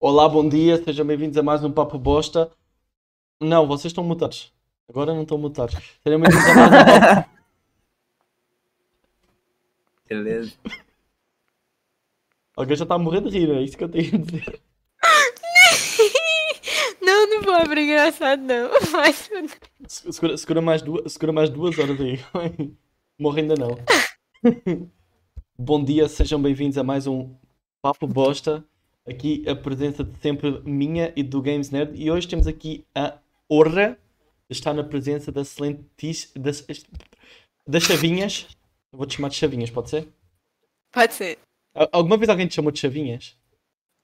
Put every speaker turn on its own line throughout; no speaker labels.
Olá, bom dia, sejam bem-vindos a mais um Papo Bosta. Não, vocês estão mutados. Agora não estão mutados. Sejam bem-vindos a mais um Papo...
Beleza.
Alguém já está a morrer de rir, é isso que eu tenho a dizer.
Não, não vou abrir engraçado, não. Mas
Se- Segura, segura mais, duas, segura mais duas horas aí. Morre ainda não. Bom dia, sejam bem-vindos a mais um Papo Bosta. Aqui a presença de sempre minha e do Games Nerd. E hoje temos aqui a honra de estar na presença da excelentíssima. Das, das Chavinhas. Eu Vou te chamar de Chavinhas, pode ser?
pode ser.
Al- Alguma vez alguém te chamou de Chavinhas?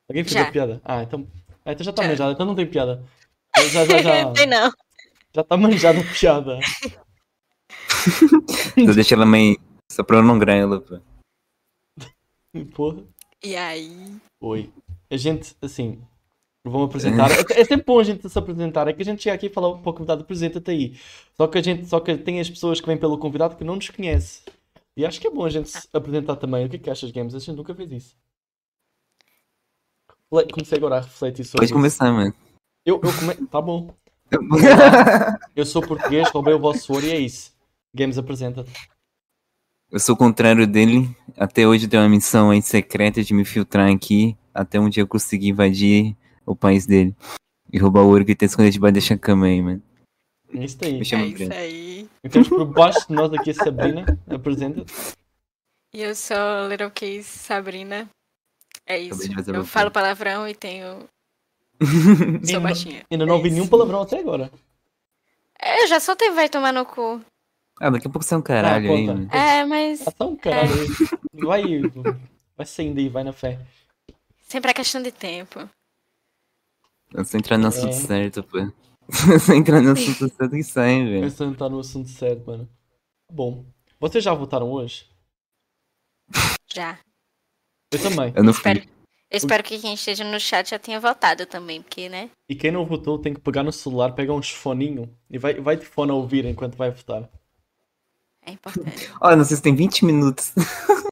Alguém fez a
Já.
piada? Ah, então. Ah, então já está
Já.
manjada, então não tem piada. Já, já, já.
Tem não.
Já está manjada a piada.
Então deixa ela meio. Só pra eu não ganhar ela, pô.
Porra.
E aí?
Oi. A gente, assim, vão apresentar. É é sempre bom a gente se apresentar. É que a gente chega aqui e fala para o convidado, apresenta-te aí. Só que a gente, só que tem as pessoas que vêm pelo convidado que não nos conhece. E acho que é bom a gente se apresentar também. O que é que achas, Games? A gente nunca fez isso. Le- Comecei agora a refletir sobre
Pode
isso.
começar, mano.
Eu, eu come... Tá bom. Eu sou português, roubei o vosso ouro e é isso. Games, apresenta-te.
Eu sou o contrário dele. Até hoje eu tenho uma missão aí secreta de me filtrar aqui. Até um dia eu conseguir invadir o país dele. E roubar o ouro que tem escondido debaixo dessa cama aí, mano.
É isso aí.
Me
É
chama
isso
Breno.
aí.
E temos por baixo de nós aqui a Sabrina. Apresenta-te.
E eu sou a Little Case Sabrina. É isso.
Acabei de fazer
Eu
meu
falo palavrão e tenho.
Ainda
Sou
não-
baixinha.
Ainda não ouvi
É isso.
nenhum palavrão até agora.
É, Eu já soltei, vai tomar no cu.
Ah, daqui a pouco você é um caralho
Ah,
aí,
conta.
mano.
É, mas
Ação, Tá caralho. Vai, vai saindo aí, vai na fé.
sempre é questão de tempo.
É só entrar no assunto
É.
certo, pô. É só entrar no assunto certo e sai, velho.
Pensando tá no assunto certo, mano. Bom, vocês já votaram hoje?
Já.
Eu também.
Eu não
Espero,
fui.
eu espero que quem esteja no chat já tenha votado também, porque, né?
E quem não votou tem que pegar no celular, pegar uns foninho e vai, vai de fone a ouvir enquanto vai votar.
É importante.
Olha, não sei se tem 20 minutos.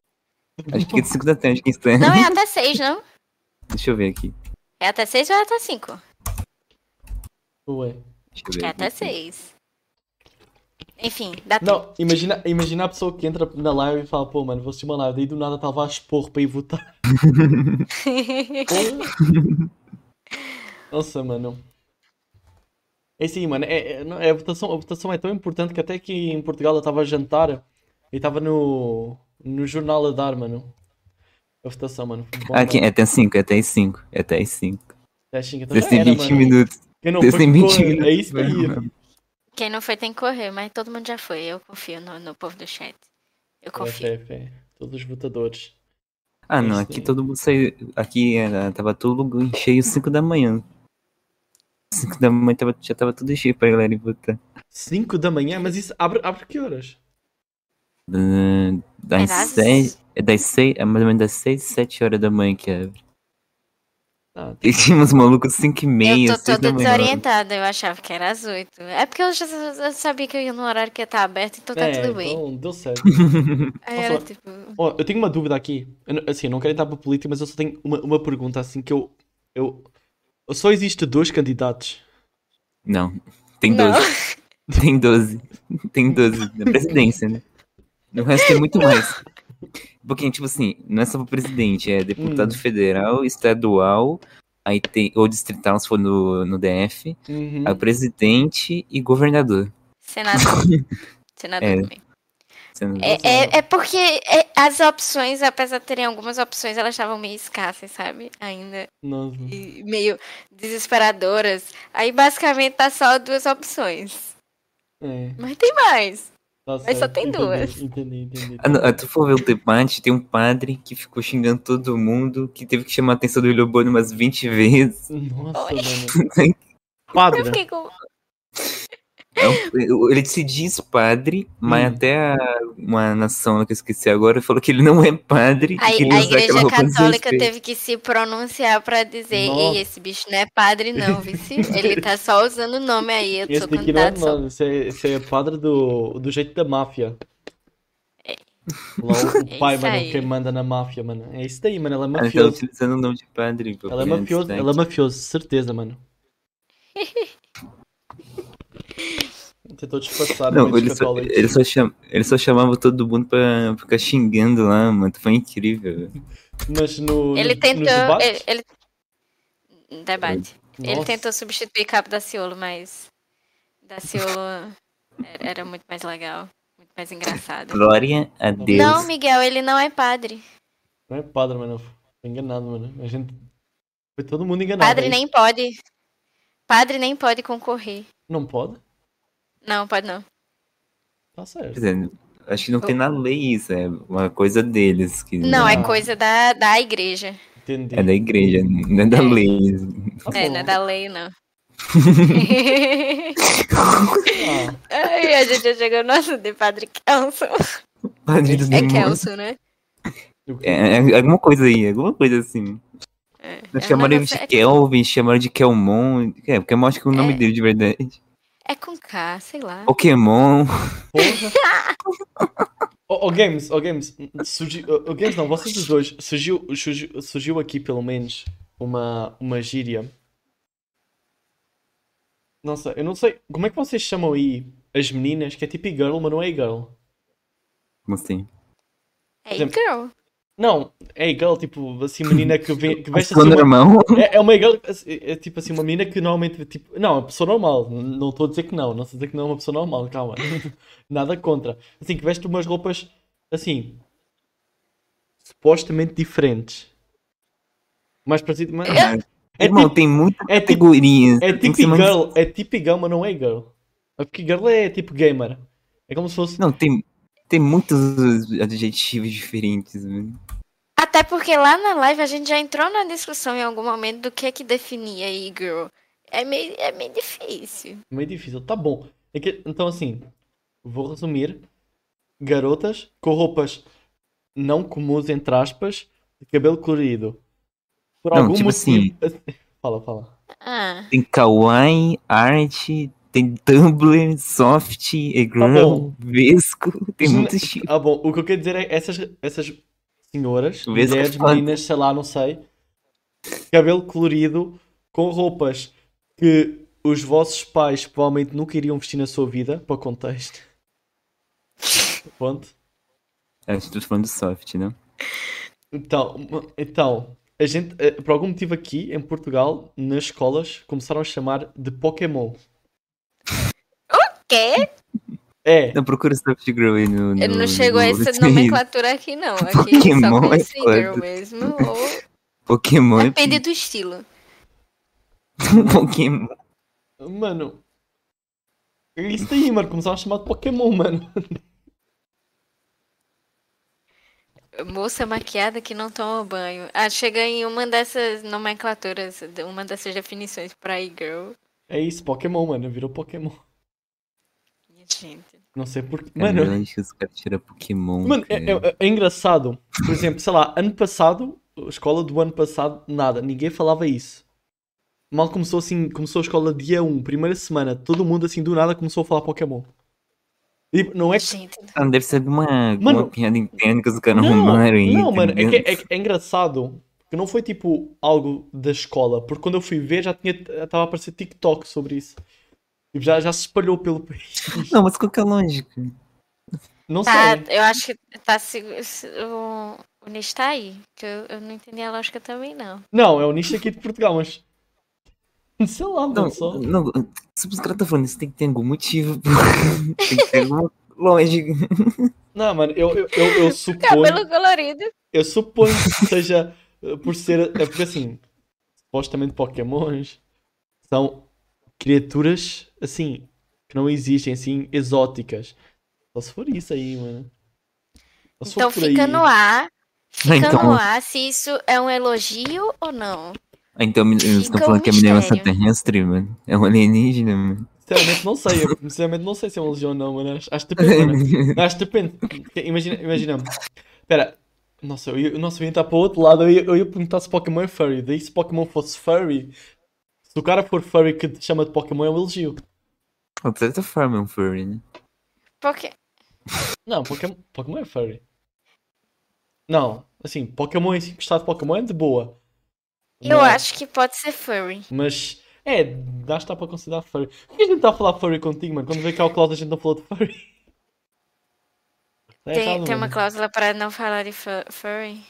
Acho que é de 5 da tarde que está.
Não é até seis, não?
Deixa eu ver aqui.
É até seis ou é até cinco?
Ué.
Deixa eu ver aqui.
É até seis. Enfim, dá tempo.
Não, imagina, imagina a pessoa que entra na live e fala, pô, mano, vou assistir uma live, daí do nada estava a esporro para ir votar. Porra. Nossa, mano. É assim, mano, é, é- não, é a, votação, a votação é tão importante que até que em Portugal eu estava a jantar e estava no, no jornal a dar, mano. A votação, mano. Foi bom,
Ah, aqui,
mano.
é até 5, é até 5, é até 5.
Já xinga, então
Vocês
já
têm
era,
20
mano.
minutos.
Quem não
Vocês
foi,
têm 20
ficou,
minutos.
é isso aí.
Quem não foi tem que correr, mas todo mundo já foi. Eu confio no, no povo do chat. Eu confio.
É, é, é. Todos os votadores.
Ah, não,
Isso
aqui
aí.
todo mundo saiu. Aqui era, tava tudo cheio 5 da manhã. 5 da manhã tava, já tava tudo cheio pra galera ir votar.
5 da manhã, mas isso abre, abre que horas?
Ah, Das
Era às-
6. É das 6, é mais ou menos das 6, 7 horas da manhã que abre.
Ah,
E tinha uns malucos 5 e meia,
eu tô
6
toda
da manhã.
desorientada, eu achava que era às oito. É porque eu já eu sabia que eu ia no horário que ia estar aberto, então tá
é,
tudo bem.
então deu certo.
Aí era
nossa.
tipo,
Ó, eu tenho uma dúvida aqui. Eu não- assim, eu não quero entrar para política, mas eu só tenho uma, uma pergunta assim que eu, eu. Só existe dois candidatos.
Não, tem
Não.
12. Tem 12. Tem 12 na presidência, né? No resto tem muito mais. Porque, tipo assim, não é só pro presidente, é deputado
Hum.
federal, estadual, aí tem, ou distrital, se for no, no DF,
Uhum.
aí presidente e governador.
senador. senador
É.
também.
Você não-
É, é, é porque é, as opções, apesar de terem algumas opções, elas estavam meio escassas, sabe? Ainda.
Nossa.
E meio desesperadoras. Aí basicamente tá só duas opções.
É,
Mas tem mais.
tá
Mas só
certo.
tem
Entendi,
duas.
Entendi, entendi.
Ah, não, ah, tu for ver o debate, tem um padre que ficou xingando todo mundo, que teve que chamar a atenção do William Bonner umas 20 vezes.
Nossa,
Oi.
mano. Padre.
Eu fiquei com.
É um- Ele se diz padre, mas
Hum.
até a- uma nação que eu esqueci agora falou que ele não é padre.
A,
e que ele
a
usa aquela
igreja
roupa de
católica
desrespeito.
teve que se pronunciar pra dizer,
Nossa.
ei, esse bicho não é padre não, vice. Ele tá só usando o nome aí, eu
Esse
sou
daqui não é
candidato. sou-
nada. Esse é, esse é padre do, do jeito da máfia. LOL, o pai,
isso
mano,
aí.
quem manda na máfia, mano. É isso daí, mano. Ela
um
é
Ela tá
mafiosa.
utilizando o nome de padre. né? pra
Ela é
criar
mafiosa,
destaque.
ela é mafiosa, certeza, mano. Tentou disfarçar no
Não,
meio
ele
dos
só,
católicos.
ele, só cham- ele só chamava todo mundo pra ficar xingando lá, mano. Foi incrível.
Mas no,
Ele
no, nos
tentou.
debates?
Ele, ele- Debate. Ele
Nossa.
tentou substituir Cabo Daciolo, mas. Daciolo era- era muito mais legal. Muito mais engraçado.
Glória a
Não.
Deus.
Não, Miguel, ele não é padre.
Não é padre, mano. Foi enganado, mano. A gente. Foi todo mundo enganado.
Padre
é isso?
nem pode. Padre nem pode concorrer.
Não pode?
Não, pode não.
Tá certo.
Quer dizer, Acho que não tem na lei isso, é uma coisa deles. Que né,
Não, é
Não.
coisa da, da igreja.
Entendi.
é da igreja, não é da
É.
lei.
Tá
É,
bom.
não é da lei, não.
Ah,
Ai, a gente já chegou no assunto de Padre Kelson.
Padre do
É
demônio.
Kelson, né?
eu-
É, é alguma coisa aí, alguma coisa assim.
É.
Não
É um
chamaram ele
negócio-
de
é-
Kelvin, chamaram de Kelmon. É, porque eu acho que é o nome
É.
dele de verdade.
É com K, sei lá.
Pokémon.
Porra. oh, Games, oh Games, surgiu, oh, oh, Games não, vocês os dois, surgiu, surgiu, surgiu aqui pelo menos uma, uma gíria. Não sei, eu não sei, como é que vocês chamam aí as meninas que é tipo girl, mas não é girl?
Como assim?
Hey,
exemplo,
É, girl.
Não, é girl, tipo, assim, menina que, vem, que veste assim,
Quando
uma-
irmão.
É, é uma girl, é, é tipo assim, uma menina que normalmente, tipo, não, é uma pessoa normal, n- não estou a dizer que não, não estou a dizer que não é uma pessoa normal, calma, nada contra. Assim, que veste umas roupas, assim, supostamente diferentes. Mais para si, mas,
Ah,
é,
Irmão,
tipo,
tem muita
é tipo-
categoria.
é
tem
tipo
que ser mais-
girl, é tipo girl, mas não é girl. É porque girl é tipo gamer. É como se fosse,
Não, tem, tem muitos adjetivos diferentes. né?
Até porque lá na live a gente já entrou na discussão em algum momento do que é que definia e-girl. É meio, é meio difícil.
meio difícil, tá bom. É que- então assim, vou resumir, garotas com roupas não comuns, entre aspas, de cabelo colorido. Por
Não,
algum
tipo
motivo. assim, Fala, fala.
Ah,
Tem kawaii, arte, tem Tumblr, soft, egrom,
Tá bom.
vesco. Tem
Gen-
muitos tipos.
Ah, bom, o que eu quero dizer é essas, essas senhoras,
Vê se
mulheres,
responde.
meninas, sei lá, não sei, cabelo colorido, com roupas que os vossos pais provavelmente nunca iriam vestir na sua vida, para o contexto. Ponto.
Acho que eu tô tá falando do soft, né? não?
Então, m- então, a gente, eh, por algum motivo aqui em Portugal, nas escolas, começaram a chamar de Pokémon.
quê?
É,
Não, procura o soft girl aí no.
Ele
no-
não chegou a é
no-
essa
Sim.
nomenclatura aqui, não.
Tá
Aqui é só
Pokémon é
conhece girl
foda.
mesmo. Ou
Pokémon. é
depende do estilo.
Pokémon.
mano. É isso daí, mano. Começaram a chamar de Pokémon, mano.
Moça maquiada que não toma banho. Ah, chega em uma dessas nomenclaturas, de- uma dessas definições pra e-girl.
É isso, Pokémon, mano. Virou Pokémon.
Minha Gente.
Não sei porquê.
Mano.
Mano,
Cara, eu acho que os caras tiram Pokémon.
mano,
cara.
é, é- é engraçado. Por exemplo, sei lá, ano passado, a escola do ano passado, nada. Ninguém falava isso. Mal começou assim, começou a escola dia 1, primeira semana. Todo mundo assim, do nada, começou a falar Pokémon. E não é que
Gente.
Ah, deve ser de uma,
Mano-
uma piada interna que os caras arrumaram aí.
não,
tá
mano, é,
ligado?
que, é, que- é engraçado que não foi tipo algo da escola, porque quando eu fui ver já tinha estava a aparecer TikTok sobre isso. Tipo, já, já se espalhou pelo país.
Não, mas qual que é a lógica?
Não
Tá,
sei.
eu acho que tá se, se- o, o Nish tá aí. Que eu, eu não entendi a lógica também, não.
Não, é o nicho aqui de Portugal, mas. Sei lá, mano,
Não,
só.
não, se os caras tá falando isso, tem que ter algum motivo. tem que ter alguma lógica. Ah,
Não, mano, eu, eu, eu, eu suponho.
Cabelo colorido.
Eu suponho que seja eh, por ser. É porque assim, supostamente Pokémons são criaturas assim que não existem, assim, exóticas. Só se for isso aí, mano. Só se for
Então
por
fica
aí.
no ar. Fica
então.
no ar se isso é um elogio ou não.
Ah, então men- eles estão
Fica um
falando que a menina é uma
mistério.
extraterrestre, mano. É um alienígena, mano.
Sinceramente não sei, eu sinceramente não sei se é uma legião ou não, mano. Acho, acho que depende, mano.
Não,
Não, Acho que depende. Porque Imagina, imagina. Pera. Nossa, eu ia, eu- nossa, eu ia entrar para o outro lado, eu ia, eu ia perguntar se Pokémon é furry. Daí se Pokémon fosse furry, se o cara for furry que te chama de Pokémon é um elogio.
De certa forma é um furry, né?
Porque.
Não, Pokémon, Pokémon é furry. Não, assim, Pokémon em si, gostar de Pokémon é de boa.
Eu
Mas-
acho que pode ser furry.
Mas, é, dá está para considerar furry. Por que a gente está a falar furry contigo, mano? Quando veio cá o Klaus, a gente não falou de furry. Tá
Tem,
errado,
tem uma
mano.
cláusula pra não falar de fu- furry?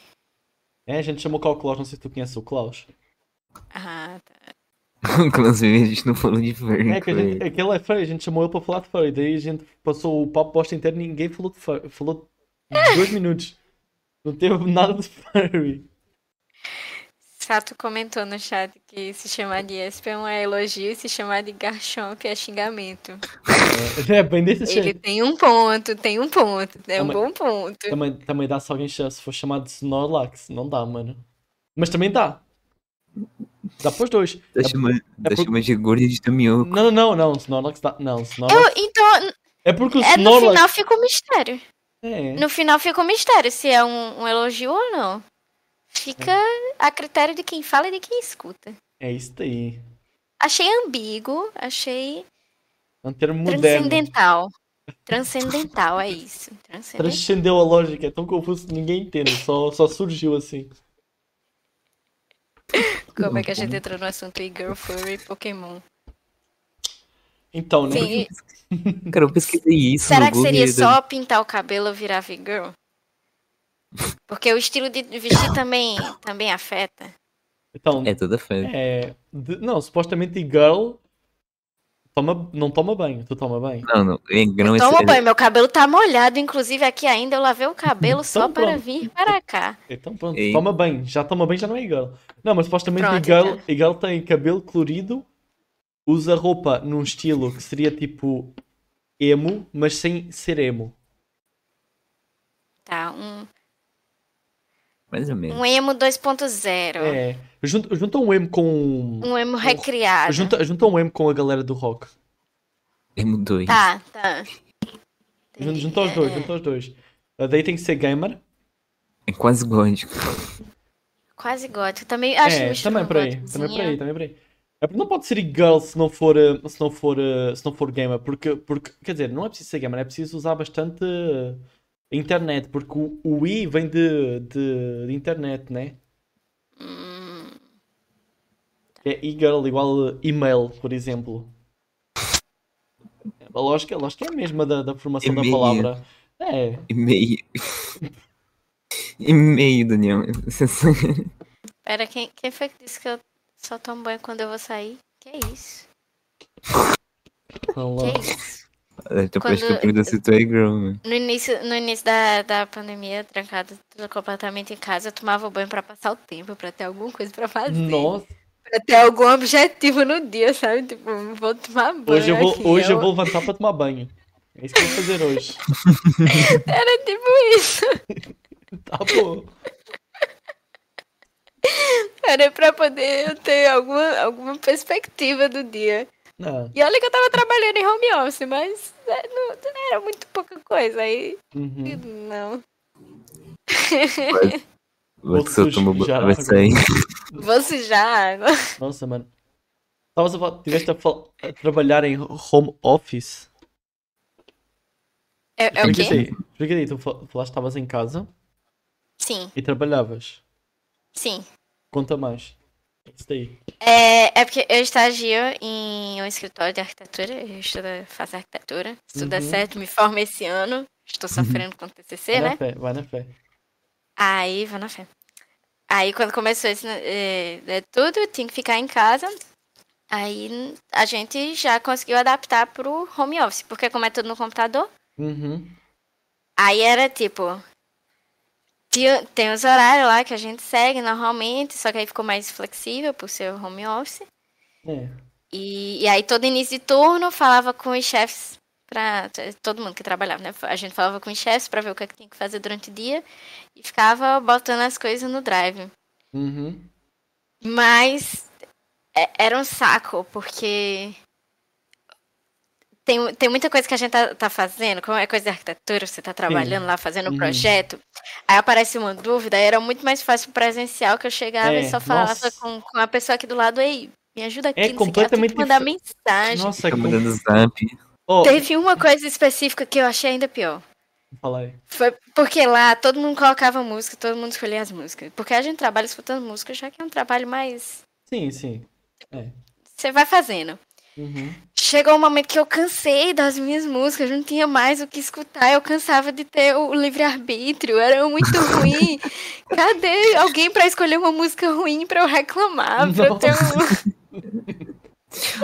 É, a gente chamou cá o Klaus, não sei se tu conheces o Klaus.
Ah, tá.
Inclusive, a gente não falou de furry.
É, que a gente, aquele é furry, a gente chamou ele para falar de furry. Daí a gente passou o papo bosta inteiro e ninguém falou de furry. Falou dois minutos. Não teve nada de furry.
Sato comentou no chat que se chamar de ESP é um elogio e se chamar de garchomp é xingamento.
É, bem desse
Ele
jeito.
tem um ponto, tem um ponto, é um
Mas-
bom ponto.
Também, também dá se alguém cha- se for chamado de Snorlax. Não dá, mano. Mas também dá. Dá para os dois.
Tá
É-
chamando, tá
por-
chamando de gordo de tamioco.
Não, não, não, não, Snorlax dá. Não, Snorlax.
Eu- então,
É porque o
é, no
Snorlax.
final fica o mistério.
É.
No final fica o mistério se é um, um elogio ou não. Fica a critério de quem fala e de quem escuta.
É isso aí.
Achei ambíguo, achei
É um termo moderno.
transcendental. Transcendental, é isso. Transcendental.
Transcendeu a lógica, é tão confuso que ninguém entende, só, só surgiu assim.
Como é que a gente entrou no assunto e Girl Furry Pokémon?
Então, né?
Sim,
Cara, eu pesquisei isso.
Será
Tá no né?
que seria
Google.
só pintar o cabelo ou virar V-Girl? Porque o estilo de vestir também, também afeta.
Então,
É toda fé.
é. de- não, supostamente girl toma, não toma banho. Tu toma banho.
Não, não. É, não
Eu
é,
tomo
é-
banho, meu cabelo tá molhado, inclusive aqui ainda eu lavei o
Tá
cabelo só
Então
para
pronto.
vir para cá.
Então pronto,
Ei.
toma banho. Já toma banho, já não é girl. Não, mas supostamente
Pronto,
girl, girl tem cabelo colorido, usa roupa num estilo que seria tipo emo, mas sem ser emo.
Tá, um,
mais ou menos.
um emo 2.0.
É. Junta, junta um emo com.
Um emo recriado.
Junta, junta um emo com a galera do rock.
É M2.
Tá, tá.
Jun- Junta os
É,
dois, junta os dois. Ah, Daí tem que ser gamer.
É quase gótico.
É, Quase gótico. Também acho um
é,
que
também por aí, também por aí, também por aí. É porque não pode ser girl se não for, ah, se não for, ah, se não for gamer, porque, porque, quer dizer, não é preciso ser gamer, é preciso usar bastante ah, internet, porque o, o I vem de, de, de internet, né? É e-girl igual ah, e-mail, por exemplo. A lógica, a lógica é a mesma da, da formação da
E-mail.
palavra. É,
E meio. E meio, Daniel.
Pera, quem, quem foi que disse que eu só tomo banho quando eu vou sair? Que isso?
então, lá.
Que isso?
Tô
Quando-
praticando da Citoy Girl, mano.
No início, no início da, da pandemia, trancada tudo completamente em casa, eu tomava banho pra passar o tempo, pra ter alguma coisa pra fazer.
Nossa.
Pra ter algum objetivo no dia, sabe? Tipo, vou tomar banho.
Hoje eu vou,
aqui,
hoje eu vou levantar para tomar banho. É isso que eu vou fazer hoje.
Era tipo isso.
Tá bom.
Era pra poder eu ter alguma, alguma perspectiva do dia.
Não.
E olha que eu tava trabalhando em home office, mas é, não, não era muito pouca coisa. Aí,
Uhum.
não.
Vou que só
sujo,
tomo banho
já tá
pra
largo.
sair.
Vou sujar água.
Nossa, mano. Estavas a falar, tiveste a, fal- a trabalhar em home office.
É, é o
Tem
Explica
quê?
ser.
aí, explica aí, tu fa- falaste que estavas em casa
Sim,
e trabalhavas.
sim.
Conta mais. É Isso daí.
É, é porque eu estagio em um escritório de arquitetura, eu estudo, faço arquitetura, se tudo der
Uhum.
certo, me formo esse ano, estou sofrendo com TCC,
Vai na
né?
fé, vai na fé.
Aí, vou na fé. Aí, quando começou isso, é, é tudo, eu tinha que ficar em casa, aí a gente já conseguiu adaptar pro home office, porque como é tudo no computador,
Uhum.
Aí era tipo. ti- Tem os horários lá que a gente segue normalmente, só que aí ficou mais flexível por ser o home office.
É.
E, e aí todo início de turno falava com os chefes para todo mundo que trabalhava, né? A gente falava com os chefes para ver o que, é que tinha que fazer durante o dia e ficava botando as coisas no drive.
Uhum.
Mas é- era um saco, porque tem, tem muita coisa que a gente tá, tá fazendo, como é coisa de arquitetura, você tá trabalhando lá, fazendo o
Uhum.
projeto, aí aparece uma dúvida, aí era muito mais fácil presencial que eu chegava
É,
e só falava
nossa.
com, com a pessoa aqui do lado, ei, me ajuda aqui,
É
não sei o que, ela tem que
completamente
mandar mensagem.
Nossa,
Tá
que...
mandando zap.
Oh,
Teve uma coisa específica que eu achei ainda pior.
Fala aí.
Foi porque lá todo mundo colocava música, todo mundo escolhia as músicas. Porque a gente trabalha escutando música, já que é um trabalho mais.
Sim, sim. É.
Você vai fazendo.
Uhum.
Chegou um momento que eu cansei das minhas músicas, eu não tinha mais o que escutar, eu cansava de ter o livre-arbítrio, era muito ruim. Cadê alguém pra escolher uma música ruim pra eu reclamar? Pra eu ter um...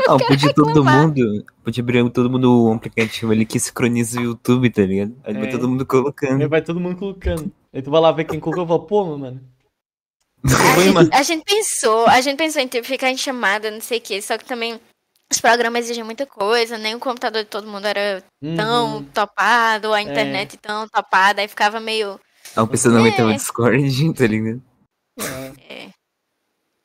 Ah, podia todo
reclamar.
mundo. Podia abrir todo mundo um aplicativo ali que sincroniza o YouTube, tá ligado? Aí vai
É.
todo mundo colocando.
Aí vai todo mundo colocando. Aí tu vai lá ver quem colocou e fala, pô, mano. É
A
Foi, mano.
gente, a gente pensou, a gente pensou em tipo, ficar em chamada, não sei o que, só que também os programas exigem muita coisa, nem o computador de todo mundo era tão
Uhum.
topado, a internet tão topada, aí ficava meio.
Ah, o pessoal não aguentava o
É.
Discord, tá ligado?
É.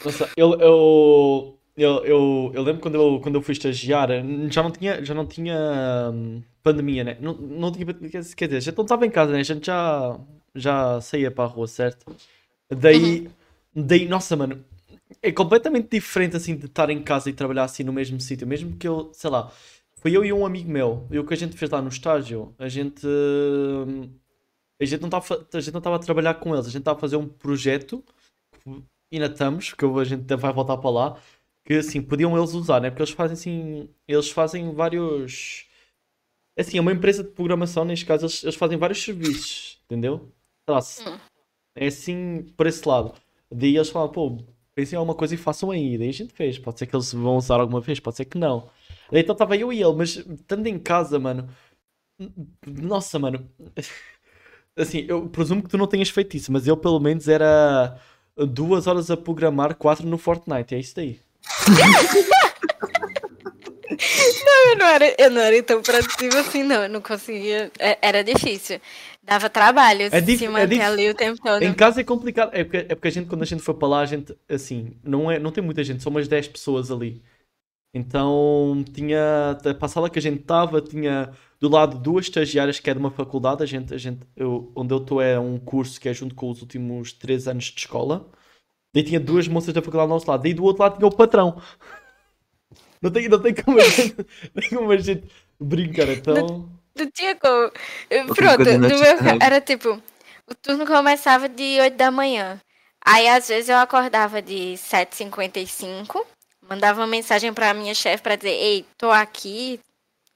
Nossa, eu, eu, eu, eu, eu lembro quando eu, quando eu fui estagiar, já não tinha, já não tinha hum, pandemia, né? Não, não tinha, pandemia, quer quer dizer, a gente não estava em casa, né? A gente já, já saía para a rua, certo? Daí, daí, nossa, mano, é completamente diferente assim de estar em casa e trabalhar assim no mesmo sítio, mesmo que eu, sei lá, foi eu e um amigo meu, e o que a gente fez lá no estágio, a gente, hum, a gente não estava, a gente não estava a trabalhar com eles, a gente estava a fazer um projeto ainda estamos, que eu- a gente ainda vai voltar para lá, que assim, podiam eles usar, né? Porque eles fazem assim, eles fazem vários. Assim, é uma empresa de programação, neste caso, eles, eles fazem vários serviços, entendeu? Sei lá, se-
Hum.
É assim, por esse lado. Daí eles falam, pô, pensem em alguma coisa e façam aí. Daí a gente fez, pode ser que eles vão usar alguma vez, pode ser que não. Daí então estava eu e ele, mas estando em casa, mano. Nossa, mano. Assim, eu presumo que tu não tenhas feito isso, mas eu pelo menos era duas horas a programar, quatro no Fortnite, é isso daí.
Eu não, era, eu não era tão produtiva assim, não. Eu não conseguia. é- Era difícil. Dava trabalho
É dif-
se
é
manter
dif-
ali o tempo todo.
Em casa é complicado, é porque, é porque a gente, quando a gente foi para lá, a gente, assim, não, é, não tem muita gente, são umas 10 pessoas ali. Então, tinha, para a sala que a gente estava, tinha do lado duas estagiárias que é de uma faculdade, a gente, a gente, eu, onde eu estou é um curso que é junto com os últimos 3 anos de escola. Daí tinha duas moças da faculdade do nosso lado, daí do outro lado tinha o patrão. Não tem, não tem como a gente, não tem como a gente brincar, então...
Não tinha como. Eu-
Outra
Pronto,
coisa
no meu ca-
inacreditável.
era tipo, o turno começava de 8 da manhã. Aí às vezes eu acordava de 7h55, mandava uma mensagem pra minha chefe pra dizer, ei, tô aqui,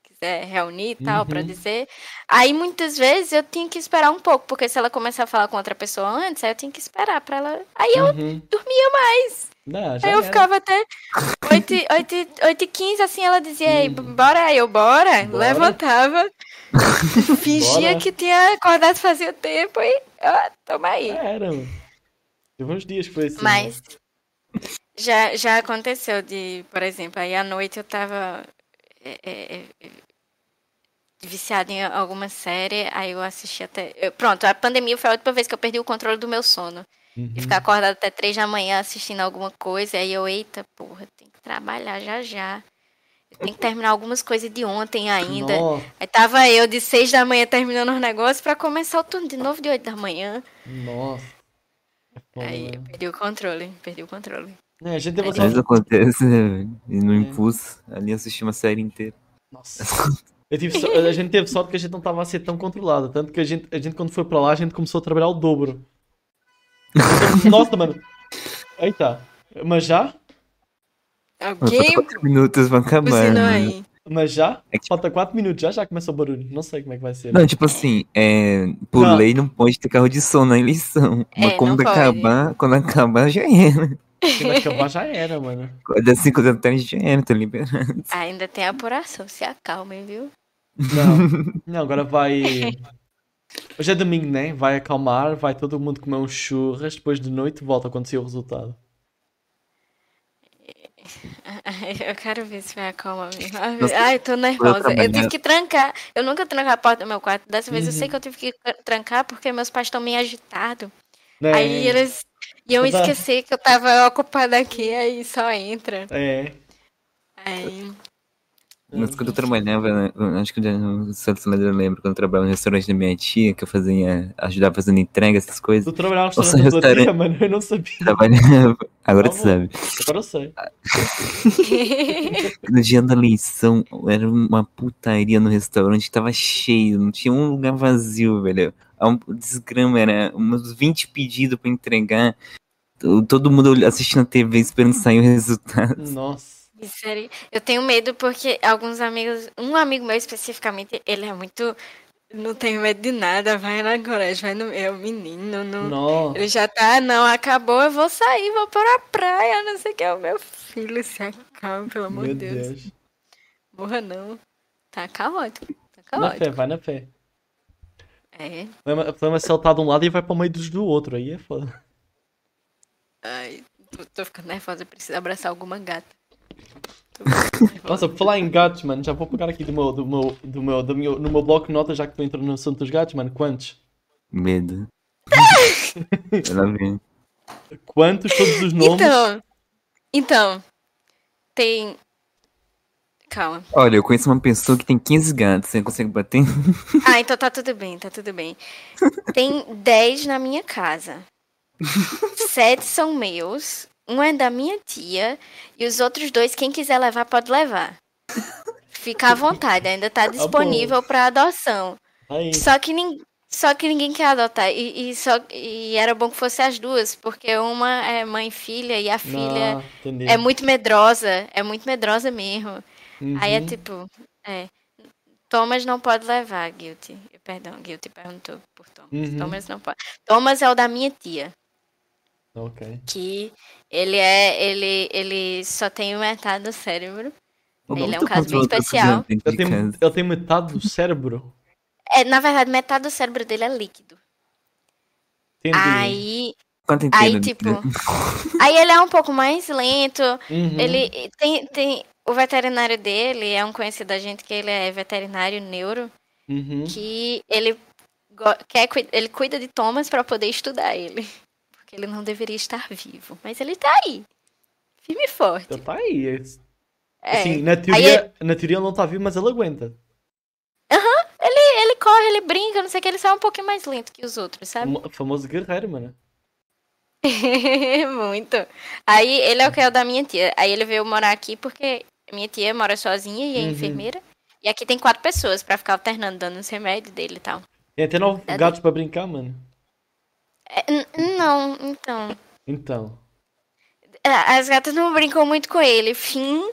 quiser reunir e tal, pra
Uhum.
dizer. Aí muitas vezes eu tinha que esperar um pouco, porque se ela começar a falar com outra pessoa antes, aí eu tinha que esperar pra ela. Aí eu
Uhum.
dormia
Não, já
Aí eu
era.
ficava até 8, e- 8, e- 8 e 15, assim, ela dizia, Ei,
Uhum.
bora, aí eu, bora,
Bora.
levantava, fingia
Bora.
que tinha acordado fazia tempo e, ó, toma aí.
Já era, mano. Teve uns dias que foi assim.
Mas já, já aconteceu de, por exemplo, aí à noite eu tava é, é, é, viciada em alguma série, aí eu assisti até... eu- pronto, a pandemia foi a última vez que eu perdi o controle do meu sono.
Uhum.
E ficar acordada até três da manhã assistindo alguma coisa. Aí eu, eita, porra, tem que trabalhar já já. Eu tenho que terminar algumas coisas de ontem ainda.
Nossa,
Aí tava eu de seis da manhã terminando os negócios pra começar o turno de novo de oito da manhã.
nossa. É foda,
Aí eu
né?
perdi o controle, perdi o controle.
É, a gente teve
Aí-
Às
essa-
vezes acontece, né, velho? E no
É.
impulso, ali assistir uma série inteira.
Nossa. Eu tive so- A gente teve sorte que a gente não estava a ser tão controlada. Tanto que a gente, a gente, quando foi para lá, a gente começou a trabalhar o dobro. Nossa, mano. Eita. Mas já?
Alguém
Falta quatro minutos pra acabar,
buzinou
mano.
aí.
Mas já?
É que-
Falta 4 minutos, já já começa o barulho. Não sei como é que vai ser.
Não, tipo assim, é, por
Não.
lei não pode ter carro de som na eleição.
É,
Mas quando
não pode.
acabar, quando acabar já era.
Quando acabar já era, mano.
Das 5 da tarde já era, tá liberado.
Ainda tem apuração, se acalmem, viu?
Não. Não, agora vai. Hoje é domingo, né? Vai acalmar, vai todo mundo comer uns churras, depois de noite volta quando sair o resultado.
Eu quero ver se vai acalmar mesmo.
Nossa,
Ai, eu tô nervosa. Eu tive
trabalhar-
que trancar. Eu nunca trancar a porta do meu quarto. Dessa vez eu
Uhum.
sei que eu tive que trancar porque meus pais estão meio agitados.
Né?
Aí eles iam
Toda-
esquecer que eu tava ocupada aqui, aí só entra.
É.
Aí
Mas quando eu trabalhava, eu acho que eu já no certo lado eu lembro, quando eu trabalhava no restaurante da minha tia, que eu fazia, ajudava fazendo entrega, essas
Tu
coisas,
trabalhava no
Nossa,
restaurante da tua tia,
restaurante.
mano, eu não sabia.
trabalhava. Agora tu sabe.
Agora eu sei.
No dia da eleição, era uma putaria no restaurante, tava cheio, não tinha um lugar vazio, velho. A um desgrama, era uns 20 pedidos pra entregar. to- Todo mundo olh- assistindo a TV esperando sair o resultado.
Nossa.
Sério, eu tenho medo porque alguns amigos, um amigo meu especificamente, ele é muito. Não tenho medo de nada, vai na coragem, vai no meu menino. Não...
Nossa.
Ele já tá, "Ah, não, acabou, eu vou sair, vou para a praia, não sei o que. é O meu filho se acalma, pelo amor
Meu
de Deus.
Deus.
Morra não. Tá caótico. Tá
Na
caótico.
fé, vai na fé.
É.
O problema, o problema é se ele tá de um lado e vai para o meio dos do outro. Aí é foda.
Ai, tô, tô ficando nervosa, eu preciso abraçar alguma gata. É
Nossa, por falar em gatos, mano, já vou pegar aqui do meu, do meu, do meu, do meu, no meu bloco de notas, já que tu entrou no assunto dos gatos, mano. Quantos?
Medo. Ela vem.
Quantos? Todos os nomes?
Então, então, tem. Calma.
Olha, eu conheço uma pessoa que tem 15 gatos, você consegue bater?
Ah, então tá tudo bem, tá tudo bem. Tem 10 na minha casa. Sete são meus, um é da minha tia e os outros dois, quem quiser levar, pode levar. Fica à vontade, ainda tá
bom.
disponível para adoção.
Aí.
Só que, nin- só que ninguém quer adotar. E, e só, e era bom que fosse as duas, porque uma é mãe e filha, e a filha
Não, Ah, entendi.
é muito medrosa. É muito medrosa mesmo.
Uhum.
Aí é tipo, é. Thomas não pode levar, Guilty. Perdão, Guilty perguntou por Thomas.
Uhum.
Thomas não pode. Thomas é o da minha tia,
Ok.
que ele é. Ele, ele só tem metade do cérebro. Ele é um caso bem especial.
Ele tem, ele tem metade do cérebro.
É, na verdade, metade do cérebro dele é líquido.
Entendi.
Aí.
Quanto
Aí, tipo. aí ele é um pouco mais lento.
Uhum.
Ele tem, tem. O veterinário dele é um conhecido da gente que ele é veterinário neuro,
Uhum.
que ele go- quer cui- ele cuida de Thomas pra poder estudar ele. Porque ele não deveria estar vivo. Mas ele tá aí. Firme e forte.
Então tá aí. é isso.
É.
Assim, na teoria, na teoria ele não tá vivo, mas ele aguenta.
Ele corre, ele brinca, não sei o que, ele só é um pouquinho mais lento que os outros, sabe?
Famo- Famoso guerreiro, mano.
Muito. Aí ele é o que é o da minha tia. Aí ele veio morar aqui porque minha tia mora sozinha e é
Uhum.
enfermeira. E aqui tem quatro pessoas pra ficar alternando, dando os remédios dele e tal.
Tem até nove
Verdade.
gatos para brincar, mano.
É, n- não, então.
Então.
É, As gatas não brincam muito com ele. Fim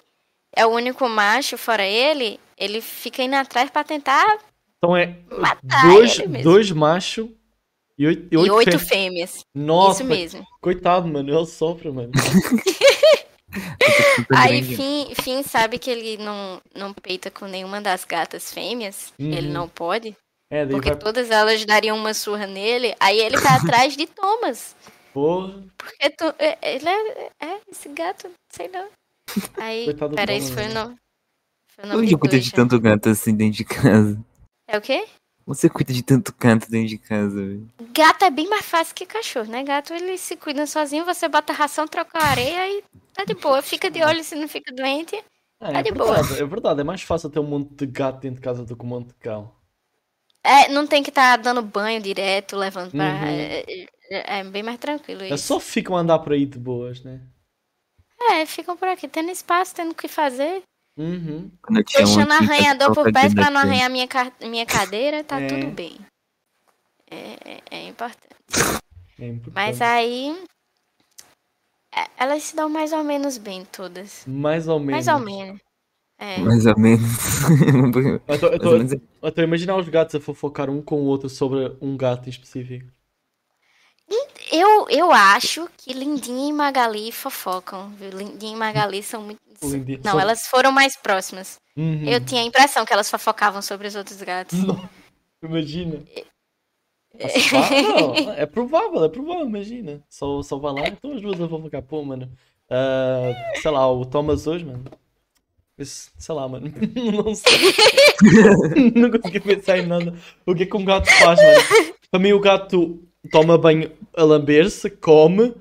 é o único macho, fora ele, ele fica indo atrás pra tentar
Então é
Matar
dois,
ele mesmo.
dois machos e oito, e
e
oito
oito
fêmeas.
fêmeas.
Nossa,
Isso mesmo.
coitado, mano. Ele sofre, mano.
Aí Fim, Fim sabe que ele não, não peita com nenhuma das gatas fêmeas.
Uhum.
Ele não pode.
É, daí
Porque
vai
todas elas dariam uma surra nele, aí ele tá atrás de Thomas.
porra.
Porque tu, é- ele é, é esse gato, sei lá. Aí,
Coitado do
peraí, isso
Thomas, né?
foi o nome. Foi o nome
Onde
de
eu cuido
dois,
de
né?
tanto gato assim dentro de casa?
É o quê?
Você cuida de tanto gato dentro de casa, velho.
Gato é bem mais fácil que cachorro, né? Gato, ele se cuida sozinho, você bota ração, troca a areia e tá de boa. Fica de olho se não fica doente.
Ah,
Tá
é
de boa.
verdade, é verdade. É mais fácil ter um monte de gato dentro de casa do que um monte de cão.
É, não tem que estar dando banho direto, levando pra...
Uhum.
É, é- é bem mais tranquilo
É
isso.
só ficam a andar por aí de boas, né?
É, ficam por aqui, tendo espaço, tendo o que fazer.
Uhum.
Quando eu tinha um
Deixando
aqui, eu
arranhador por
tocava
perto
dentro
pra não
da-
arranhar minha, ca- minha cadeira, tá
É.
tudo bem. É, é- é importante.
É importante.
Mas aí... é, Elas se dão mais ou menos bem todas.
Mais ou menos.
Mais ou menos. É.
Mais ou menos.
Eu tô, eu
Mais
tô-
ou menos.
eu tô a imaginar os gatos a fofocar um com o outro sobre um gato em específico.
Eu, eu acho que Lindinha e Magali fofocam, viu? Lindinha e Magali são muito.
Lindinha-
Não,
são-
elas foram mais próximas.
Uhum.
Eu tinha a impressão que elas fofocavam sobre os outros gatos.
Não, imagina. Ah, se pá, não, é provável, é provável, imagina. Só, só vai lá, então as duas vão ficar, pô, mano. ah, sei lá, o Thomas hoje, mano. Esse- sei lá, mano. Não sei. não consegui pensar em nada. O que é que um gato faz, mano? Para mim, o gato toma banho a lamber-se, come,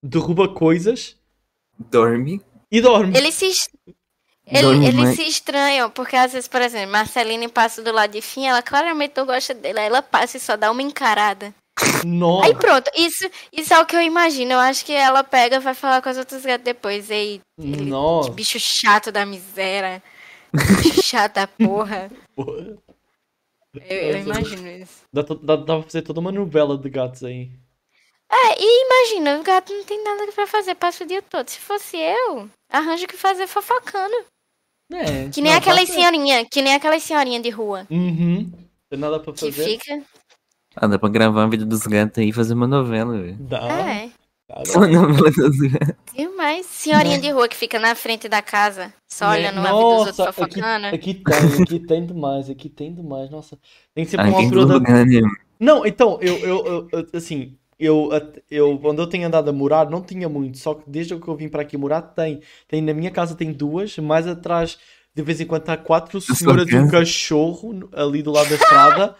derruba coisas
Dorme.
e dorme.
Eles se, Ele-
Dorme
eles
mais.
se estranham, porque às vezes, por exemplo, Marceline passa do lado de Fim, ela claramente não gosta dele, aí ela passa e só dá uma encarada. Aí
Nossa,
pronto, isso, isso é o que eu imagino. Eu acho que ela pega, vai falar com as outras gatas depois. Ei,
nossa.
bicho chato da miséria. Bicho chato da porra.
porra.
Eu, eu imagino isso.
Dá, to- dá, dá pra fazer toda uma novela de gatos aí.
É, e imagina, o gato não tem nada pra fazer, passa o dia todo. Se fosse eu, arranjo o que fazer fofocando.
É,
Que nem
não,
aquelas
tá certo.
senhorinhas, que nem aquelas senhorinhas de rua.
Uhum. Tem nada pra
Que
fazer?
fica.
Ah, dá pra gravar a vida dos gatos aí e fazer uma novela, velho.
Dá.
É.
dá, dá.
Uma novela dos gatos.
Viu mais? Senhorinha de rua que fica na frente da casa, só
Né?
olhando a vida dos outros
Nossa, é aqui,
fofocando.
aqui tem, aqui tem demais, aqui tem demais, nossa. Tem que ser
Ah,
uma
tem
altura
todo
da,
lugar, né?
Não, então, eu, eu, eu- eu- assim, eu, at- eu, onde eu tenho andado a morar, não tinha muito, só que desde que eu vim para aqui morar, tem. Tem, na minha casa tem duas, mais atrás, de vez em quando, há quatro
sua
senhoras e um
casa?
cachorro no- ali do lado da estrada.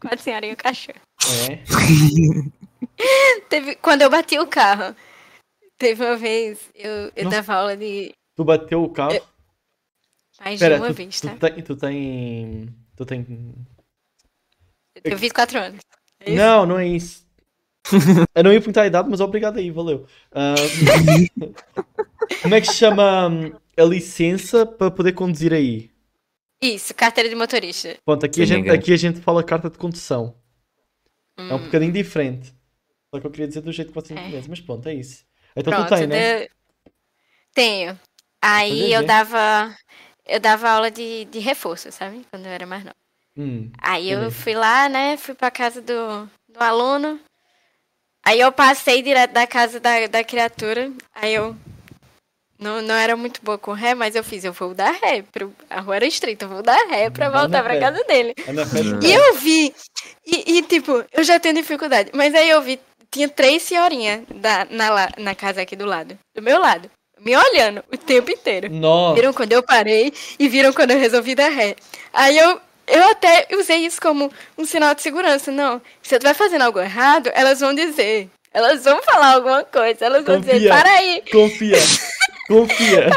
Com a senhora e o cachorro.
É.
Teve, quando eu bati o carro, teve uma vez, eu, eu
Nossa.
dava aula de
Tu bateu o carro.
mais
Espera,
de uma
tu,
vez,
tu
tá?
tem, tu tem, tu tem.
Eu tenho 24 anos. É isso?
Não, não é isso. Eu não ia perguntar a idade, mas obrigado aí, valeu. Ah, como é que se chama hum, a licença para poder conduzir aí?
Isso, carteira de motorista.
Pronto, aqui a,
Sem
gente,
ninguém.
aqui a gente fala carta de condução. É um
Hum.
bocadinho diferente. Só que eu queria dizer do jeito que você
É.
conhece, mas pronto, é isso. Então
Pronto,
tu tem, né?
eu- Tenho. Aí
Poder
eu
ver.
dava. Eu dava aula de, de reforço, sabe? Quando eu era mais nova.
Hum.
Aí eu
Beleza.
fui lá, né? Fui pra casa do, do aluno. Aí eu passei direto da casa da, da criatura. Aí eu. Não, não era muito boa com ré, mas eu fiz, eu vou dar ré. Pro, a rua era estreita, eu vou dar ré pra
Vai no
voltar pra
pé.
casa dele.
A minha é festa
Hum.
E eu vi. E, e, tipo, eu já tenho dificuldade. Mas aí eu vi, tinha três senhorinhas da, na, la- na casa aqui do lado. Do meu lado. Me olhando o tempo inteiro.
Nossa,
Viram quando eu parei e viram quando eu resolvi dar ré. Aí eu, eu até usei isso como um sinal de segurança. Não, se eu estiver fazendo algo errado, elas vão dizer. Elas vão falar alguma coisa. Elas vão dizer,
Confia.
para aí.
confia. Confia.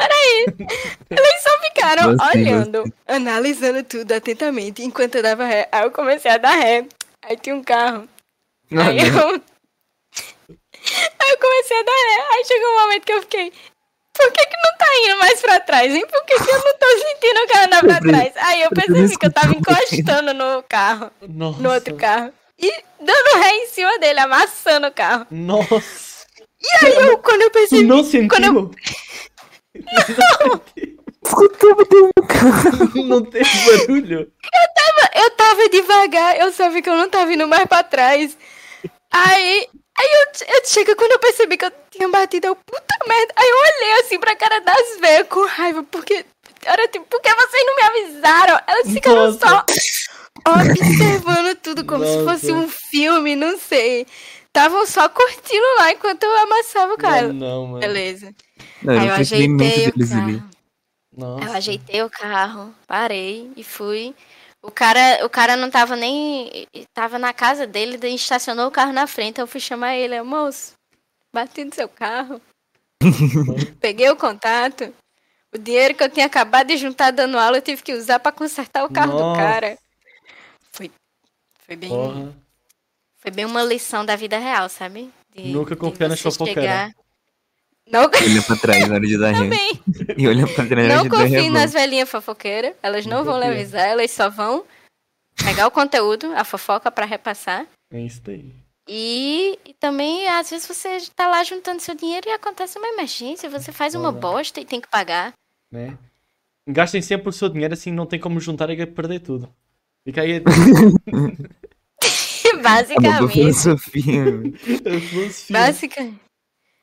Eles só ficaram
Gostei,
olhando, analisando tudo atentamente enquanto eu dava ré. Aí eu comecei a dar ré. Aí tinha um carro.
Não,
Aí
não.
eu... Aí eu comecei a dar ré. Aí chegou um momento que eu fiquei. Por que, que não tá indo mais pra trás, hein? Por que, que eu não tô sentindo o cara andar pra trás? Aí eu percebi que eu tava encostando no carro,
Nossa.
no outro carro. E dando ré em cima dele, amassando o carro.
Nossa.
Aí eu, quando eu
Tu
percebi.
não sentiu?
quando eu-
Escutou, bateu no carro.
Não teve barulho.
Eu tava devagar, eu sabia que eu não tava indo mais pra trás. Aí, aí eu, eu chega quando eu percebi que eu tinha batido, eu, puta merda. Aí eu olhei assim pra cara das velhas com raiva, porque era tipo, por que vocês não me avisaram? Elas ficaram
Nossa.
só observando tudo como se
Nossa.
fosse um filme, não sei. Estavam só curtindo lá enquanto eu amassava o cara.
Não, não, mano.
Beleza.
É, Não,
Aí eu
foi
ajeitei
tremendo
o
deles ali.
carro. é-
Nossa.
Eu ajeitei o carro, parei e fui. O cara, o cara não tava nem. Tava na casa dele, daí estacionou o carro na frente. Eu fui chamar ele, eu, moço, bati no seu carro. Peguei o contato. O dinheiro que eu tinha acabado de juntar dando aula, eu tive que usar pra consertar o carro do
Nossa.
cara. Foi, foi, bem,
Porra.
foi bem uma lição da vida real, sabe? De-
Nunca
de
confia na
você
fofoqueira.
chegar- Não,
Olha pra trás na hora de dar ré.
também.
E olha pra trás na hora
Não
de dar ré.
confiem nas velhinhas fofoqueiras, elas não,
Não
vão lhe
confiem.
avisar, elas só vão pegar o conteúdo, a fofoca pra repassar.
É isso daí.
E, e também, às vezes, você tá lá juntando seu dinheiro e acontece uma emergência, você faz uma
Bora.
bosta e tem que pagar.
Né? Gastem sempre o seu dinheiro, assim não tem como juntar e perder tudo. Fica aí a,
É uma boa
Basicamente.
filosofia. meu.
a filosofia.
Básica.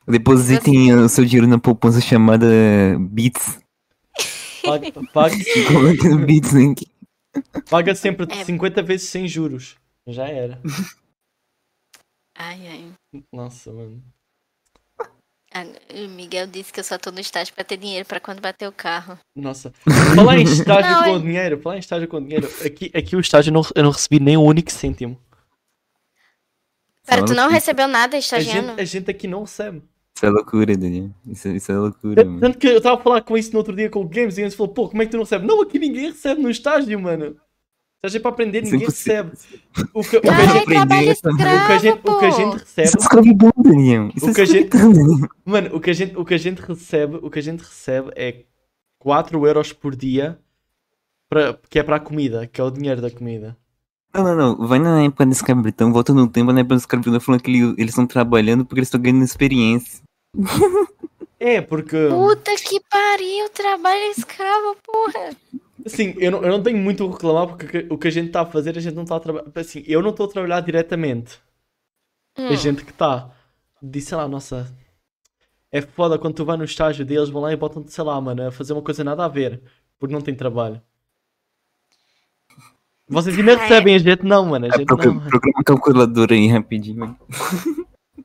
Depositem o seu dinheiro na poupança chamada Bits.
Paga, paga-
Coloque no Bits, hein? que-
paga sempre
É.
50 vezes sem juros. Já era.
Ai, ai.
Nossa, mano.
Ah, O Miguel disse que eu só tô no estágio pra ter dinheiro pra quando bater o carro.
Nossa. Falar em estágio
Não, é-
com dinheiro, falar em estágio com dinheiro. Aqui, aqui o estágio eu não, eu não recebi nem um único cêntimo.
Cara,
Só
tu
no
não
fim.
recebeu nada,
A
estagiando?
gente, a gente aqui não recebe.
Isso é loucura, Daniel. Isso, isso é loucura,
Tanto
mano.
tanto que eu estava a falar com isso no outro dia com o Games e eles falou, pô, como é que tu não recebe? Não, aqui ninguém recebe no estágio, mano. Estágio é para aprender,
Isso é
ninguém
impossível.
recebe. O que, o que a gente-
Cara,
Caralho,
aprender
trabalho
essa- o
o
que
que a gente,
escravo,
o que a
é pô.
gente
Isso
recebe
é escravidão, Daniel. Isso
O
é
que a gente-
escravidão, Daniel.
Mano, o que a gente, o que a gente recebe, o que a gente recebe é 4 euros por dia pra, que é para a comida, que é o dinheiro da comida.
Não, não, não. Vai na época da escravidão, volta no tempo na época da escravidão falando que ele- eles estão trabalhando porque eles estão ganhando experiência.
É, porque
Puta que pariu, trabalho escravo, porra.
assim, eu não, eu não tenho muito o que reclamar porque o que- o que a gente está a fazer, a gente não está a trabalhar. Assim, eu não estou a trabalhar diretamente.
Hum.
A gente que está. Disse sei lá, nossa. É foda quando tu vai no estágio deles, vão lá e botam-te, sei lá, mano, a fazer uma coisa nada a ver, porque não tem trabalho. Vocês ainda
Cara, é-
recebem a gente, não, mano. A gente não.
Procura,
mano.
procura uma calculadora aí rapidinho.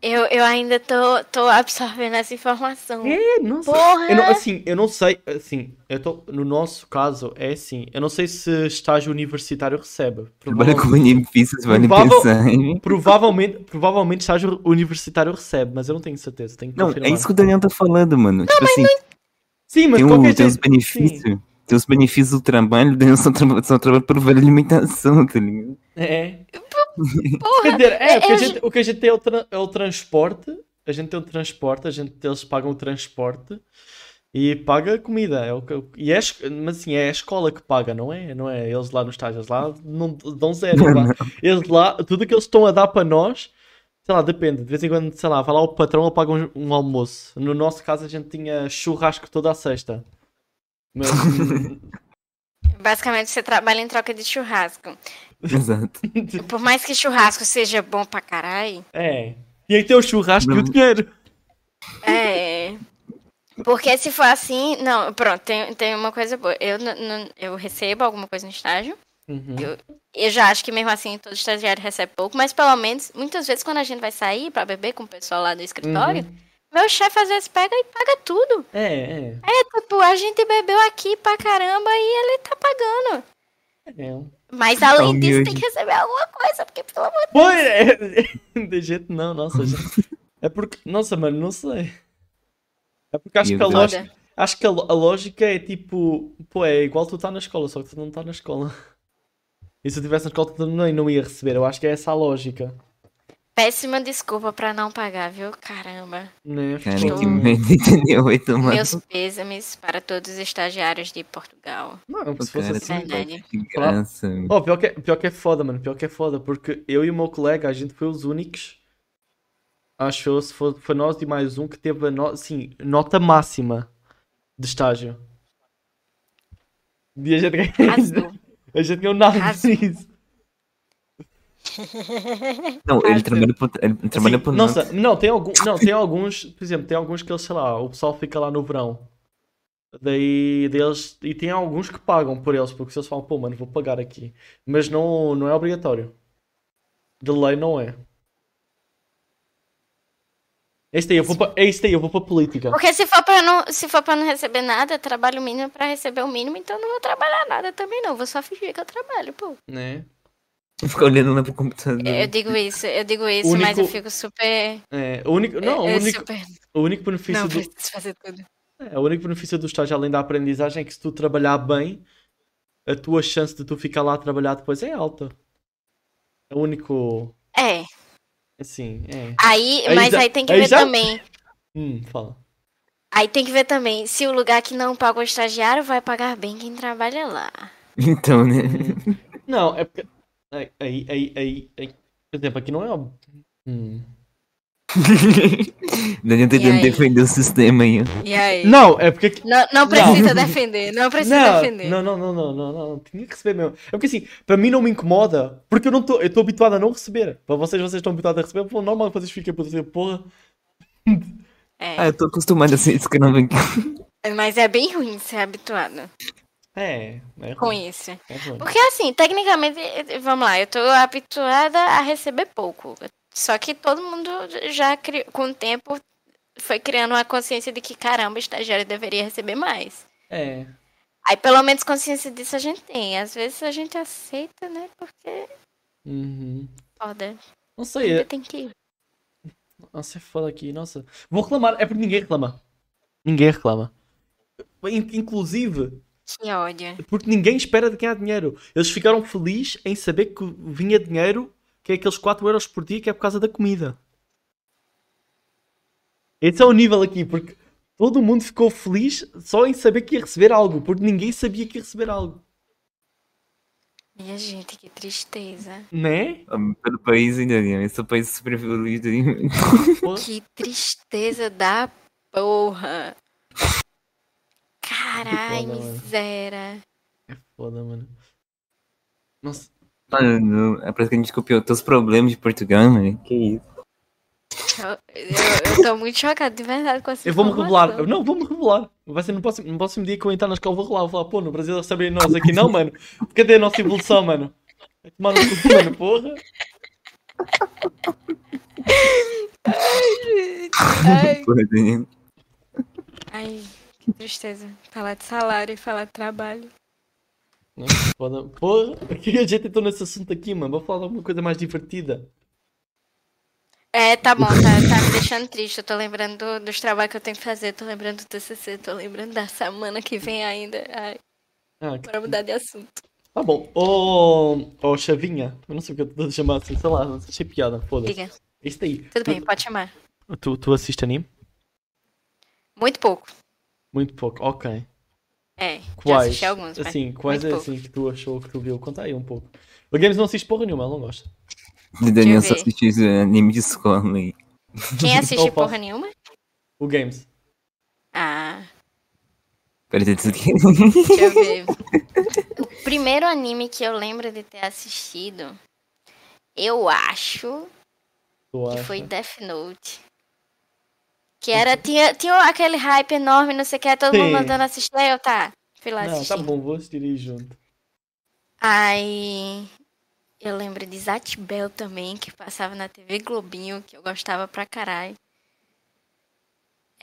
Eu, eu ainda tô, tô absorvendo essa informação.
É, não sei.
Porra!
Eu não- assim, eu não sei, assim, eu tô, no nosso caso é assim, eu não sei se estágio universitário
É
recebe.
Trabalha com
Provavelmente,
benefícios, vale
Provável-
pensar, hein?
provavelmente, provavelmente estágio universitário recebe, mas eu não tenho certeza, tenho que
Não, é
confirmar.
isso que o Daniel tá falando, mano. tipo assim,
Sim, mas
tem, um,
qualquer
tem os
jeito,
benefícios.
sim.
Tem os benefícios do trabalho, o Daniel só, traba- só trabalha por vale alimentação, tá ligado?
É.
Porra,
Quer dizer, é,
eu-
porque a
eu-
gente- o que a gente tem é o, tra- é o transporte, a gente tem o transporte, a gente, eles pagam o transporte e paga a comida, é o que, e é, a es- mas assim, é a escola que paga, não é? Não é eles lá nos estágios, lá não dão zero, lá- Eles lá, tudo que eles estão a dar para nós, sei lá, depende. De vez em quando, sei lá, vai lá o patrão ele paga um, um almoço. No nosso caso, a gente tinha churrasco toda a sexta. Mas,
Basicamente, você trabalha em troca de churrasco.
Exato.
Por mais que churrasco seja bom pra caralho,
é. E aí tem o churrasco e o dinheiro.
é. Porque se for assim. Não, pronto, tem, tem uma coisa boa. Eu, n- n- eu recebo alguma coisa no estágio.
Uhum.
Eu já acho que mesmo assim todo estagiário recebe pouco, mas pelo menos, muitas vezes quando a gente vai sair pra beber com o pessoal lá do escritório,
Uhum.
meu chefe às vezes pega e paga tudo.
É, é.
Tipo, a gente bebeu aqui pra caramba e ele tá pagando.
é.
Mas além
Tá
disso, tem
humilde.
que receber alguma coisa, porque pelo amor
Pô, é. De jeito não, nossa. Gente. É porque. Nossa, mano, não sei. É porque acho
Meu
que a
Deus.
de
lógica.
Deus.
Acho que a lo- a lógica é tipo. Pô, é igual tu tá na escola, só que tu não tá na escola. E se eu estivesse na escola, tu também não ia receber. Eu acho que é essa a lógica.
Péssima desculpa pra não pagar, viu? Caramba.
Né?
Cara,
Tipo,
que merda, entendeu? Vai tomar.
Meus pêsames para todos os estagiários de Portugal.
Não,
Pô,
se fosse
cara,
assim.
Sim, Dani.
Que graça. mano.
Oh, pior, que é, pior que é foda, mano. Pior que é foda, porque eu e o meu colega, a gente foi os únicos. Acho eu, se for, foi nós e mais um que teve a no, assim, nota máxima de estágio. E a gente, ganhou-
Azul.
a gente ganhou nada
Arrasou.
disso.
Não,
Cara,
ele trabalha por, ele trabalha
Assim,
por nós.
nossa, não, tem algum, não, tem alguns, por exemplo, tem alguns que eles, sei lá, o pessoal fica lá no verão. Daí deles, e tem alguns que pagam por eles, porque se eles falam, pô, mano, vou pagar aqui. Mas não, não é obrigatório. De lei não é. É isso aí, eu vou para, é isso aí, eu vou para política.
Porque se for pra não, se for para não receber nada, eu trabalho o mínimo pra receber o mínimo, então eu não vou trabalhar nada também não, vou só fingir que eu trabalho, pô.
Né?
Fica olhando lá pro computador.
Eu digo isso, eu digo isso,
Único-
mas eu fico super
É, o único, não, o
eu
único,
super
o único benefício
não
do,
preciso fazer tudo.
É, o único benefício do estágio, além da aprendizagem, é que se tu trabalhar bem, a tua chance de tu ficar lá a trabalhar depois é alta. É o único.
É.
Assim, é.
Aí,
Aí
mas
já-
aí tem que
aí
ver
já-
também.
Hum, fala.
Aí tem que ver também se o lugar que não paga o estagiário vai pagar bem quem trabalha lá.
Então, né?
Hum. Não, é porque. é- Aí, aí, aí, aí- Por exemplo, aqui não é. ob- Hum.
Daniel tá tentando
aí?
defender o sistema aí, ó.
E aí?
Não, é porque. aqui-
Não, não precisa defender, não precisa
Não,
defender.
não, não, não, não, não, não, não, tinha que receber mesmo. É porque assim, para mim não me incomoda, porque eu não estou, eu estou habituado a não receber. Para vocês, vocês estão habituados a receber, pô, normal que vocês fiquem por dizer, porra,
É,
Ah, eu tô acostumado a ser escravo aqui.
Mas é bem ruim ser habituado
é, é
com
ruim,
isso.
é ruim.
Porque assim, tecnicamente, vamos lá, eu tô habituada a receber pouco. Só que todo mundo já, cri- com o tempo, foi criando uma consciência de que, caramba, o estagiário deveria receber mais.
É.
Aí pelo menos consciência disso a gente tem. Às vezes a gente aceita, né? Porque
Uhum.
foda.
Não sei,
Ainda
é-
tem que
Nossa, é foda aqui, nossa. Vou reclamar, é porque ninguém reclama. Ninguém reclama. In- Inclusive,
Que ódio.
porque ninguém espera de ganhar dinheiro. Eles ficaram felizes em saber que vinha dinheiro, que é aqueles 4 euros por dia, que é por causa da comida. Esse é o nível aqui, porque todo mundo ficou feliz só em saber que ia receber algo, porque ninguém sabia que ia receber algo.
Minha gente, que tristeza.
Né?
Todo Ah, país ainda, né? Esse é o país super evoluído.
Pô,
Que tristeza da porra. Carai,
Que foda, mano.
miséria.
Foda, mano. Nossa,
Mano, não- é parece que a gente copiou todos os problemas de Portugal, mano. Que isso.
Eu, eu, eu tô muito chocada, de verdade, com essa
eu vou-me
informação.
revelar. Eu- Não, vou-me revelar. Vai ser no próximo, no próximo dia que eu entrar na escola, vou revelar. Vou falar, pô, no Brasil sabem nós aqui, não, mano. Cadê a nossa evolução, mano? Vai tomar no cu, mano, porra.
Ai,
Porra, Daniel.
ai, que tristeza. Falar de salário e falar de trabalho.
Não, Foda Porra, que a gente entrou nesse assunto aqui, mano. Vou falar de alguma coisa mais divertida.
É, tá bom, tá, tá me deixando triste. Eu tô lembrando do- dos trabalhos que eu tenho que fazer, tô lembrando do TCC, tô lembrando da semana que vem ainda. Ai,
Ah, que-
bora mudar de assunto.
tá bom. Ô, ô, Chavinha, eu não sei o que eu estou a chamar assim, sei lá, achei piada, foda-se.
Diga,
É Isso aí.
tudo bem, pode chamar.
Tu, tu assiste anime?
Muito pouco.
Muito pouco, ok.
É, já
Quais?
assisti alguns, mas...
assim, quais
muito
é
pouco.
assim que tu achou que tu viu? Conta aí um pouco. O Games não assiste porra nenhuma, ela não gosta.
O Daniel
Deixa eu
só
ver.
assistiu esse anime de escola aí.
assim?
Quem assiste
Opa.
porra nenhuma?
O Games.
Ah,
Parece tudo que.
deixa eu ver. o primeiro anime que eu lembro de ter assistido, eu acho
Tu
que
acha?
foi Death Note. Que era, tinha, tinha aquele hype enorme, não sei o que, todo
Sim.
mundo mandando assistir, aí eu tá, fui lá
Não,
assistir.
tá bom, vou assistir aí junto.
Aí eu lembro de Zatibel também, que passava na TV Globinho, que eu gostava pra caralho.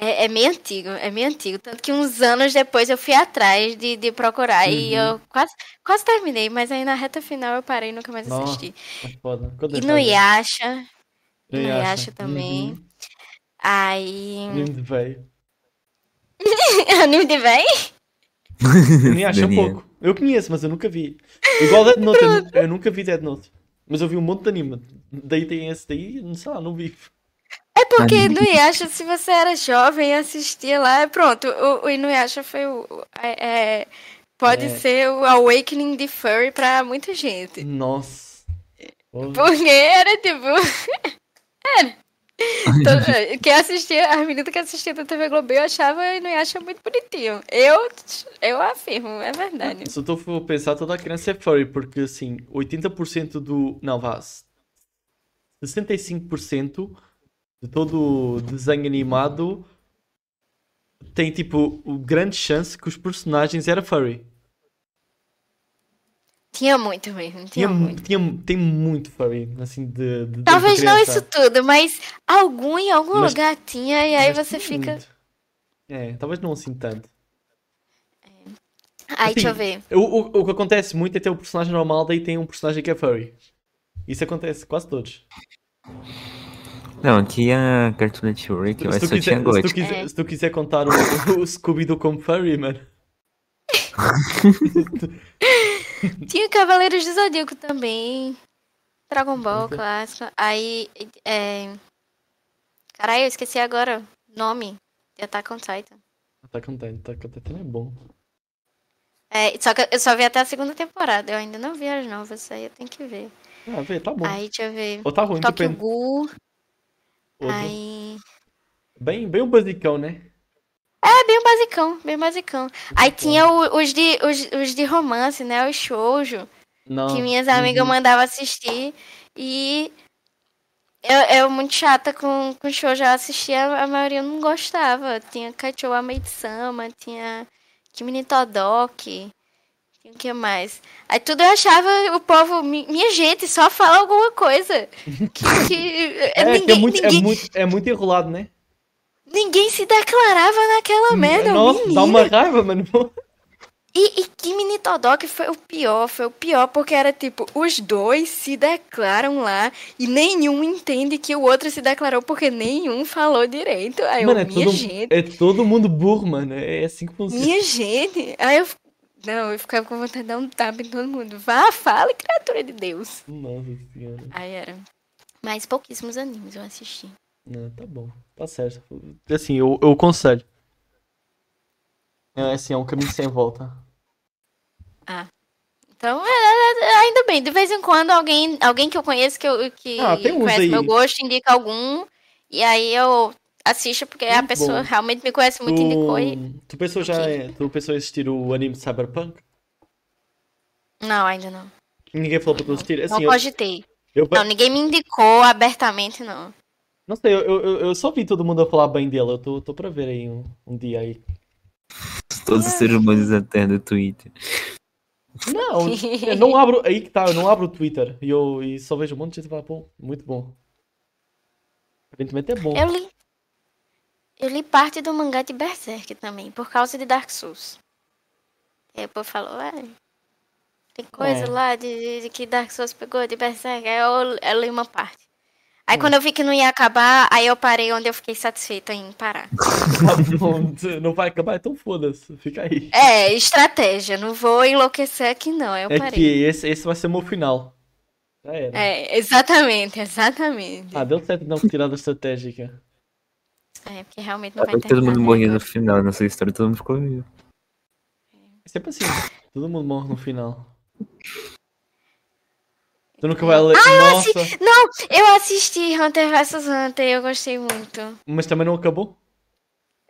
É, é meio antigo, é meio antigo. Tanto que uns anos depois eu fui atrás de, de procurar e eu quase, quase terminei, mas aí na reta final eu parei e nunca mais
Nossa,
assisti.
Tá foda. Conta aí,
E no
Fábio.
Yasha, no
Inuyasha.
Yasha também. Hum. aí.
Uhum. Anime de velho.
Anime de véi?
Inuyasha um
Daniel.
pouco. Eu conheço, mas eu nunca vi. Igual Dead Note, eu, nu- eu nunca vi Dead Note. Mas eu vi um monte de anime. Daí tem esse daí, não sei lá, não vi.
É porque
Tá
Anime.
no Yasha, se você era jovem e assistia lá, pronto, o, o Inuyasha foi o. o- é- é- pode
É.
ser o awakening de furry pra muita gente.
Nossa. Porra.
Porque era tipo. era. To- Quem assistia, as meninas que assistiam da TV Globo, eu achava o Inuyasha muito bonitinho. Eu, eu afirmo, é verdade.
Se eu estou a pensar, toda a criança é furry, porque assim, 80% do. Não, vá. 65% de todo o desenho animado tem tipo o grande chance que os personagens eram furry.
Tinha muito mesmo, tinha,
Tinha,
muito.
tinha- tem muito furry, assim, de. de- de
Talvez não
criança.
isso tudo, mas algum em algum
Mas-
lugar tinha, e aí
Mas
você
tem
fica.
muito. É, talvez não assim tanto.
Aí, deixa eu
Assim,
ver.
O, o, o que acontece muito é ter um personagem normal, daí tem um personagem que é furry. Isso acontece quase todos.
Não, aqui é a Cartoon Network, eu
Se
acho
tu,
que
quiser,
só tinha
se,
gosto.
tu quiser,
É.
se tu quiser contar o, o Scooby-Doo como furry, mano.
Tinha Cavaleiros do Zodíaco também. Dragon Ball,
Nunca.
clássico. Aí. É... Caralho, eu esqueci agora o nome de Attack on Titan.
Tá contente, tá contente, também é bom.
É, só que eu só vi até a segunda temporada. Eu ainda não vi as novas, aí eu tenho que ver.
Ah, vê, tá bom.
Aí, deixa eu ver.
Ou tá ruim,
Tokyo
depende.
Ghoul.
Ou-
Aí.
Bem, bem o basicão, né?
É bem basicão, bem basicão. Aí tinha o- os, de, os, os de romance, né? Os shoujo.
Não.
que minhas amigas
Uhum.
mandavam assistir e eu, eu muito chata com, com show, já assistia, a maioria eu não gostava. Tinha Kaichou Amaitsama, tinha Kimini Todoki, tinha o que mais? Aí tudo eu achava, o povo, mi- minha gente, só fala alguma coisa. Que, que-
É, que
ninguém,
é, muito, é,
ninguém,
muito, é muito enrolado, né? Hum,
ninguém se declarava naquela merda,
É,
um
Nossa,
menina.
dá uma raiva, mano.
E, e Kimi que foi o pior, foi o pior, porque era tipo, os dois se declaram lá e nenhum entende que o outro se declarou porque nenhum falou direito. Aí
Mano,
eu,
é
minha
todo,
gente,
é todo mundo burro, mano. É assim que funciona.
minha gente. Aí eu, fi- não, eu ficava com vontade de dar um tapa em todo mundo. Vá, fala, criatura de Deus.
Nossa senhora.
Aí era. Mas pouquíssimos animes eu assisti.
Não, tá bom. Tá certo. Assim, eu, eu aconselho. É assim, é um caminho sem volta.
Então, é, é, é, ainda bem, de vez em quando alguém, alguém que eu conheço, que, eu, que
Ah, tem uns
conhece
aí.
meu gosto, indica algum, e aí eu assisto, porque a
Muito
pessoa
bom. Hum.
realmente me conhece muito, indicou e...
Tu, tu pensou já, tu pensou em assistir o anime de Cyberpunk?
Não, ainda não.
Ninguém falou pra tu assistir. Assim,
não
eu,
cogitei.
eu,
Não, ninguém me indicou abertamente, não.
não sei, eu, eu, eu só vi todo mundo falar bem dele. Eu tô, tô pra ver aí um, um dia aí.
Todos os seres humanos da Terra do Twitter.
Não, eu não abro. Aí que tá, eu não abro o Twitter. E, eu, e só vejo um monte de gente falar, pô, muito bom. Aparentemente é bom.
Eu li... Eu li parte do mangá de Berserk também, por causa de Dark Souls. E aí o povo falou, ué... Tem coisa
É.
lá de, de- de que Dark Souls pegou de Berserk, aí eu, eu li uma parte. Aí
Hum.
quando eu vi que não ia acabar, aí eu parei onde eu fiquei satisfeita em parar.
Não, não vai acabar, então foda-se. Fica aí.
É, estratégia, não vou enlouquecer aqui não, aí eu
É que
parei.
esse, esse vai ser o meu final. Já era.
É, exatamente, exatamente.
Ah, deu certo não tirar da estratégica.
É, porque realmente não vai
Acabou que todo
terminar,
mundo
né?
morria no final, nessa história todo mundo ficou vivo.
É sempre assim. Todo mundo morre no final. Tu nunca vai ler.
Ah,
Nossa!
Não, eu assisti Hunter vs Hunter, eu gostei muito.
Mas também não acabou?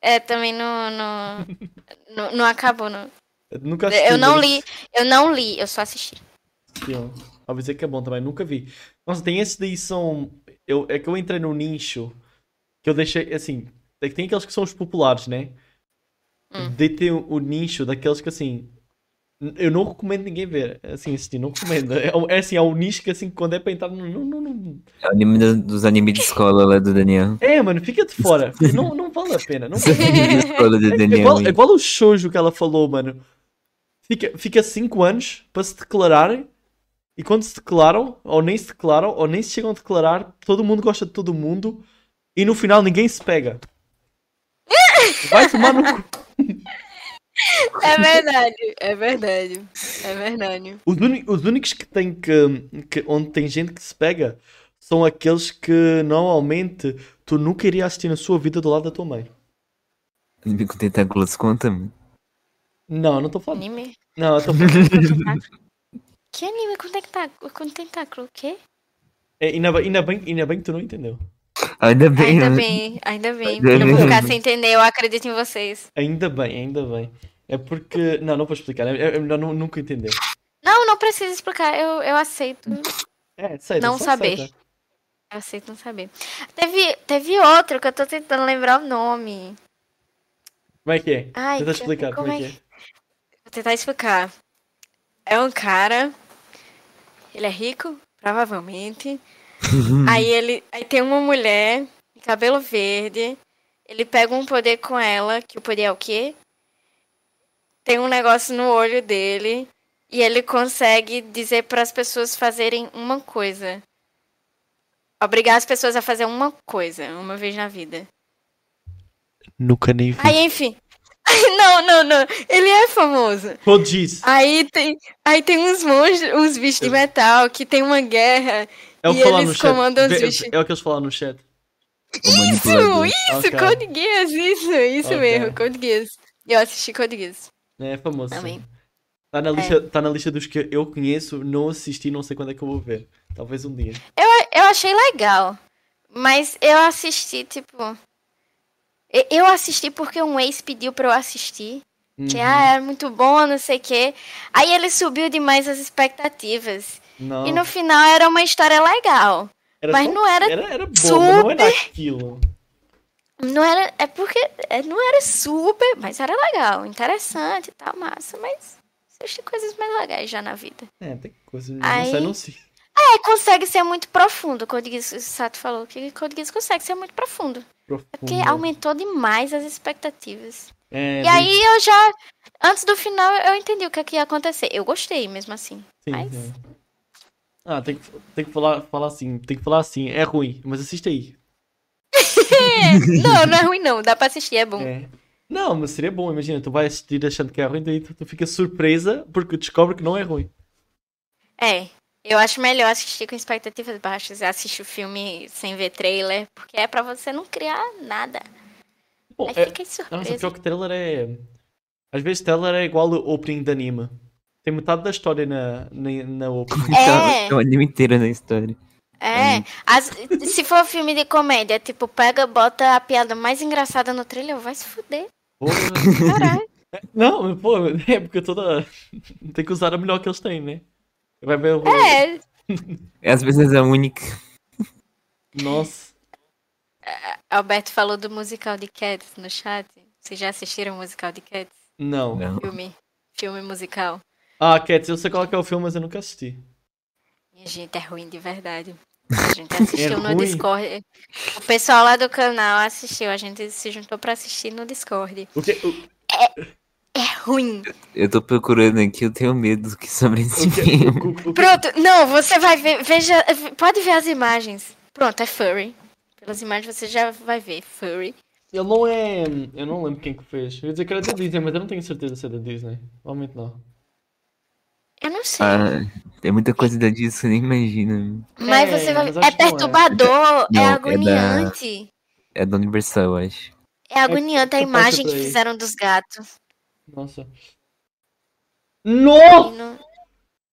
É, também não, não, não, não acabou, não.
Eu nunca assisti,
Eu não
mas
li, eu não li, eu só assisti.
assisti, ó. Ao dizer que é bom também, nunca vi. Nossa, tem esses daí são. Eu, é que eu entrei no nicho que eu deixei. Assim, é que tem aqueles que são os populares, né?
Hum.
De ter o, o nicho daqueles que assim. n- Eu não recomendo ninguém ver. Assim, assistir, não recomendo. É, um- é assim, é um nicho que assim, quando é pra entrar, não- não- não, não,
É o anime da- dos animes de escola lá do Daniel.
É, mano, fica de fora. Não, não vale a pena. Não
Os
vale.
animes de escola do
É
Daniel.
igual, é
hein?
igual o shoujo que ela falou, mano. Fica 5 fica cinco anos para se declararem. E quando se declaram, ou nem se declaram, ou nem se chegam a declarar, todo mundo gosta de todo mundo. E no final ninguém se pega. Vai tomar no cu.
É verdade, é verdade, é verdade.
Os, uni- os únicos que tem que, que- onde tem gente que se pega são aqueles que normalmente tu nunca irias assistir na sua vida do lado da tua mãe.
Anime com tentáculos conta, mano.
Não, eu não estou falando.
Anime?
Não, eu tô falando.
Que tá, anime com tentáculo? Com tentáculo, o quê?
É, ainda, bem- ainda, bem, ainda bem que tu não entendeu.
Ainda bem,
Ainda
né?
bem, ainda bem.
Ainda
Eu não vou
bem.
ficar sem entender, eu acredito em vocês.
Ainda bem, ainda bem. É porque. Não, não vou explicar. É é melhor nu- nunca entender.
Não, não precisa explicar, eu, eu aceito.
É, aceita,
Não
só
saber.
aceita.
Eu aceito não saber. Teve, teve outro que eu tô tentando lembrar o nome.
Como é que é?
Ai,
Tenta
que-
explicar como, é que é.
Vou tentar explicar. É um cara. Ele é rico, provavelmente. aí ele. Aí tem uma mulher de cabelo verde. Ele pega um poder com ela, que o poder é o quê? Tem um negócio no olho dele. E ele consegue dizer para as pessoas fazerem uma coisa. Obrigar as pessoas a fazer uma coisa, uma vez na vida.
Nunca nem vi.
Aí, enfim. não, não, não. Ele é famoso.
Rodis.
Aí tem, aí tem uns monstros, uns bichos de metal que tem uma guerra.
É o que
e
falaram
eles
no chat.
comandam os
Vê-
bichos.
É o que eles falaram no chat.
O
Isso, é.
manipulador.
isso,
Ok.
Code Geass, isso, isso
Ok.
mesmo, Code Geass. Eu assisti Code Geass.
É famoso.
Também.
Tá
É.
na, lista, tá na lista dos que eu conheço, não assisti, não sei quando é que eu vou ver. Talvez um dia.
Eu achei legal, mas eu assisti, tipo... e- Eu assisti porque um ex pediu pra eu assistir. Que,
Uhum.
ah, era muito bom, não sei o quê. Aí ele subiu demais as expectativas.
Não,
E no final era uma história legal.
Ah. era
mas
só-
não era
Era, era bom, mas não era aquilo.
Não era. É porque. É, não era super. Mas era legal, interessante e tal, massa. Mas existem coisas mais legais já na vida.
É, tem coisa. Não
Aí-
sei, não sei.
É, consegue ser muito profundo. Code Geass, o Sato falou que Code Geass consegue ser muito profundo. É porque
Profundo.
aumentou demais as expectativas.
É,
e aí eu já. Antes do final, eu entendi o que, é que ia acontecer. Eu gostei mesmo assim.
Sim,
Mas-
sim. Ah, tem que, tem que falar, falar assim. Tem que falar assim. É ruim, mas assiste aí.
É, não, não é ruim, não. Dá pra assistir, é bom.
É. Não, mas seria bom, imagina, tu vai assistir achando que é ruim, daí tu, tu fica surpresa porque descobre que não é ruim.
É. Eu acho melhor assistir com expectativas baixas. Assistir o filme sem ver trailer. Porque é pra você não criar nada.
Bom,
Aí
é,
fica aí
nossa,
surpresa.
pior que trailer é. Às vezes trailer é igual o opening de anime. Tem metade da história na, na, na opening.
É.
É o anime inteiro da história.
É. As- se for filme de comédia, tipo, pega, bota a piada mais engraçada no trailer, vai se fuder.
Porra.
Caralho.
Não, mas, pô, é porque toda. Tem que usar a melhor que eles têm, né? Vai ver o.
É.
Às vezes é a única.
Nossa.
Alberto falou do musical de Cats no chat. Vocês já assistiram o musical de Cats?
Não.
Não.
Filme. Filme musical.
Ah, Cats, eu sei qual é que é o filme, mas eu nunca assisti.
Minha gente, é ruim de verdade. A gente assistiu no
ruim?
Discord. O pessoal lá do canal assistiu. A gente se juntou pra assistir no Discord.
O que, o,
É ruim.
Eu tô procurando aqui, eu tenho medo que sobre esse
o que,
filme.
o, que- é o que-
Pronto, não, você vai ver. Veja. Pode ver as imagens. Pronto, é furry. Pelas imagens você já vai ver. Furry.
Ele não é. Eu não lembro quem que fez. Eu ia dizer que era da Disney, mas eu não tenho certeza se é da Disney. Provavelmente não.
Eu não sei.
Ah, tem muita coisa da Disney que você nem imagina.
Mas
É,
você vai.
mas
é
acho que não é.
perturbador, é,
Não, é da-
agoniante.
É da Universal, eu acho.
É agoniante a
é
imagem que
perturbador.
fizeram dos gatos.
Nossa. No! Oh!
E não-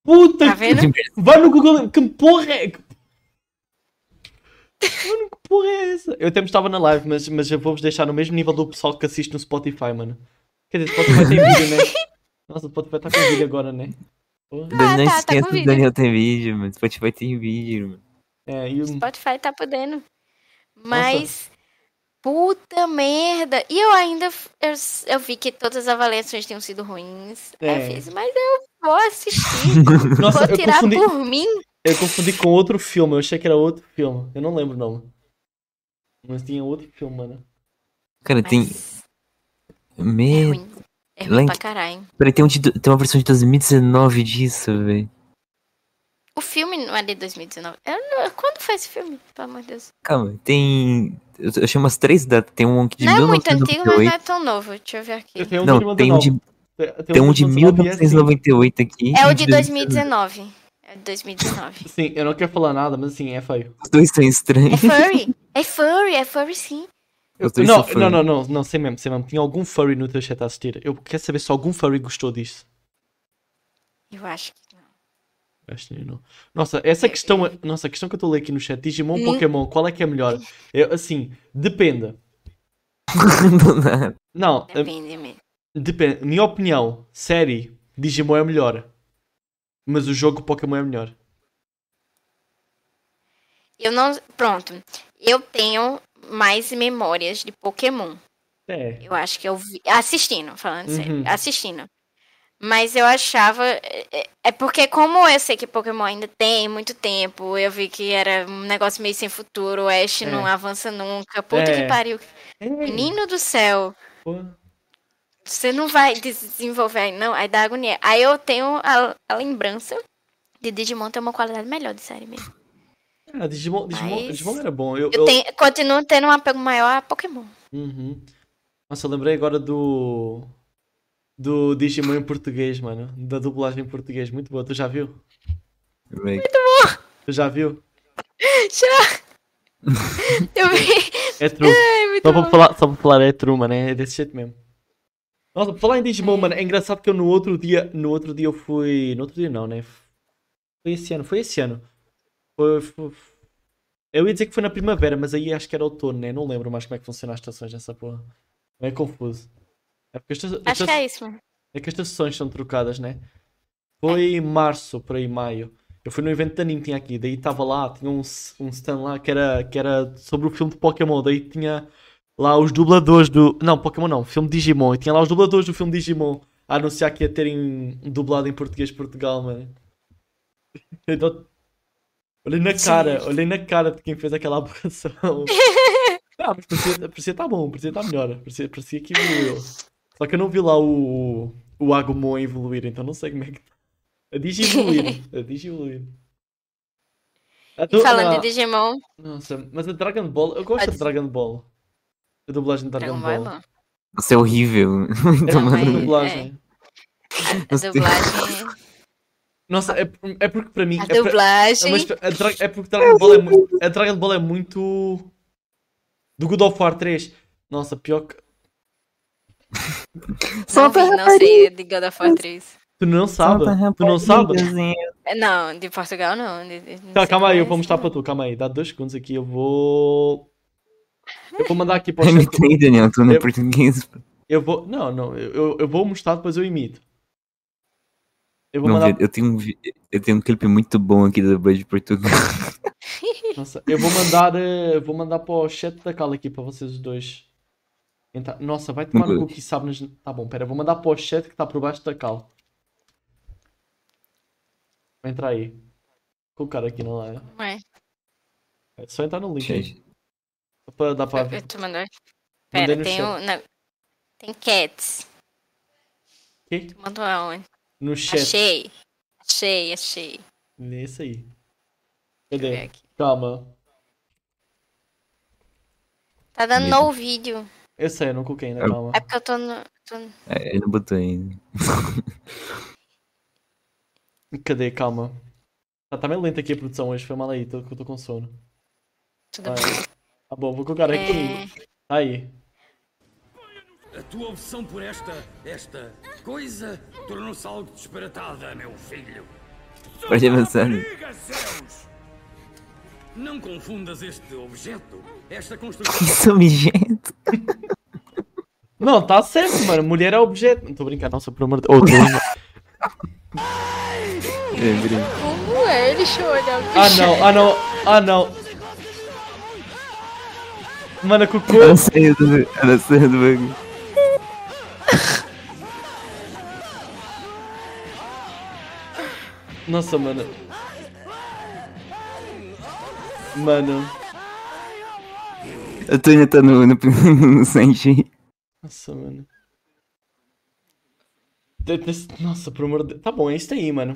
Puta
Tá
que-
vendo?
Vai no Google. Que porra é. que- Mano, que porra é essa? Eu até me estava na live, mas, mas eu vou-vos deixar no mesmo nível do pessoal que assiste no Spotify, mano. Quer dizer, Spotify tem vídeo, né? Nossa, o Spotify está com vídeo agora, né? Porra.
Dani, não
tá, tá
esqueça
com
do
vídeo.
Daniel tem vídeo, mano. Spotify tem vídeo, mano.
É, e o.
Spotify tá podendo. Mas. Puta merda. E eu ainda. Eu, eu vi que todas as avaliações tinham sido ruins. Aí
É.
eu fiz, mas eu vou assistir.
Nossa,
vou
eu
tirar
confundi,
por mim.
eu confundi com outro filme. Eu achei que era outro filme. Eu não lembro o nome. Mas tinha outro filme, mano.
Cara,
Mas
tem.
É
Meu.
ruim. É ruim
Link.
pra caralho.
Peraí, tem, um de do- tem uma versão de 2019 disso, velho.
O filme não é de 2019. Eu não- Quando foi esse filme? Pelo amor de Deus.
Calma, tem. Eu eu achei umas três datas. Tem um de
não é muito antigo, mas não
1998.
é tão novo. Deixa eu ver aqui.
Eu tenho um
Não, tem um de,
2019.
tem um de
2019 e é assim.
1998 aqui.
É
e
o
um
de 2019. É de 2019.
Sim, eu não quero falar nada, mas assim, é feio.
Os dois são
É
estranhos.
furry. É furry, é furry sim.
Os dois
Não,
são fãs.
não, não, não, não, sei mesmo, sei mesmo. Tinha algum furry no teu chat a assistir. Eu quero saber se algum furry gostou disto.
Eu acho que não.
Acho que não. Nossa, essa questão, é- nossa, a questão que eu estou a ler aqui no chat, Digimon ou Pokémon, qual é que é melhor? Eu, assim, dependa.
Do nada.
Não, eh,
Depende mesmo.
depende. Minha opinião, série, Digimon é melhor. Mas o jogo Pokémon é melhor.
Eu não. Pronto. Eu tenho mais memórias de Pokémon.
É.
Eu acho que eu vi. Assistindo, falando sério.
Uhum.
Assistindo. Mas eu achava. é- é- É porque, como eu sei que Pokémon ainda tem muito tempo, eu vi que era um negócio meio sem futuro, o Ash
É.
não avança nunca. Puta
É.
que pariu.
É,
Menino do céu.
pô.
Você não vai desenvolver aí, não. Aí dá agonia. Aí eu tenho a, a lembrança de Digimon ter uma qualidade melhor de série mesmo.
Ah, Digimon, Digimon,
Mas-
Digimon era bom.
Eu, tenho, continuo tendo um apego maior a Pokémon.
Uhum. Nossa, eu lembrei agora do. Do Digimon em português, mano. Da dublagem em português. Muito boa. Tu já viu?
Véi.
Tu já viu?
Eu vi.
É true.
É muito
Só pra
bom.
falar, só pra falar é true, mano. É desse jeito mesmo. Nossa, pra falar em Digimon, mano, é engraçado que eu no outro dia. No outro dia eu fui. No outro dia não, né? Foi esse ano, foi esse ano. Foi, foi- Eu ia dizer que foi na primavera, mas aí acho que era outono, né? Não lembro mais como é que funcionam as estações nessa porra. É confuso. É porque estas-
Acho
estas-
que é isso, mano.
É que as estações são trocadas, né? Foi em março, por aí, maio. Eu fui no evento da Anime, tinha aqui. Daí estava lá, tinha um, s- um stand lá que era, que era sobre o filme de Pokémon. Daí tinha lá os dubladores do. Não, Pokémon não, filme Digimon. E tinha lá os dubladores do filme Digimon a anunciar que ia terem dublado em português Portugal, mano. Eu dou- Olhei na cara, olhei na cara de quem fez aquela aberração. Ah, mas parecia, parecia tá bom, parecia tá melhor. Parecia, parecia que evoluiu. Só que eu não vi lá o, o Agumon a evoluir, então não sei como é que tá. A digievoluir. a digievoluir. A do-
Falando
ah,
de Digimon,
Nossa, mas a Dragon Ball, eu gosto
Pode
de
ser.
Dragon Ball. A dublagem de Dragon
Dragon Ball é
Ball.
bom.
Nossa, é horrível.
É uma
Também,
dublagem.
A
Gostei.
dublagem.
Nossa, é, é porque para mim.
A
é pra- É,
dublagem.
uma espe- a Dra- é porque Dragon Ball é muito. A Dragon Ball é muito. Do God of War 3. Nossa, pior que.
Não,
Solta
vi, não sei é de God of War 3.
Tu não sabe? Tu não sabe?
É, Não, de Portugal não. de- de- não
Tá,
sei
calma
qual
aí,
é
eu vou
esse,
mostrar
não.
para tu, calma aí. Dá dois segundos aqui, eu vou. Eu vou mandar aqui para o chat.
Imitei, Daniel, tu não é
Eu-
português.
Eu vou. Não, não, eu- eu, eu vou mostrar, depois eu imito. Eu vou
Não,
mandar.
vi- eu, tenho um, vi- eu tenho um clipe muito bom aqui da dublagem de Portugal.
Nossa, eu vou mandar. eh, Eu vou mandar para o chat da Cala aqui para vocês os dois. Então, nossa, vai tomar no cu que sabe. nas- Tá bom, pera, eu vou mandar para o chat que está por baixo da Cala. Vai entrar aí. Vou colocar aqui na live.
Ué,
É só entrar no link aí.
Gente,
Só pra dar pra ver.
eu tô mandando.
Mandei
Pera,
no
tem
chat.
um. Não. Tem Cats.
Quê?
Tu mandou aonde?
No chat.
Achei. Achei, achei.
Nesse aí.
Deixa eu ver
Cadê?
aqui.
Calma.
Tá dando
Medo.
no vídeo.
Eu sei, eu não coloquei ainda,
É.
calma.
É porque eu tô no. tô no-
é, ele não botou ainda.
Cadê? Calma. Tá, tá meio lenta aqui a produção hoje, foi mal aí, tô, que eu tô com sono.
Tudo
Vai.
bem.
Tá bom, vou colocar
É.
aqui. Aí.
A tua opção por esta, esta coisa tornou-se algo disparatada, meu filho.
Pode avançar.
Rapariga, Zeus! Não confundas este objeto, esta construção
Isso objeto.
Não, tá certo, mano. Mulher é objeto. Não tô brincando, nossa, pelo amor de Deus.
É,
Como é? Deixa eu olhar o que
ah não, ah não, ah não. Mano, a Cucu.
Ela saiu do ela saiu do bagulho.
Nossa, mano. Mano.
Eu tô ainda tá no, no, no Sanji.
Nossa, mano. Te- te- Nossa, por amor de Deus. Tá bom, é isso aí, mano.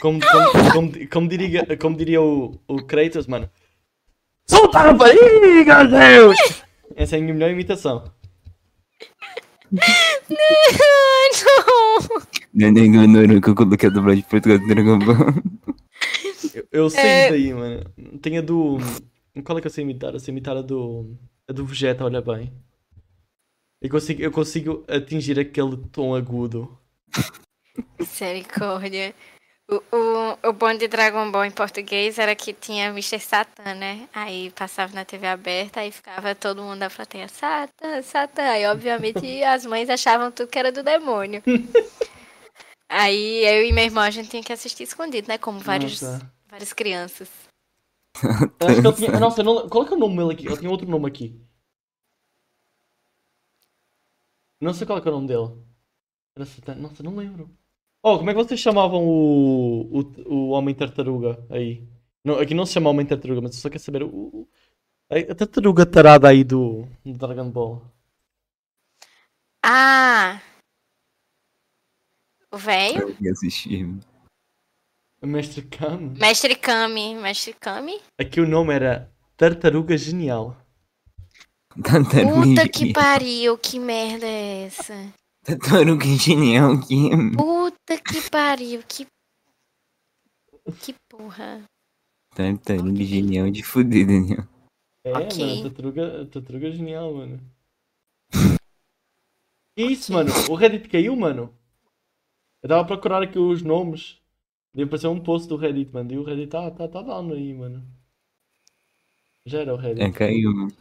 Como, como, como, como diria, como diria o, o Kratos, mano. Solta a rapariga, Deus! Essa é a minha melhor imitação.
Não, não.
Daniel ignorou que eu coloquei a dublagem de Portugal do Dragon Ball.
Eu, eu sei
É.
daí, mano. Tem a do. Qual é que eu sei imitar? Eu sei imitar a do. A do Vegeta, olha bem. Eu consigo, eu consigo atingir aquele tom agudo.
Misericórdia. O, o, o bom de Dragon Ball em português era que tinha Mr. Satan, né? Aí passava na TV aberta, aí ficava todo mundo da plateia, Satan, Satan. Aí, obviamente, as mães achavam tudo que era do demônio. aí eu e meu irmão, a gente tinha que assistir escondido, né? Como vários,
Nossa.
várias crianças.
Eu acho que ele tinha. Nossa, eu não... qual é que é o nome dele aqui? Ele tinha outro nome aqui. Não sei qual é que é o nome dele. Era Satan- Nossa, não lembro. Oh, como é que vocês chamavam o, o, o Homem Tartaruga aí? Não, aqui não se chama Homem Tartaruga, mas eu só quero saber o- o. A a tartaruga tarada aí do, do Dragon Ball.
Ah! O velho?
Eu assisti.
O Mestre Kame.
Mestre Kami. Mestre Kami?
Aqui o nome era Tartaruga Genial.
Tartaruga
Puta que
genial.
pariu, que merda é essa?
Tartaruga genial que
Puta que pariu, que. Que porra.
Tá Tartaruga genial de fuder, Daniel.
É,
Ok.
mano, tartaruga, tartaruga Genial, mano. Que isso, mano? O Reddit caiu, mano? Eu tava a procurar aqui os nomes. E apareceu um post do Reddit, mano. E o Reddit tá, tá, tá down aí, mano. Já era o
É,
Reddit.
caiu, mano.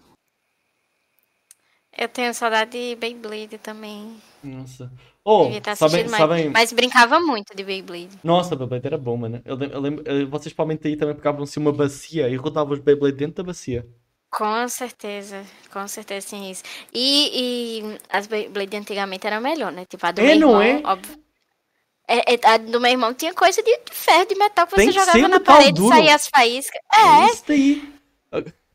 Eu tenho saudade de Beyblade também.
Nossa. Oh,
Devia estar
sabem,
assistindo mais.
sabem.
Mas brincava muito de Beyblade.
Nossa, Beyblade era bom, mano. Eu lembro, eu lembro- eh, vocês provavelmente aí também pegavam-se uma bacia e rodavam os Beyblade dentro da bacia.
Com certeza, com certeza tinha isso. E, e as Beyblade antigamente era melhor, né? Tipo, a do
É,
meu
não
irmão, óbvio. É, é, a do meu irmão tinha coisa de ferro, de metal que
Tem
você
que
jogava
ser
na
metal
parede e
duro.
saía as faíscas. É,
isso daí.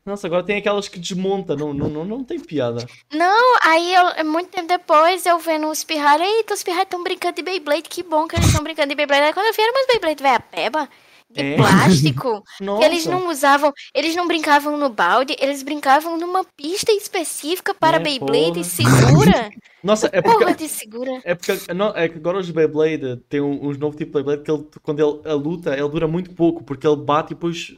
Nossa, agora tem aquelas que desmonta, não, não, não, não tem piada.
Não, aí eu- muito tempo depois eu vendo os pirralhos, eita, os pirralhos estão brincando de Beyblade, que bom que eles estão brincando de Beyblade. Aí quando eu vi, era umas Beyblade velha peba, de
É.
plástico, que
Nossa,
eles não usavam, eles não brincavam no balde, eles brincavam numa pista específica para
É, porra.
Beyblade segura.
Nossa é porque,
Porra de segura.
é porque não, é que agora os Beyblade tem um- uns novos tipos de Beyblade que ele, quando ele a luta ele dura muito pouco porque ele bate e depois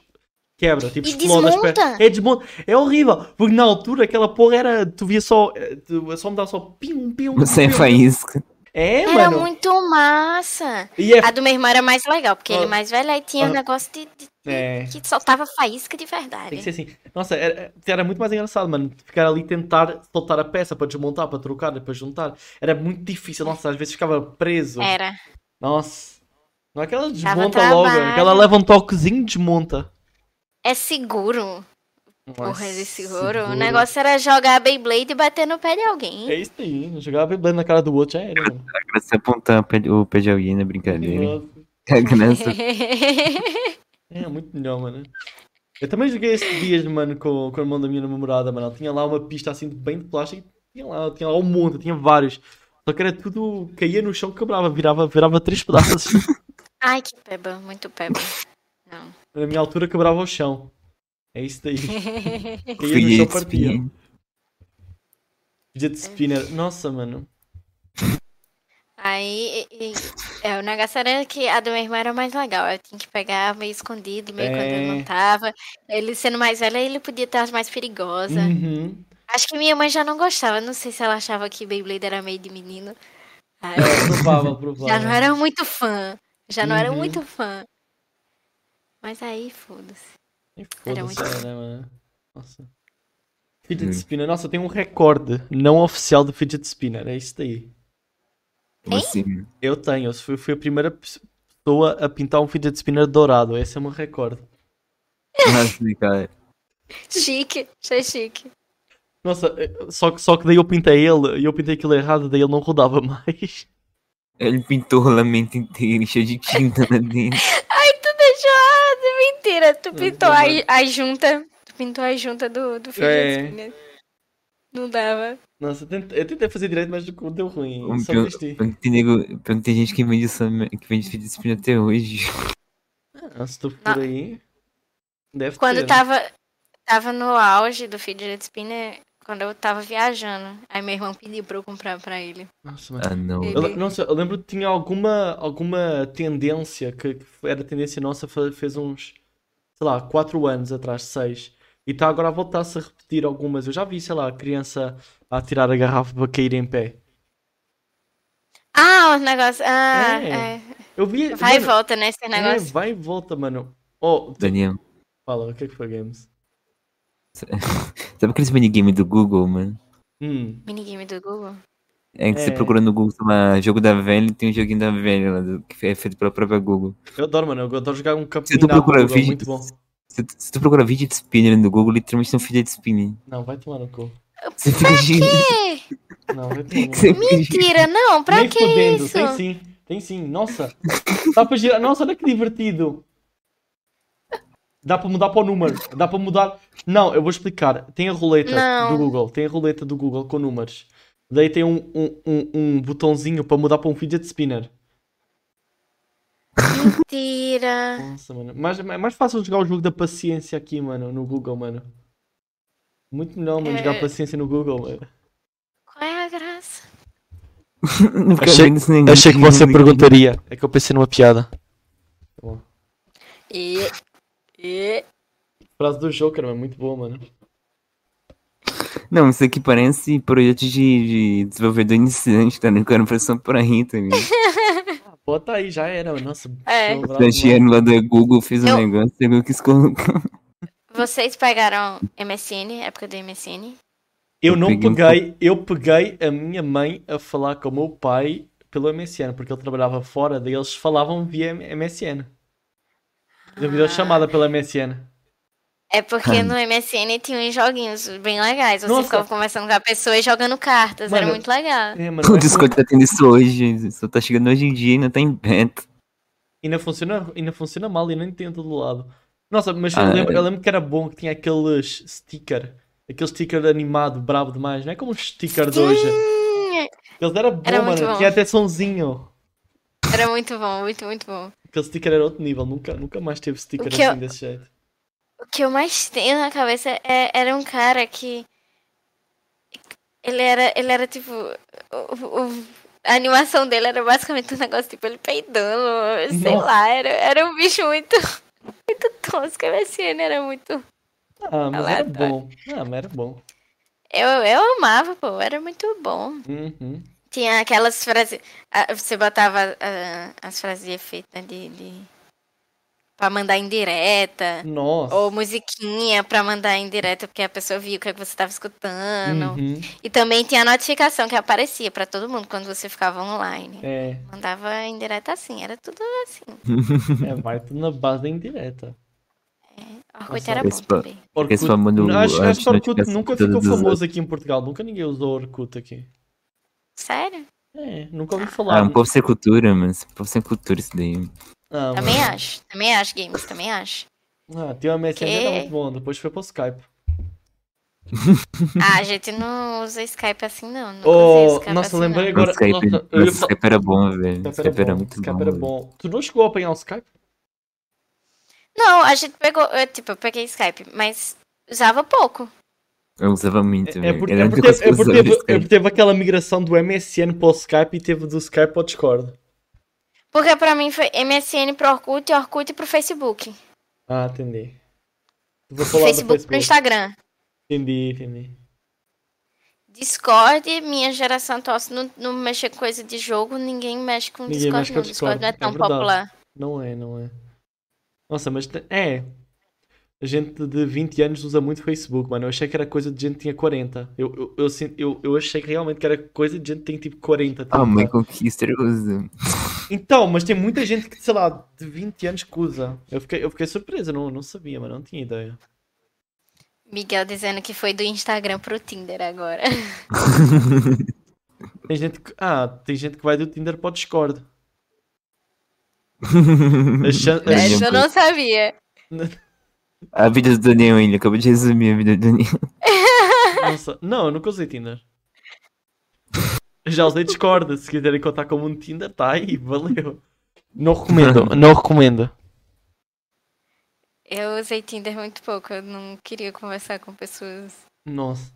quebra, tipo
E
explode as
desmonta.
pernas. É desmonta. É horrível, porque na altura aquela porra era, tu via só, eh, tu, só me dava só pim, pim,
Sem
pim.
faísca.
É,
Era
mano.
muito massa.
E é
A do meu irmão era mais legal, porque
Ah.
ele mais velho, aí tinha
Ah.
um negócio de, de-
É.
que soltava faísca de
Tem
verdade.
que ser assim. Nossa, era, era muito mais engraçado, mano. Ficar ali e tentar soltar a peça para desmontar, para trocar, para juntar. Era muito difícil. Nossa, às vezes ficava preso.
Era.
Nossa. Não é que ela
É. Dava
desmonta logo.
trabalho.
é que ela leva um toquezinho e desmonta.
É seguro. Porra,
Nossa,
ele segurou. O negócio era jogar a Beyblade e bater no pé de alguém.
É isso
assim.
aí. Jogava bebendo na cara do outro, já era, mano.
Pra se apontar pra- o pé de alguém na brincadeira.
Nossa,
Caga nessa.
É, muito melhor, mano. Eu também joguei esses dias, mano, com, com a irmã da minha namorada, mano. Ela tinha lá uma pista assim, bem de plástico. e Tinha lá, tinha lá um monte, tinha vários. Só que era tudo, caía no chão, quebrava, virava, virava três pedaços.
Ai, que peba, muito peba. Não.
Na minha altura quebrava o chão. É isso daí. Caía no
Fui
chão,
eu que
partia.
espiei.
Fidget spinner. Nossa, mano.
Aí, e- e- é, o negócio era que a do meu irmão era mais legal. Eu tinha que pegar meio escondido, meio quando eu
É.
não tava. Ele sendo mais velho, ele podia estar mais perigosa.
Uhum.
Acho que minha mãe já não gostava. Não sei se ela achava que Beyblade era meio de menino. Aí,
É, provável,
já não
provável.
era muito fã. Já não era
Uhum.
muito fã. Mas aí, foda-se.
E
era
Foda-se,
muito-
né, mano? Nossa. Fidget
Hum.
spinner. Nossa, tem um recorde não oficial de fidget spinner. É isso daí.
Você.
Eu tenho. Eu fui, fui a primeira pessoa a pintar um fidget spinner dourado. Esse é o meu recorde.
Nossa, né, cara.
Chique, achei chique.
Nossa, eh, só que, só que daí eu pintei ele e eu pintei aquilo errado, daí ele não rodava mais.
Ele pintou o lamento inteiro, cheio de tinta na dentro.
Ai, tu deixou. ah, Mentira, tu pintou a,
também.
a junta. Tu pintou a junta do, do filho
É.
Não dava.
Nossa, eu tentei, eu tentei fazer direito, mas deu ruim.
Um
Só
pior-
desisti.
Pelo que tem nego- pelo que tem gente que vende essa mer- que vende fita de espinha até hoje.
Ah, se tu
Na-
por aí. Deve
Quando
ter.
tava, tava no auge do fidget spinner, quando eu tava viajando, aí meu irmão pediu pra eu comprar pra ele.
Nossa, mas...
Ah, não.
eu,
Ele-
le- nossa, eu lembro que tinha alguma, alguma tendência que, que era tendência nossa fa- fez uns, sei lá, 4 anos atrás, 6. E está agora a voltar-se a repetir algumas. Eu já vi, sei lá, a criança a tirar a garrafa para cair em pé.
Ah, o negócio. Ah,
É.
é.
Eu vi.
Vai e
mano,
volta, né? Esse
é,
negócio.
vai e volta, mano. Oh, tu-
Daniel,
fala, o que é que foi, Games?
sabe aqueles minigame do Google, mano?
Hum,
Minigame do Google.
É que você
É.
procura no Google, sei lá, jogo da velha, tem um joguinho da velha lá, do- que é feito pela própria Google.
eu adoro, mano. Eu adoro jogar um campeonato
Se tu procura
Google,
vídeo,
muito bom.
se, tu- se tu procura fidget spinner no Google, literalmente tem um fidget spinner.
Não, vai tomar no cu.
Você fica girando.
Ei,
Não, vai tomar no cu.
Você fica girando.
mentira, não, pra
Nem
que
fudendo.
isso?
Tem sim, tem sim. Nossa, dá para girar. Nossa, olha que divertido. Dá para mudar para o número. Dá para mudar. Não, eu vou explicar. Tem a roleta
Não.
do Google. Tem a roleta do Google com números. Daí tem um, um, um, um botãozinho para mudar para um fidget spinner.
Mentira.
Nossa, mano. Mas é mais fácil jogar o jogo da paciência aqui, mano, no Google, mano. Muito melhor, mano, jogar
É.
paciência no Google, mano.
Qual é a graça?
Não fica
Achei-
vendo esse negócio, não liga.
É que eu pensei numa piada.
E. E.
A frase do Joker, mano, é muito boa, mano.
Não, isso aqui parece projeto de, de desenvolvedor iniciante, tá? ligado? O cara impressão pra rir, tá ligado?
Bota aí, já era, mano. Nossa,
É.
tô bravo, mano.
Fecharam lá da Google, fez um
Eu-
negócio, pegou que colocar.
Vocês pegaram MSN, época do MSN?
Eu
Eu
não
peguei um
peguei, eu peguei a minha mãe a falar com o meu pai pelo MSN, porque ele trabalhava fora, daí eles falavam via MSN. Eu
Ah.
vi a chamada pela MSN.
É porque
Ah.
no MSN tinha uns joguinhos bem legais. Você
Nossa.
ficava conversando com a pessoa e jogando cartas.
Mano,
era muito legal.
É, mano,
O
é
Discord tá tendo isso hoje, só tá chegando hoje em dia e ainda tá em beta.
Ainda funciona, ainda funciona mal e nem tenta do lado. Nossa, mas eu
Ah,
lembro,
é.
eu lembro que era bom que tinha aqueles sticker, aquele sticker animado, brabo demais, não é como os stickers de hoje.
Sim!
Eles era bom,
Era muito
mano,
bom.
tinha até sonzinho.
Era muito bom, muito, muito bom.
Aquele sticker era outro nível, nunca, nunca mais teve sticker
O que eu-
assim desse jeito.
O que eu mais tenho na cabeça é, era um cara que. Ele era, ele era tipo. o- o- a animação dele era basicamente um negócio tipo ele peidando, sei
Nossa.
lá. Era, era um bicho muito. Muito tosco. A MSN era muito.
Ah, mas era
Aleatório.
bom. Ah, mas era bom.
Eu, eu amava, pô. Era muito bom.
Uhum.
Tinha aquelas frases. ah, Você botava ah, as frases de efeito, né? De, de... Pra mandar em direta.
Nossa.
Ou musiquinha pra mandar em direta, porque a pessoa viu o que, é que você tava escutando.
Uhum.
E também tinha a notificação que aparecia pra todo mundo quando você ficava online.
É,
Mandava em direta assim, era tudo assim.
é, vai tudo na base da indireta.
Orkut
Nossa,
era bom
esse pa-
também.
Orkut,
Esse famoso-
acho, acho que
a
Orkut
notificação
nunca
toda
ficou
dos
famoso aqui em Portugal, nunca ninguém usou Orkut aqui.
Sério?
É, nunca ouvi
Ah,
falar.
um povo sem cultura, mas um povo sem cultura isso daí.
Ah,
Também
mano.
acho. Também acho, games, também acho.
Ah, tinha uma MSN
Que?
era muito bom, depois foi pro Skype.
Ah, a gente não usa Skype assim, não. Nunca usei
Oh,
Skype
nossa,
assim,
lembrei
não.
Nossa,
agora.
Skype,
nossa, eu ia
nossa,
falar-
Skype era bom, velho.
Skype
Skype era
bom,
muito
Skype
bom.
era
velho.
bom. Tu não chegou a apanhar o Skype?
Não, a gente pegou, eu, tipo, eu peguei Skype, mas usava pouco.
Eu usava muito,
É,
velho.
é, por,
Era
é,
a
porque,
única coisa
é,
que eu
porque
usava
teve, é
Skype.
porque teve aquela migração do MSN para o Skype e teve do Skype para o Discord.
Porque pra mim foi MSN pro Orkut, Orkut pro Facebook.
Ah, entendi. Tu vou falar do
Facebook pro Instagram.
Entendi, entendi.
Discord, minha geração atual se não, não mexer com coisa de jogo, ninguém mexe com
Ninguém
Discord,
mexe com
não. Discord não é
Discord, é
tão
verdade.
popular.
Não é, não é. Nossa, mas te- é. A gente de 20 anos usa muito Facebook, mano. Eu achei que era coisa de gente que tinha 40. Eu, eu, eu, sin- eu, eu achei que realmente que era coisa de gente que tem tipo 40.
Ah,
30.
mãe Conquister usa.
Então, mas tem muita gente que, sei lá, de 20 anos que usa. Eu fiquei, eu fiquei surpreso, não, não sabia, mas não tinha ideia.
Miguel dizendo que foi do Instagram pro Tinder agora.
É Tem gente que, ah, tem gente que vai do Tinder para o Discord. A chan- a
É,
chan-
Essa eu não sabia.
A vida do Daniel ele acabou de resumir a vida do Daniel.
Nossa, não, eu nunca usei Tinder. Já usei Discord, se quiserem contar como um Tinder, tá aí, valeu. Não recomendo, não recomendo.
Eu usei Tinder muito pouco, eu não queria conversar com pessoas.
Nossa,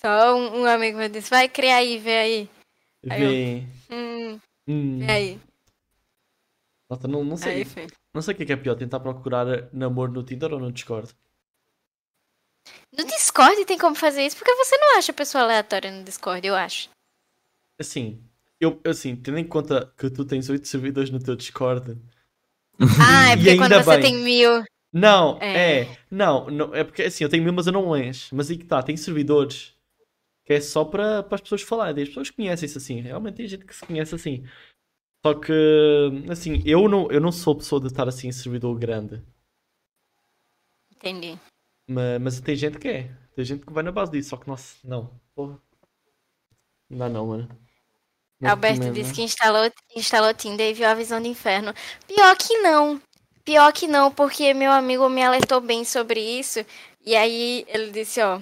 Só um, um amigo meu disse, vai criar aí, vê aí.
vê.
Hum,
Hum,
vê aí.
nossa, não, não
Aí
sei,
foi.
não sei o que é que é pior, tentar procurar namoro no Tinder ou no Discord.
No Discord tem como fazer isso? Porque você não acha pessoa aleatória no Discord, eu acho.
Assim, eu, assim, tendo em conta que tu tens 8 servidores no teu Discord.
Ah, é
E
porque quando
ainda
você
bem.
tem mil.
Não, é.
É.
não, não, é porque assim, eu tenho mil, mas eu não lanche. Mas aí que tá, tem servidores que é só para para as pessoas falarem. As pessoas conhecem-se assim, realmente tem gente que se conhece assim. Só que, assim, eu não, eu não sou pessoa de estar assim em servidor grande,
Entendi.
mas, mas tem gente que é. Tem gente que vai na base disso, só que, nossa, não. Porra. Não dá não, mano. Não
Alberto
recomendo.
disse que instalou, instalou Tinder e viu a visão do inferno. Pior que não. Pior que não, porque meu amigo me alertou bem sobre isso. E aí ele disse, ó,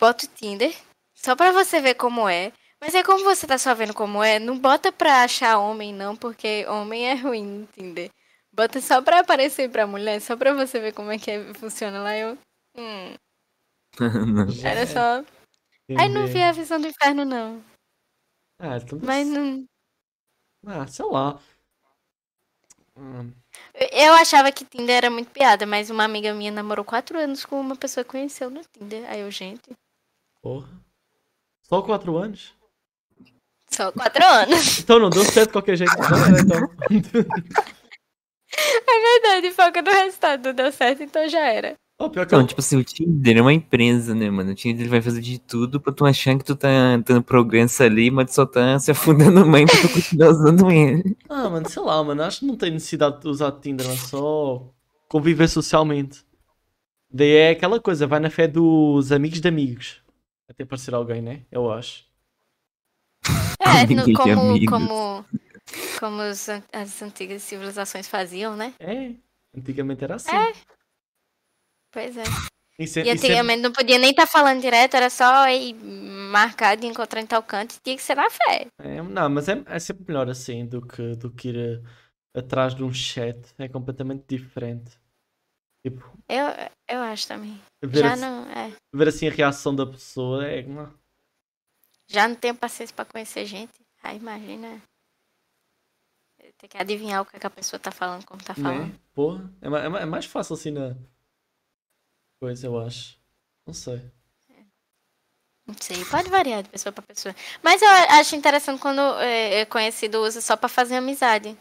bota o Tinder, só pra você ver como é. Mas aí como você tá só vendo como é, não bota pra achar homem não, porque homem é ruim no Tinder. Bota só pra aparecer pra mulher, só pra você ver como é que é- funciona lá. Eu, hum,
Ah, Não.
era
É,
só... Aí não vi
entendi.
a visão do inferno não,
Ah, então,
mas não...
ah, sei lá. Hum.
Eu achava que Tinder era muito piada, mas uma amiga minha namorou quatro anos com uma pessoa que conheceu no Tinder. Aí eu, gente,
Porra. Só 4 anos?
só quatro anos.
Então não deu certo de qualquer jeito. Vai, vai, então.
É verdade, foca no resultado, não deu certo, então já era.
Oh, pior que eu...
Então, tipo assim, o Tinder é uma empresa, né, mano? O Tinder ele vai fazer de tudo pra tu achar que tu tá tendo progresso ali, mas tu só tá se afundando mais pra tu continuar usando ele.
Ah, mano, sei lá, mano. Acho que não tem necessidade de usar Tinder, mas só conviver socialmente. Daí é aquela coisa, vai na fé dos amigos de amigos. Até aparecer alguém, né? Eu acho.
É,
Amiga
no-
de
como,
amigos.
como, como os an- as antigas civilizações faziam, né?
É. Antigamente era assim.
Pois é.
E, se-
E
e sempre-
antigamente não podia nem estar falando direto, era só ir marcado e encontrar em tal canto, tinha que ser na fé.
É, não, mas é, é sempre melhor assim do que, do que ir eh, atrás de um chat. É completamente diferente. Tipo,
Eu, eu acho também.
ver,
Já
assim,
não, é,
ver assim a reação da pessoa é. não.
já não tenho paciência pra conhecer gente. Aí imagina. Tem que adivinhar o que, é que a pessoa tá falando, como tá falando.
Né? Porra, é, ma- é ma- é mais fácil assim na. Coisa, eu acho. Não sei.
Não sei, pode variar de pessoa pra pessoa. Mas eu acho interessante quando é, é conhecido usa só pra fazer amizade.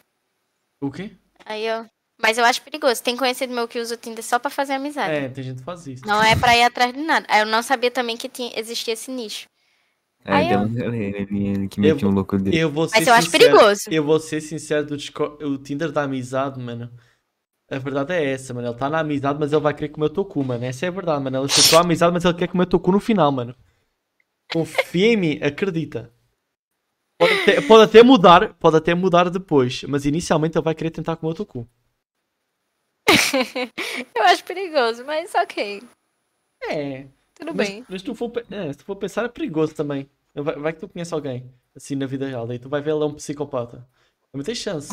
O quê?
Aí eu. Mas eu acho perigoso. Tem conhecido meu que usa o Tinder só pra fazer amizade.
É, tem gente que faz isso.
Não é pra ir atrás de nada. Aí eu não sabia também que tinha, existia esse nicho.
Aí
Aí
deu
eu-
uma galera ali ele que
Eu
metia um louco dele.
Eu vou ser
Mas eu acho
sincero-
perigoso.
Eu vou ser sincero, do Discord- o Tinder da amizade, mano. A verdade é essa, mano. Ele tá na amizade, mas ele vai querer comer o teu cu, mano. Essa é a verdade, mano. Ele aceitou a amizade, mas ele quer comer o teu cu no final, mano. Confia em mim, acredita. Pode até, pode até mudar, pode até mudar depois, mas inicialmente ele vai querer tentar comer o teu cu.
Eu acho perigoso, mas ok.
É,
Tudo
mas,
bem.
mas tu for, pe- é, se tu for pensar, é perigoso também. Vai, vai que tu conheces alguém assim na vida real, daí tu vai ver ele é um psicopata. Mas tem chance.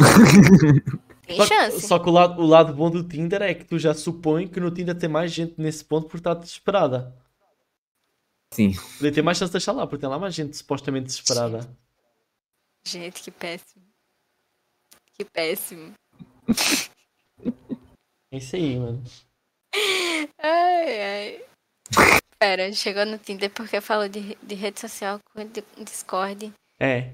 Tem
Só que-
chance.
Só que o lado, o lado bom do Tinder é que tu já supõe que no Tinder tem mais gente nesse ponto por estar desesperada.
Sim.
Daí tem mais chance de deixar lá, porque tem lá mais gente supostamente desesperada.
Gente, que péssimo. Que péssimo.
É isso aí, mano.
Ai, ai. Pera, chegou no Tinder porque falou de, de rede social com o Discord.
É.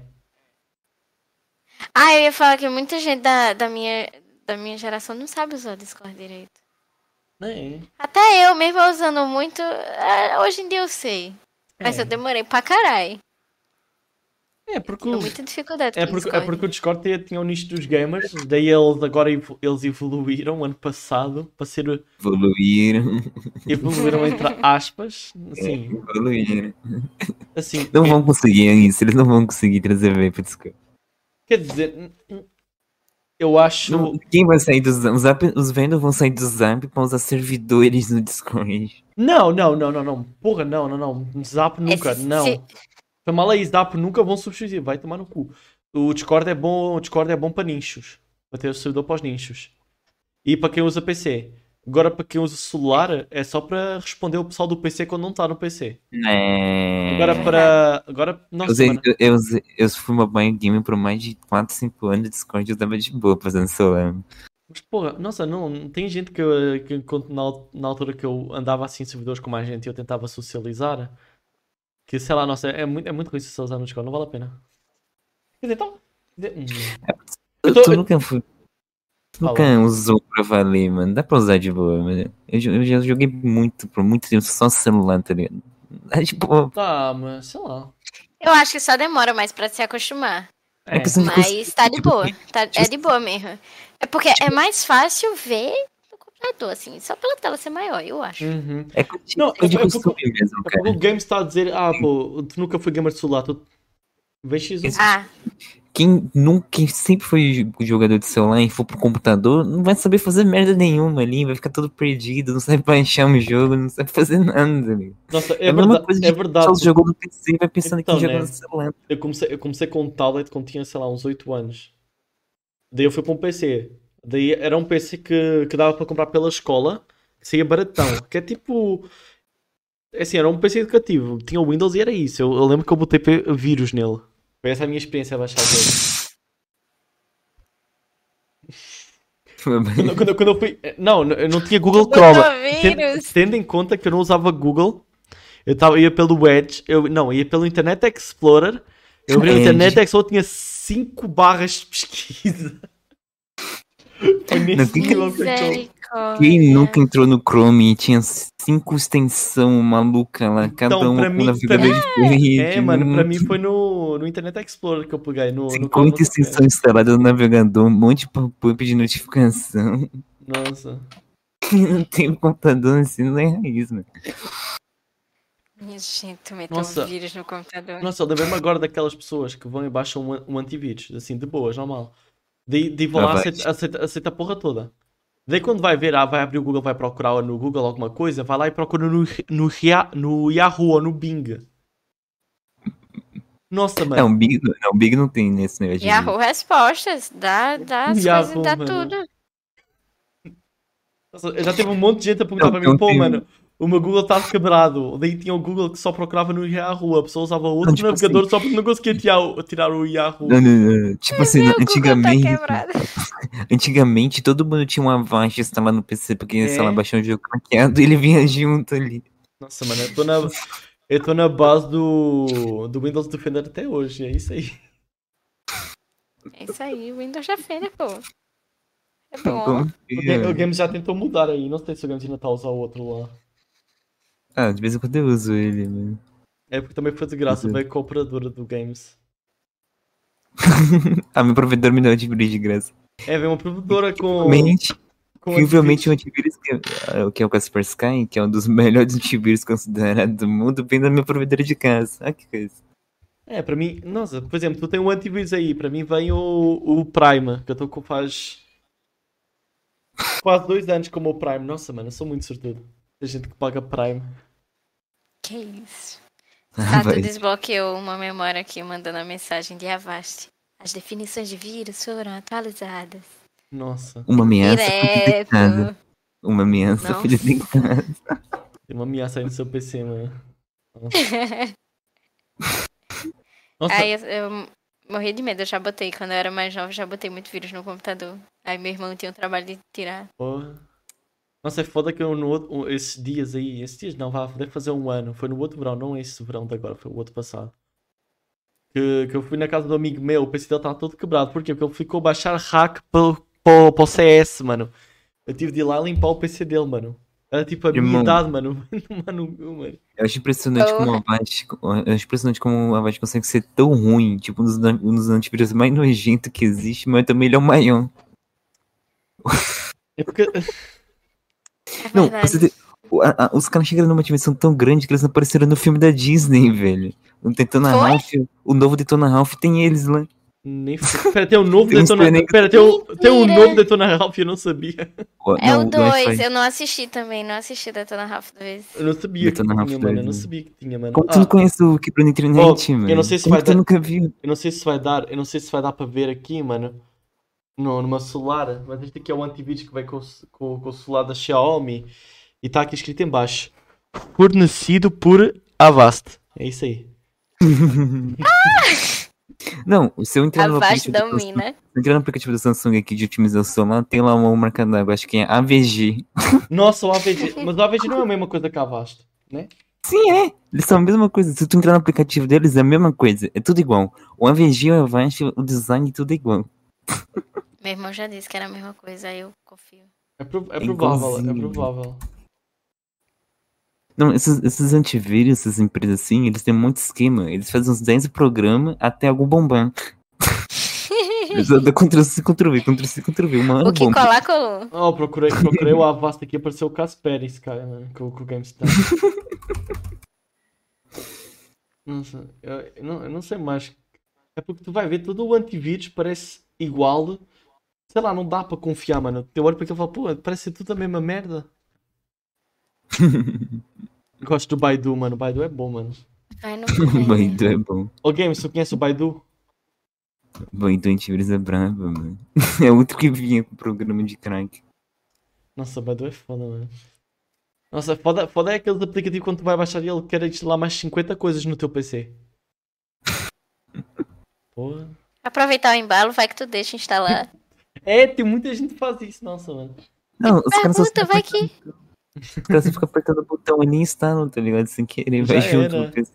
Ah, eu ia falar que muita gente da, da, minha, da minha geração não sabe usar o Discord direito.
É.
Até eu, mesmo usando muito, ah, hoje em dia eu sei. Mas
É.
eu demorei pra caralho.
É porque,
Tenho
o,
muita dificuldade
é,
com o
porque, é
Discord.
porque o Discord tinha, tinha o nicho dos gamers, daí eles agora evo- eles evoluíram ano passado para ser. o-
Evoluíram,
Evoluíram entre aspas. Assim,
evoluíram.
assim
Não vão conseguir é isso, eles não vão conseguir trazer bem pra Discord.
quer dizer, n- n- eu acho.
Não- Quem vai sair do Zap? Os Zap- Os vendors vão sair do Zap pra usar servidores no Discord.
Não, não, não, não, não. Porra, não, não, não. Zap nunca,
É se-
não.
se-
Foi mal aí, Zap nunca vão substituir, vai tomar no cu. O Discord é bom, o Discord é bom para nichos. Para ter o servidor para os nichos. E para quem usa PC. Agora para quem usa celular é só para responder o pessoal do PC quando não está no PC.
É...
Agora
Hum.
né? para agora
Eu,
nossa,
usei-
mano.
eu, eu usei- eu fui mobile game por mais de 4, 5 anos, o Discord eu tava de boa fazendo celular.
Mas porra, nossa, não, não tem gente que, que quando na, al- na altura que eu andava assim em servidores com mais gente e eu tentava socializar, que sei lá, nossa, é muito, é muito ruim socializar no Discord, não vale a pena. Quer dizer, então. quer dizer, hum, Eu
Eu
tô-
tu nunca fui. tu
Fala.
Nunca usou pra valer, mano. Dá pra usar de boa, mano. Eu, jo- eu já joguei muito, por muito tempo, só celular, tá ligado? É de boa.
Tá, mas sei lá.
Eu acho que só demora mais pra se acostumar.
É
É.
que você não consegue-
Mas tá de boa. tá- é de boa mesmo. É porque
Tipo-
é mais fácil ver no computador, assim. Só pela tela ser maior, eu acho.
Uhum.
É que eu te-
Não,
eu de
eu- eu-
costume mesmo,
É porque
cara.
o game está a dizer, ah, pô, tu nunca foi gamer de celular, tu. VX1.
Ah,
Quem, nunca, quem sempre foi jogador de celular e for pro computador, não vai saber fazer merda nenhuma ali, vai ficar todo perdido, não sabe baixar um jogo, não sabe fazer nada, amigo.
Nossa, é,
a mesma
verdade,
coisa de
é verdade.
Só jogou no PC e vai pensando
Então,
que jogou
né?
no celular.
Eu comecei, eu comecei com um tablet quando tinha, sei lá, uns 8 anos. Daí eu fui para um PC. Daí era um PC que, que dava para comprar pela escola, que saía baratão. Que é tipo. é Assim, era um PC educativo. Tinha o Windows e era isso. Eu, eu lembro que eu botei pe- vírus nele. Foi essa a minha experiência a baixar o jogo. Quando, quando, quando eu fui. eh, Não, eu não tinha Google Chrome.
é
Tendo,
coronavírus.
tendo em conta que eu não usava Google, eu tava, ia pelo Edge, eu, não, ia pelo Internet Explorer. Eu abri o
Edge.
Internet Explorer, tinha 5 barras de pesquisa. Foi nesse
tem que-
nível que eu tô.
Misericórdia.
Quem nunca entrou no Chrome e tinha cinco extensão maluca lá, cada
Então,
um
pra
com
mim-
um navegador
pra
diferente.
É, mano, pra
um-
mim foi no, no Internet Explorer que eu peguei. No, no
50
Chrome.
extensões instaladas no navegador, um monte de pop-up de notificação.
Nossa.
Não tem computador assim, não é raiz, mano.
Minha gente, meteu
Nossa.
um vírus no computador.
Nossa, eu lembrei-me agora daquelas pessoas que vão e baixam um, an- um antivírus, assim, de boas, normal. De, de vão
Ah,
lá,
vai.
aceita, aceita, aceita a porra toda. Daí quando vai ver, ah, vai abrir o Google, vai procurar no Google alguma coisa, vai lá e procura no, no, Ria- no Yahoo ou no Bing. Nossa, mano.
Não, o Big não, não, o Big não tem nesse negócio. de-
Yahoo Respostas, dá, dá as
Yahoo,
coisas, dá
mano.
tudo.
Nossa, eu já teve um monte de gente a perguntar
Não,
para
eu
mim, pô,
tenho-
mano, o meu Google tá quebrado. Daí tinha o Google que só procurava no Yahoo, a pessoa usava outro
Não, tipo
navegador só porque não conseguia tirar, o- tirar o Yahoo.
Não, não, não, não. Tipo assim,
Meu Google
antigamente,
Tá quebrado.
antigamente todo mundo tinha uma vasta instalada no PC, porque
É.
se ela baixou um jogo craqueado, ele vinha junto ali.
Nossa, mano, eu tô na, eu tô na base do, do Windows Defender até hoje, é isso aí.
É isso aí, o Windows já fez, né, pô. É
Então,
bom.
O, Ga- o
confia.
Games já tentou mudar aí, não sei se o Games ainda tá a usar o outro lá.
Ah, de vez em quando eu uso ele, mano.
É porque também foi de graça,
Uhum.
veio com a operadora do Games.
Ah, meu provedor me deu antivírus de graça.
É, veio uma provedora com.
Realmente,
com
Incrivelmente, o antivírus que, ah, que é o Casper Sky, que é um dos melhores antivírus considerados do mundo, vem da minha provedora de casa. Ah, que coisa.
É, para mim, nossa, por exemplo, tu tem um antivírus aí, para mim vem o, o Prime, que eu estou com faz quase dois anos como o Prime. Nossa, mano, eu sou muito sortudo. Tem gente que paga Prime.
Que isso.
Ah,
Sato
vai.
desbloqueou uma memória aqui mandando a mensagem de Avast. As definições de vírus foram atualizadas.
Nossa,
Uma ameaça foi detectada.
Direto.
Uma ameaça foi
Nossa.
detectada.
tem uma ameaça aí no seu PC, mano. Nossa. Nossa,
Aí eu, eu morri de medo, eu já botei. Quando eu era mais jovem, já botei muito vírus no computador. Aí meu irmão tinha o trabalho de tirar.
porra. Nossa, é foda que eu no outro, um- esses dias aí, esses dias não, vá, deve fazer um ano. Foi no outro verão, não esse verão de agora, foi o outro passado. Que, que eu fui na casa do amigo meu, o PC dele estava todo quebrado. Porquê? Porque ele ficou a baixar hack para o CS, mano. Eu tive de ir lá limpar o PC dele, mano. Era tipo a minha
Irmão.
idade, mano. mano, mano.
Eu acho impressionante
Oh.
como a Avast, eu acho impressionante como a Avast consegue ser tão ruim. Tipo, um dos, um dos antivírus mais nojentos que existe, mas também ele é o maior.
É porque.
É
Não,
verdade.
você tem- o- a- a- os caras chegaram numa dimensão tão grande que eles apareceram no filme da Disney, velho. O Detona
Foi?
Ralph, o novo Detona Ralph tem eles lá.
Nem. f- Pera, tem um novo
Tem uns
Detona.
prenegos.
Pera, tem um, tem um
Mentira.
novo Detona Ralph, eu não sabia.
Ó,
É o
não, Wi-Fi.
2, eu não assisti também, não assisti da Tona Ralph do vez.
Eu não sabia que
Detona Ralph
tinha, mano. Eu não
2, né?
sabia que tinha, mano.
Como tu
Ah.
não conhece o Quebrou na Internet,
Ó, eu
mano?
não sei se
Como
vai
que tu
dar-
nunca viu?
Eu não sei se vai dar, eu não sei se vai dar para ver aqui, mano. No, numa celular, mas este aqui é o antivírus que vem com, o ce- com, com o celular da Xiaomi e está aqui escrito em baixo. Fornecido por Avast. É isso aí.
Não, se eu entrar no
Avast
aplicativo, da Samsung-
domina.
se eu entrar no aplicativo da Samsung aqui de otimização lá, tem lá uma marca d'água, acho que é AVG.
Nossa, o AVG. Mas o AVG não é a mesma coisa que a Avast, né?
Sim, é. Eles são a mesma coisa. Se tu entrar no aplicativo deles, é a mesma coisa. É tudo igual. O AVG, o Avast, o design, tudo é igual.
Meu irmão já disse que era a mesma coisa, aí eu confio.
É, pro- é
É
provável, é
igualzinho.
provável.
Não, esses, esses antivírus, essas empresas assim, eles têm muito esquema. Eles fazem uns 10 programas até algo bombar. Eles andam contra C, contra V, contra C, contra V. Uma hora
O que
bomba.
colar, colou.
Oh, procurei, procurei o Avast aqui, apareceu o Casper, esse cara, mano, com, com o GameStar. Nossa, eu, eu não, eu não sei mais. É porque tu vai ver, todo o antivírus parece igual. Sei lá, não dá para confiar, mano. Eu olho para aquilo e falo, pô, parece ser tudo a mesma merda. Gosto do Baidu, mano. O Baidu é bom, mano.
Vai no
Baidu é bom.
Ô, Games, tu conhece o Baidu?
Baidu antivírus é brabo, mano. É outro que vinha com o programa de crack.
Nossa, o Baidu é foda, mano. Nossa, foda, foda é aquele aplicativo quando tu vai baixar e ele quer instalar mais 50 coisas no teu PC. Porra.
Aproveitar o embalo, vai que tu deixa instalar.
É, tem muita gente que faz isso, nossa, mano.
Não, os caras só
Pergunta, vai que.
Os caras só ficam apertando o botão e nem instalam, tá ligado? Sem querer,
Já
vai junto.
era.
com o PC.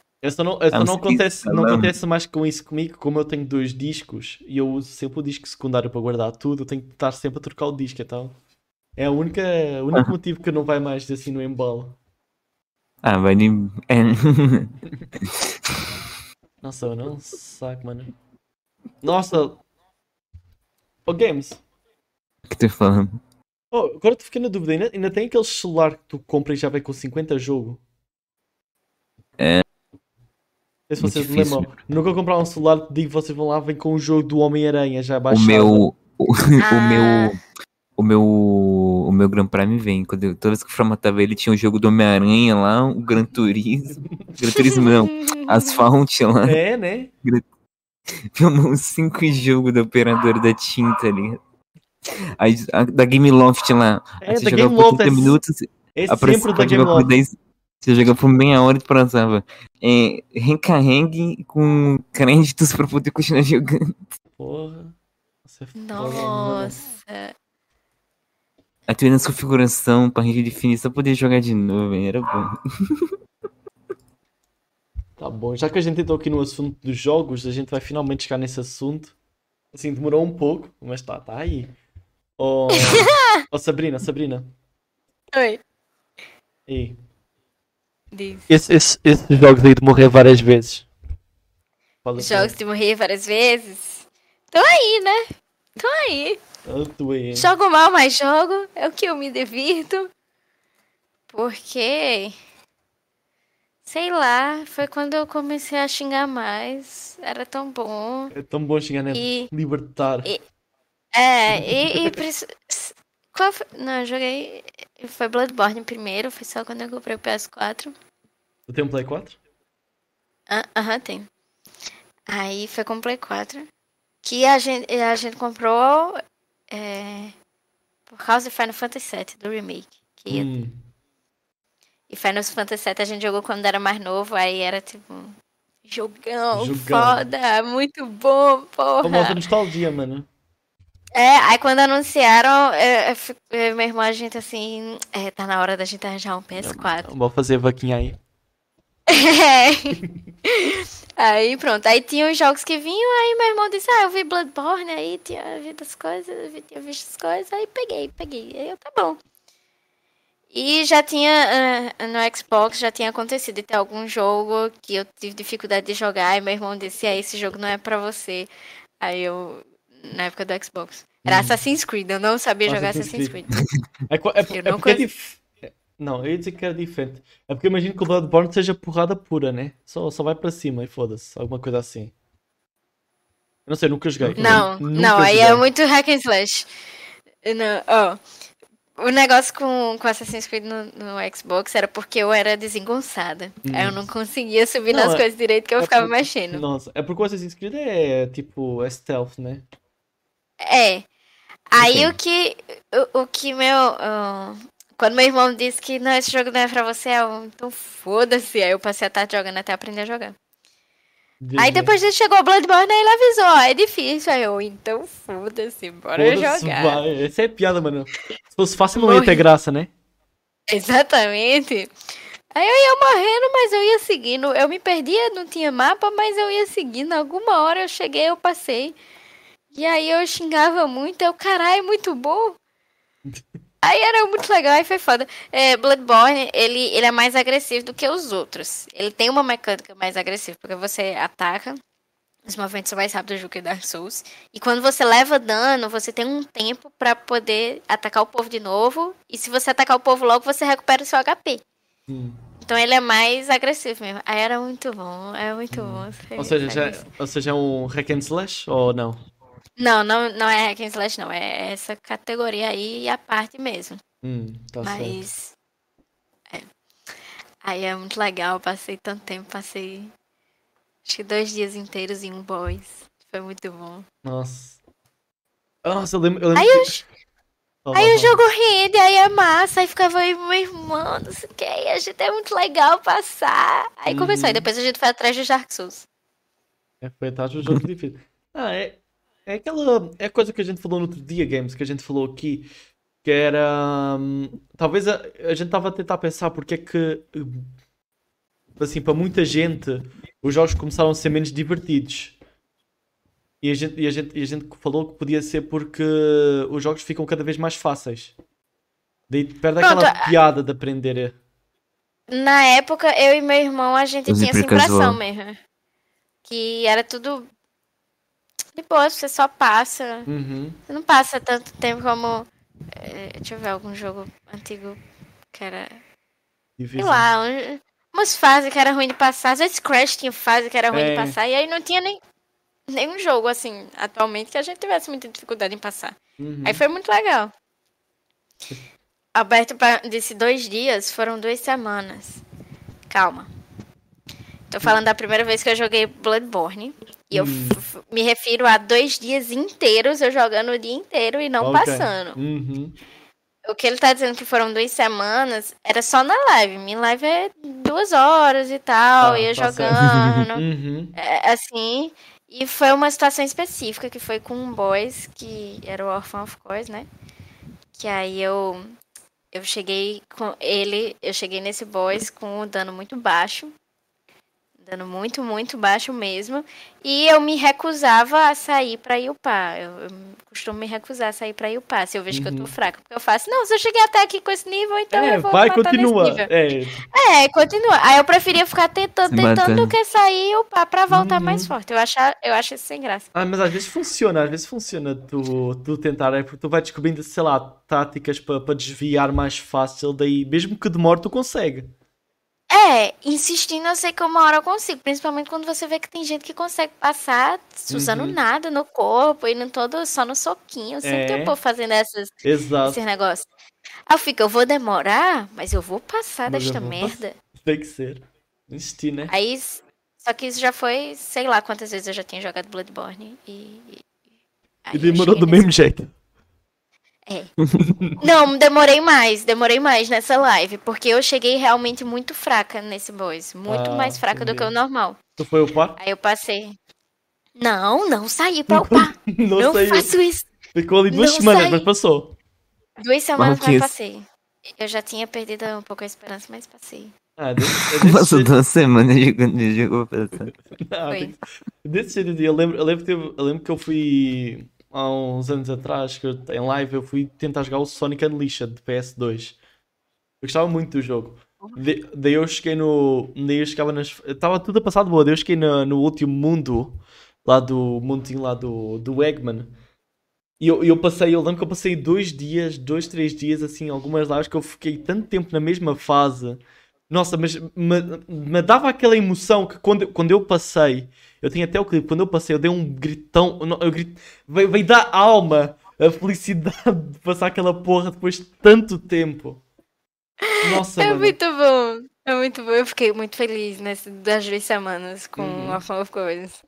Eu só não, eu só
Ah,
não
sim,
acontece, não
caramba.
acontece mais com isso comigo, como eu tenho dois discos e eu uso sempre o disco secundário para guardar tudo, eu tenho que estar sempre a trocar o disco e tal. É o único, o único motivo que não vai mais assim no embalo.
Ah, vai nem. É.
Nossa, eu não saco, mano. Nossa. Oh, Games.
O que tu tá falando?
Oh, agora tu fiquei na dúvida. Ainda, ainda tem aquele celular que tu compra e já vem com 50 jogo? É. Se
Muito
vocês
difícil,
lembram, nunca compraram um celular, um digo, vocês vão lá, vem com o jogo do Homem-Aranha já
O
baixado.
meu. O, o
Ah.
meu. o meu o meu Grand Prime vem. Quando eu, todas que eu formatava ele tinha o jogo do Homem-Aranha lá, o Gran Turismo. Gran Turismo não, Asphalt lá.
É, né?
Tinha uns cinco jogos do operador da tinta ali. Aí, a- da Game Loft lá.
É,
Aí você
da
jogava
Game
por
Loft,
30
é-
minutos,
É
a
sempre
pressão
o da Game
jogava por
Loft.
10. Você jogava por meia hora e passava. É, recarregue com créditos pra poder continuar jogando.
Porra. Você é foda, mano.
Nossa.
Aí tu ia nas configuração pra rede definir só poder jogar de novo, hein? era bom.
Tá bom, já que a gente entrou aqui no assunto dos jogos, a gente vai finalmente chegar nesse assunto. Assim, demorou um pouco, mas tá, tá aí. Oh, oh Sabrina, Sabrina.
Oi.
Ei.
Diz.
Esses jogos aí de morrer várias vezes. Fala
Jogos de morrer várias vezes. Tô aí, né? Tô aí.
Tanto aí, hein?
Jogo mal, mas jogo. É o que eu me divirto. Porque. Sei lá, foi quando eu comecei a xingar mais. Era tão bom.
É tão bom chegar na
E.
libertar.
E- É, e. e preci- s- Qual foi? Não, eu joguei. Foi Bloodborne primeiro, foi só quando eu comprei o PS4.
Tu tem um Play 4?
Ah, Aham, tem. Aí foi com o Play 4. Que a gente, a gente comprou é, por causa do Final Fantasy VII, do remake. Que ia-
Hum.
E Final Fantasy VII a gente jogou quando era mais novo, aí era tipo. um Jogão,
Jogão.
foda, muito bom,
Uma outra
porra.
nostalgia, mano.
É, aí quando anunciaram, eu, eu, fico- eu e meu irmão, a gente assim, é, tá na hora da gente arranjar um PS4.
Vou fazer vaquinha aí.
É. aí pronto, aí tinha os jogos que vinham, aí meu irmão disse, ah, eu vi Bloodborne, aí tinha visto as coisas, eu vi- tinha visto as coisas, aí peguei, peguei, aí eu, tá bom. E já tinha, ah, no Xbox, já tinha acontecido de ter algum jogo que eu tive dificuldade de jogar, e meu irmão disse, ah, esse jogo não é pra você. Aí eu, na época do Xbox, era
Hum.
Assassin's Creed, eu não sabia jogar
Assassin's
Assassin's
Creed.
Creed.
É, co- é,
Eu
é
não
porque é
conhe-
dif... é- Não, eu ia dizer que era diferente. É porque eu imagino que o Bloodborne seja porrada pura, né? Só, só vai pra cima e foda-se. Alguma coisa assim. Eu não sei, nunca joguei.
Não,
Nunca
não, aí
joguei.
é muito hack and slash. Não, ó. O negócio com, com Assassin's Creed no, no Xbox era porque eu era desengonçada. Aí eu não conseguia subir
Hum. Não,
nas
é-
coisas direito que eu
é
ficava
por-
mexendo.
Nossa, é porque o Assassin's Creed é tipo é stealth, né?
É. Aí
Entendo.
o que. O, o que meu. ah, quando meu irmão disse que não, esse jogo não é pra você, eu, então foda-se. Aí eu passei a tarde jogando até aprender a jogar. Aí depois disso chegou o Bloodborne, aí ele avisou, ó, é difícil. Aí eu, então foda-se, bora
Foda-se,
jogar.
vai. Essa é piada, mano. Se fosse fácil, não ia ter
Morri.
graça, né?
Exatamente. Aí eu ia morrendo, mas eu ia seguindo. Eu me perdia, não tinha mapa, mas eu ia seguindo. Alguma hora eu cheguei, eu passei. E aí eu xingava muito, eu, caralho, é muito bom. Aí era muito legal, aí foi foda. É, Bloodborne, ele, ele é mais agressivo do que os outros. Ele tem uma mecânica mais agressiva, porque você ataca, os movimentos são mais rápidos do que Dark Souls. E quando você leva dano, você tem um tempo pra poder atacar o povo de novo. E se você atacar o povo logo, você recupera o seu HP.
Hum.
Então ele é mais agressivo mesmo. Aí era muito bom, é muito bom. ser-
Ou seja,
ser
já-
agressivo.
ou seja, é um hack and slash ou não?
Não, não, não é hack and slash, não. É essa categoria aí e a parte mesmo.
Hum, tá certo.
Mas. é. Aí é muito legal, eu passei tanto tempo, passei acho que dois dias inteiros em um boys. Foi muito bom.
Nossa. Nossa, eu lembro, eu lembro
Aí
que-
eu,
Fala,
aí
fala.
o jogo rende, aí é massa, aí ficava eu e meu irmão, não sei o que, aí a gente é muito legal passar. Aí começou, aí
Uhum.
depois a gente foi atrás de Dark Souls.
É, foi atrás de um jogo difícil. Ah, é, é aquela. É a coisa que a gente falou no outro dia, Games, que a gente falou aqui, que era. hum, talvez a, a gente estava a tentar pensar porque é que. hum, Assim, para muita gente, os jogos começaram a ser menos divertidos. E a gente, e a gente, e a gente falou que podia ser porque os jogos ficam cada vez mais fáceis. Daí perde aquela
Pronto, a-
piada de aprender.
Na época, eu e meu irmão, a gente
Os
tinha essa
hiprecasual.
impressão mesmo. Que era tudo de boa, você só passa.
Uhum.
Você não passa tanto tempo como. eh, Deixa eu ver algum jogo antigo que era. Sei
Difícil.
lá, um- umas fases que era ruim de passar. Às vezes Crash tinha fase que era ruim
É.
de passar. E aí não tinha nem, nenhum jogo, assim, atualmente, que a gente tivesse muita dificuldade em passar.
Uhum.
Aí foi muito legal. Alberto pa- disse dois dias, foram duas semanas. Calma. Tô falando da primeira vez que eu joguei Bloodborne. E eu
Hum.
f- f- me refiro a dois dias inteiros, eu jogando o dia inteiro e não
Ok.
passando.
Uhum.
O que ele tá dizendo que foram duas semanas era só na live. Minha live é duas horas e tal,
Tá,
ia
tá certo.
jogando,
Uhum.
é, assim. E foi uma situação específica que foi com um boys, que era o Orphan of Course, né? Que aí eu eu cheguei com ele, eu cheguei nesse boys com o dano muito baixo. Dano muito, muito baixo mesmo. E eu me recusava a sair pra ir upar. Eu, eu costumo me recusar a sair pra ir upar, se eu vejo que eu
Uhum.
tô fraca. Porque eu faço, não, se eu cheguei até aqui com esse nível, então
é,
eu vou
vai,
matar nesse
continua.
nível.
É,
É, continua. Aí eu preferia ficar tentando,
Se
tentando
batendo.
do que sair o pá pra voltar
Uhum.
mais forte. Eu acho, eu acho isso sem graça.
Ah, mas às vezes funciona, às vezes funciona tu, tu tentar, é porque tu vai descobrindo, sei lá, táticas para desviar mais fácil, daí mesmo que demore, tu consegue.
É, insistindo, eu sei que uma hora eu consigo. Principalmente quando você vê que tem gente que consegue passar usando
Uhum.
nada no corpo, e no todo, só no soquinho. Sempre tem
É.
um povo fazendo essas,
Exato,
esses negócios. Aí eu fico, eu vou demorar, mas eu vou passar
Mas eu
desta
vou
merda.
tem que ser. Insistir, né?
Aí, s- só que isso já foi, sei lá quantas vezes eu já tinha jogado Bloodborne. E, e- aí
E
eu
demorou
cheguei
do
nesse
mesmo jeito.
Não, demorei mais, demorei mais nessa live, porque eu cheguei realmente muito fraca nesse boss, muito
Ah,
mais fraca do que o
entendi.
normal.
Tu foi upar?
Aí eu passei. Não, não saí pra upar.
Não,
não
saiu.
faço isso.
Ficou ali duas
Não
semanas,
saiu.
mas passou.
Duas semanas, mas
Maluquice.
passei. Eu já tinha perdido um pouco a esperança, mas passei.
Ah, desse, é desse
Passou
jeito.
duas semanas jogando de jogo pra pensar.
Ah,
Foi.
tem que ser. Desse jeito, eu lembro, eu, lembro que teve- eu lembro que eu fui há uns anos atrás, que eu- em live, eu fui tentar jogar o Sonic Unleashed de PS2. Eu gostava muito do jogo. De- daí eu cheguei no. Daí eu chegava nas. Estava tudo a passar de boa. Daí eu cheguei na- no último mundo, lá do mundinho lá do, do Eggman. E eu, eu passei, eu lembro que eu passei dois dias, dois, três dias, assim, algumas lives que eu fiquei tanto tempo na mesma fase. Nossa, mas me, me dava aquela emoção que quando, eu- quando eu passei, eu tenho até o clipe, quando eu passei, eu dei um gritão, eu, grito, veio, veio da alma a felicidade de passar aquela porra depois de tanto tempo. Nossa,
É
mano.
muito bom. É muito bom. Eu fiquei muito feliz nessas das duas semanas com
Uhum.
a Fun of Coins.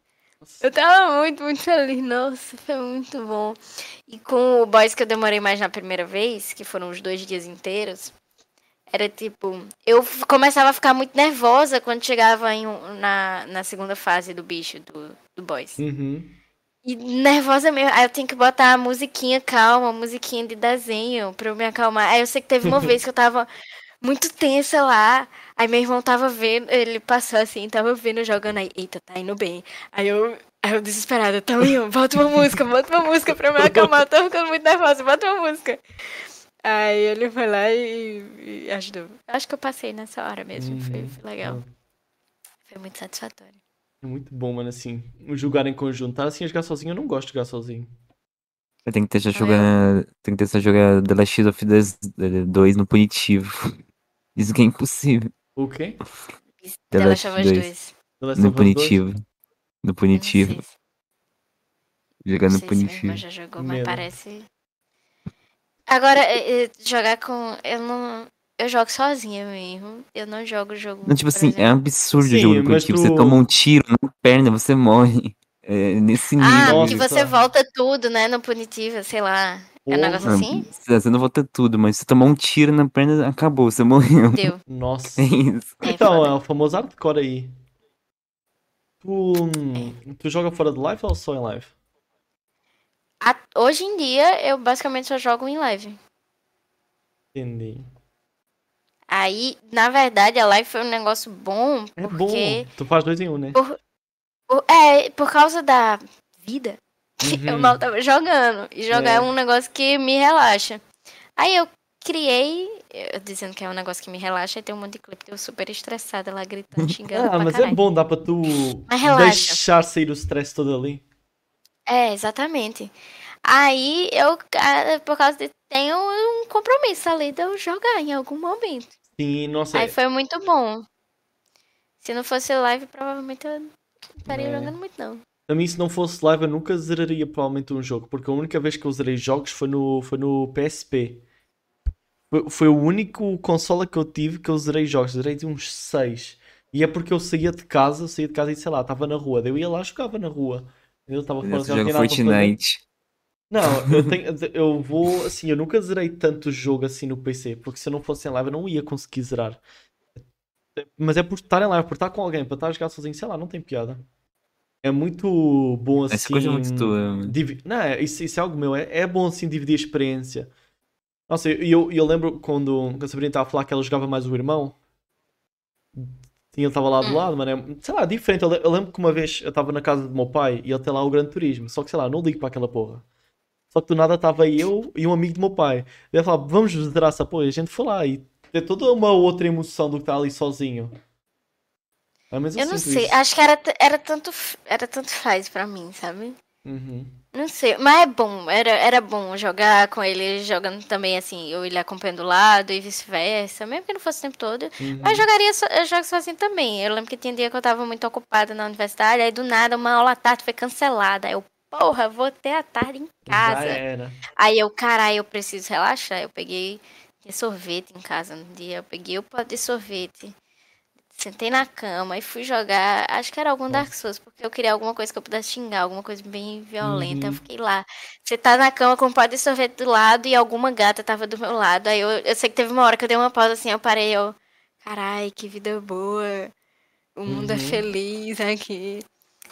Eu tava muito, muito feliz. Nossa, foi muito bom. E com o boys que eu demorei mais na primeira vez, que foram os dois dias inteiros, era tipo. Eu f- começava a ficar muito nervosa quando chegava em um- na, na segunda fase do bicho, do, do boys.
Uhum.
E nervosa mesmo. Aí eu tenho que botar a musiquinha calma, a musiquinha de desenho pra eu me acalmar. Aí eu sei que teve uma vez que eu tava muito tensa lá. Aí meu irmão tava vendo, ele passou assim, tava vendo jogando aí. Eita, tá indo bem. Aí eu, aí eu desesperada, Talinho, bota uma música, bota uma música pra eu me acalmar. Eu tô ficando muito nervosa, bota uma música. Aí ele foi lá e, e ajudou. Acho que eu passei nessa hora mesmo. Foi,
Uhum.
foi legal. Foi muito satisfatório.
É muito bom, mano, assim, jogar em conjunto. Tá assim a jogar sozinho, eu não gosto de jogar sozinho.
Eu tenho que tentar jogar. Tenho que tentar jogar The Last of Us 2 no punitivo. Isso que é impossível.
O quê?
The
Ela
Last
chamou os
dois.
dois.
The Last
No
of Us 2?
punitivo. No
Eu não sei
punitivo.
se-
Jogar no
sei se minha irmã
punitivo.
já jogou, mas
Medo.
parece. Agora, é, é, jogar com. Eu não. Eu jogo sozinha mesmo. Eu não jogo jogo.
Não, tipo
por
assim, é
exemplo.
absurdo o
Sim,
jogo no
mas
punitivo. Você
tu-
toma um tiro na perna, você morre. É nesse nível.
Ah,
Nossa.
que você volta tudo, né? No punitivo, sei lá. É um
Porra.
negócio assim?
Você você não volta tudo, mas você tomou um tiro na perna, acabou, você morreu.
Deu.
Nossa.
É isso.
É,
Então, é
foda.
o famoso hardcore aí. Tu,
É.
tu joga fora de live ou só em live?
A- hoje em dia, eu basicamente só jogo em live.
Entendi.
Aí, na verdade, a live foi um negócio bom,
É bom.
porque.
Tu faz dois em um, né?
por- é, por causa da vida, Eu
Uhum.
mal tava jogando. E jogar é.
É.
um negócio que me relaxa. Aí eu criei, eu dizendo que é um negócio que me relaxa, e tem um monte de clipe que eu super estressada lá gritando, xingando
Ah,
pra
mas é
caralho.
bom, dá para tu
Mas relaxa.
deixar sair o stress todo ali.
É, exatamente. Aí eu, ah, por causa de. Tenho um compromisso ali de eu jogar em algum momento.
Sim, nossa,
Aí foi muito bom. Se não fosse live, provavelmente eu não estaria
É.
jogando muito, não.
a mim se não fosse live eu nunca zeraria provavelmente um jogo, porque a única vez que eu zerei jogos foi no, foi no PSP. Foi- Foi o único consola que eu tive que eu zerei jogos, zerei de uns 6. E é porque eu saía de casa, saía de casa e sei lá, estava na rua. Daí eu ia lá e jogava na rua. Eu estava fora,
Eu
já não tinha
jogo
nada para fazer.
Fortnite.
Não, eu tenho, eu vou, assim, eu nunca zerei tanto jogo assim no PC, porque se eu não fosse em live eu não ia conseguir zerar. Mas é por estar em live, por estar com alguém, para estar a jogar sozinho, sei lá, não tem piada. É muito bom
Essa
assim.
coisa é muito tua, mano.
divi- Não, é- isso, isso é algo meu, é, é bom assim dividir a experiência. Nossa, e eu, eu lembro quando a Sabrina estava a falar que ela jogava mais o irmão. E ele estava lá
Hum.
do lado, mano. é- sei lá, diferente. Eu, le- eu lembro que uma vez eu estava na casa do meu pai e ele tem lá o Gran Turismo. Só que sei lá, não ligo para aquela porra. Só que do nada estava eu e um amigo do meu pai. E ele falava, vamos zerar essa porra. E a gente foi lá e é toda uma outra emoção do que está ali sozinho. Pelo menos
Eu não
sinto
sei,
isso.
acho que era, t- era, tanto, f- era tanto faz pra mim, sabe?
Uhum.
Não sei, mas é bom, era, era bom jogar com ele, jogando também assim, eu ele acompanhando do lado e vice-versa, mesmo que não fosse o tempo todo.
Uhum.
Mas jogaria so, eu jogo sozinho também. Eu lembro que tinha dia que eu tava muito ocupada na universidade, aí do nada uma aula à tarde foi cancelada. Aí Eu, porra, vou ter a tarde em
Já
casa.
era.
Aí eu, caralho, eu preciso relaxar. Eu peguei tinha sorvete em casa no dia, eu peguei o pote de sorvete. Sentei na cama e fui jogar, acho que era algum Dark Souls, porque eu queria alguma coisa que eu pudesse xingar, alguma coisa bem violenta. Eu
Uhum.
fiquei lá. Você tá na cama com um pote de sorvete do lado e alguma gata tava do meu lado. Aí eu, eu sei que teve uma hora que eu dei uma pausa assim, eu parei, eu, carai, que vida boa. O mundo é
Uhum.
feliz aqui.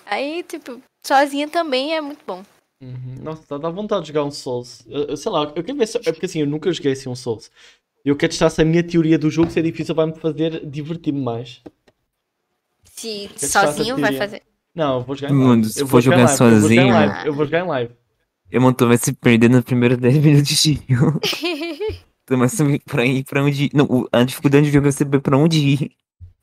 Aí, tipo, sozinha também é muito bom.
Uhum. Nossa, dá- dá vontade de jogar um Souls. Eu, eu sei lá, eu quero ver se. É porque assim, eu nunca joguei assim um Souls. Eu quero testar se a minha teoria do jogo ser difícil vai-me fazer divertir-me mais.
Se
que faça
sozinho vai
teoria.
fazer.
Não, eu vou jogar em
Mano,
live.
se
eu
for
vou jogar, em
jogar
live, eu vou jogar em
sozinho- né?
live, Eu vou jogar em live.
Eu não tô vai se perder nos primeiros 10 minutos de jogo. Tu vai saber pra ir pra onde ir. Não, o- a dificuldade do jogo é saber pra onde ir.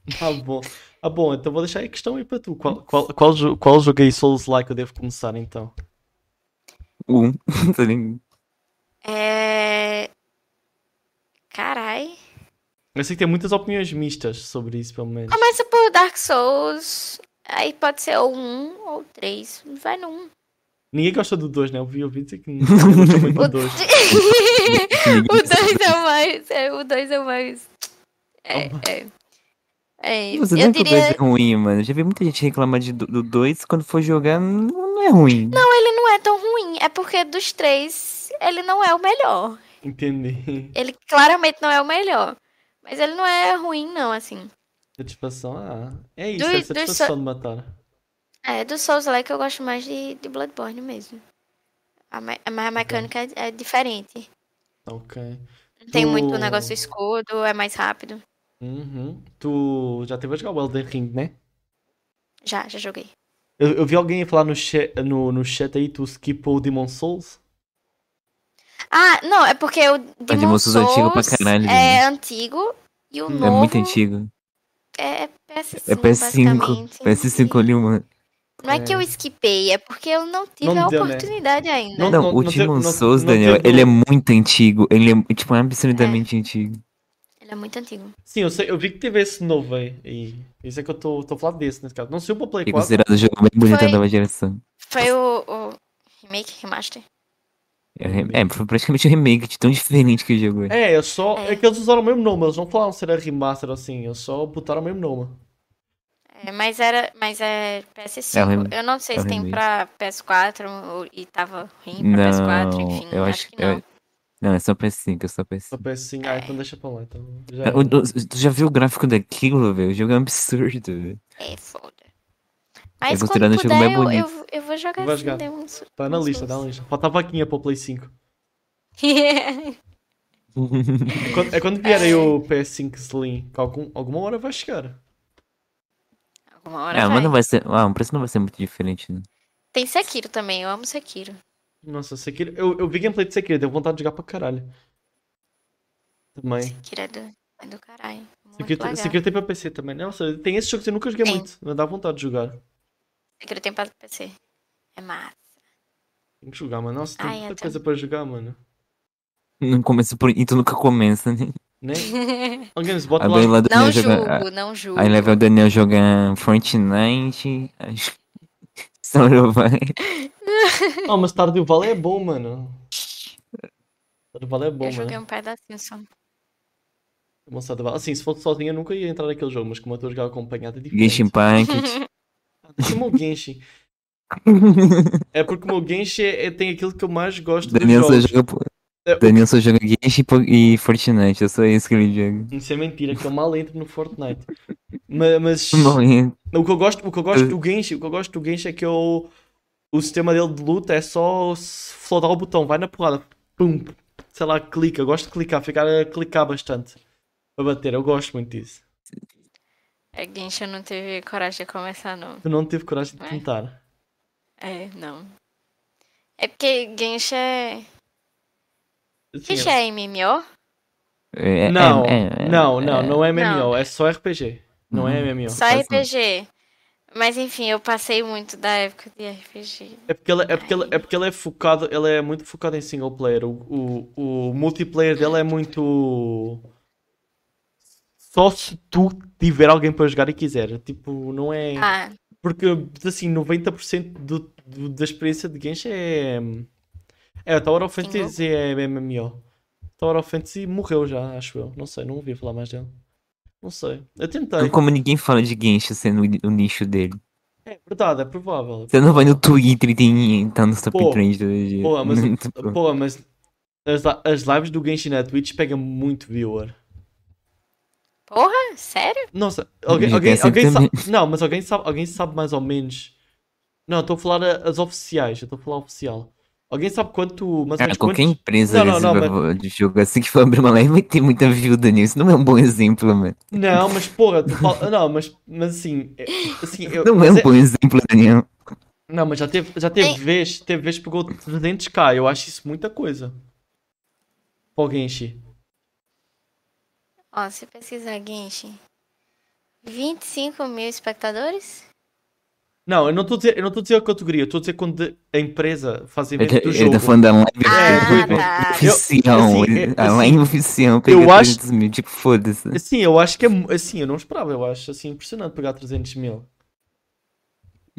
Ah, bom. Ah, bom, então vou deixar a questão aí para tu. Qual, qual, qual, jo- qual jogo aí Souls-like eu devo começar então?
Um, tá ligado?
É. Carai.
Eu sei que tem muitas opiniões mistas sobre isso, pelo menos.
Começa É por Dark Souls. Aí pode ser ou um ou três. Vai no um.
Ninguém gosta do 2, né? Eu vi, eu vi dizer que ninguém gostou muito
O
do 2.
o dois é o mais. é, o dois é o mais. É, é. É,
Você
eu
não que o dois
diria.
é ruim, mano. Eu Já vi muita gente reclamar de, do 2 quando for jogar, não, não é ruim.
Não, ele não é tão ruim. É porque dos três, ele não é o melhor.
Entendi.
Ele claramente não é o melhor. Mas ele não é ruim, não, assim.
Satisfação, ah. É isso,
Do-
é
do
satisfação de matar.
É, do Souls like eu gosto mais de, de Bloodborne mesmo. A, me-
Tá
mas a mecânica é- é diferente.
Ok.
Não tem muito
Tu-
o negócio do escudo, é mais rápido.
Uhum. Tu já teve a jogar o Elden Ring, né?
Já, já joguei.
Eu, eu vi alguém falar no chat, no, no chat aí, tu skipou o Demon Souls?
Ah, não, é porque o Demon,
Demon Souls
Souls
é antigo pra caralho,
é antigo e o
Hum.
novo
É muito antigo.
é PS5,
É PS5.
basicamente.
PS5 ali, mano.
Não é que eu
É.
esquipei, é porque eu não tive
Não
a
deu, né?
oportunidade ainda.
Não-
Não, o
te-
Demon
não-
Souls,
não
Daniel,
teve
ele é
um-
muito antigo. Ele é, tipo,
É.
absurdamente antigo.
Ele é muito antigo.
Sim, eu, sei, eu vi que teve esse novo aí. E isso é que eu tô, tô falando desse, nesse caso. Não sei o pra Play
É
4.
considerado o jogo mais bonito da
Foi-
nova geração.
Foi o, o remake, remaster.
É, re- é, foi praticamente um remake de tão diferente que o jogo é.
É, eu só.
É.
É que eles usaram o mesmo nome, eles não falaram se era remaster ou assim, eles só botaram o mesmo nome.
É, mas era, mas é PS5.
É o rem-
eu não sei
é o
se tem
remake.
pra PS4 ou- e tava ruim pra PS4,
Não,
enfim,
eu acho
que não.
eu- Não, é só PS5, é só
Só
PS5.
peço assim, ah, então deixa pra lá. Então, já
Ah,
era.
o- o- Tu já viu o gráfico daquilo, velho? O jogo é um absurdo, velho.
É foda. Mas
É considerando
quando
o jogo mais
puder, eu,
bonito.
eu, eu vou jogar
Vai
assim,
jogar.
Demon Souls.
Tá na lista, um tá na lista. Falta a vaquinha pro Play 5. É quando, é quando vier aí o PS5 Slim, que algum, alguma hora vai chegar.
Alguma hora
Ah,
vai.
mas não vai ser. Ah, o preço não vai ser muito diferente, né?
Tem Sekiro também, eu amo Sekiro.
Nossa, Sekiro. Eu, eu vi gameplay de Sekiro, deu vontade de jogar pra caralho. Também.
Sekiro é do, é do caralho. Muito
Sekiro,
legal. Sekiro...
Sekiro tem pra PC também. Nossa, tem esses jogos que eu nunca joguei
Tem.
muito. Não dá vontade de jogar.
tem pra PC. É massa.
Tem que jogar, mano. Nossa, tem
Ai,
muita
então.
coisa pra jogar, mano.
Não começa por. E tu nunca começa, né?
Né? Alguém bota lá.
Agora lá o Daniel
Não
joga. ah,
julgo, não julgo.
Aí leva o Daniel jogar Fortnite. aí- Só vai.
Não, mas Stardew Valley é bom, mano. Stardew Valley é bom,
eu joguei
mano.
um pedacinho só.
A moçada vai. Assim, se fosse sozinha, eu nunca ia entrar naquele jogo, mas como eu estou a jogar acompanhada, é diferente.
Genshin Impact.
Como o Genshin. É porque o meu Genshin é, é- tem aquilo que eu mais gosto dos
Daniel só
jogos.
joga. po-
É, o-
Daniel só joga Genshin e po- e Fortnite. É só isso que ele joga.
Isso é mentira, que eu mal entro no Fortnite. Ma- Mas,
Bom, e-
o que eu gosto, o que eu gosto do Genshin, o que eu gosto do Genshin é que eu, o sistema dele de luta é só s- flotar o botão, vai na porrada, pum, sei lá, clica, eu gosto de clicar, ficar a clicar bastante para bater, eu gosto muito disso.
É, Genshin não teve coragem de começar, não.
Eu não tive coragem de
Ué.
tentar.
É, não. É porque Genshin é...
Assim,
Genshin é MMO?
é- é-
Não,
é- é-
não, não, não é
Não.
MMO, é só RPG, não é MMO.
Só
faz
RPG. Mas enfim, eu passei muito da época de RPG.
É porque ele é, porque ele, é, porque ele é focado, ele é muito focado em single player. O, o, o multiplayer dele é muito. Só se tu tiver alguém para jogar e quiser. Tipo, não é.
Ah,
Porque, assim, 90% do, do- da experiência de Genshin é. É, Tower of
Single?
Fantasy é MMO. Tower of Fantasy morreu já, acho eu. Não sei, não ouvi falar mais dele. Não sei. Eu tentei.
Como ninguém fala de Genshin sendo o nicho dele.
É verdade, é provável.
Você não vai no Twitter e tem, tá nos top
Pô,
trends do dia.
Pô, mas,
Tipo,
pô, mas as, li- as lives do Genshin na Twitch pegam muito viewer.
porra? Sério?
Nossa, alguém,
Já
alguém,
tem
alguém
sempre
sabe. Não, mas alguém sabe, alguém sabe mais ou menos. Não, eu estou a falar a- as oficiais, eu estou a falar oficial. Alguém sabe quanto. Mas,
cara, Ah, qualquer empresa
Não, não, não,
desse va- de jogo assim que for abrir uma live vai ter muita view, Daniel. Isso não é um bom exemplo, mano.
Não, mas porra, tu fala... não, mas, mas assim. é- assim eu-
Não é
mas
um bom exemplo, Daniel.
não, mas já teve, já teve
Ei.
vez, teve vez que pegou 300k, eu acho isso muita coisa. Para o Genshin.
Ó, se pesquisar Genshin. 25 mil espectadores?
Não, eu não estou a dizer, eu não estou a dizer a categoria, eu estou a dizer quando a empresa faz evento é do
Ele
jogo.
tá falando da live é
Ah,
do evento.
tá.
oficial.
Eu- assim,
ele-
é-
a live oficial
eu
pegou
acho-
300 mil. Tipo, foda-se.
Assim, eu acho que é. mu- Assim, eu não esperava, eu acho assim impressionante pegar 300 mil.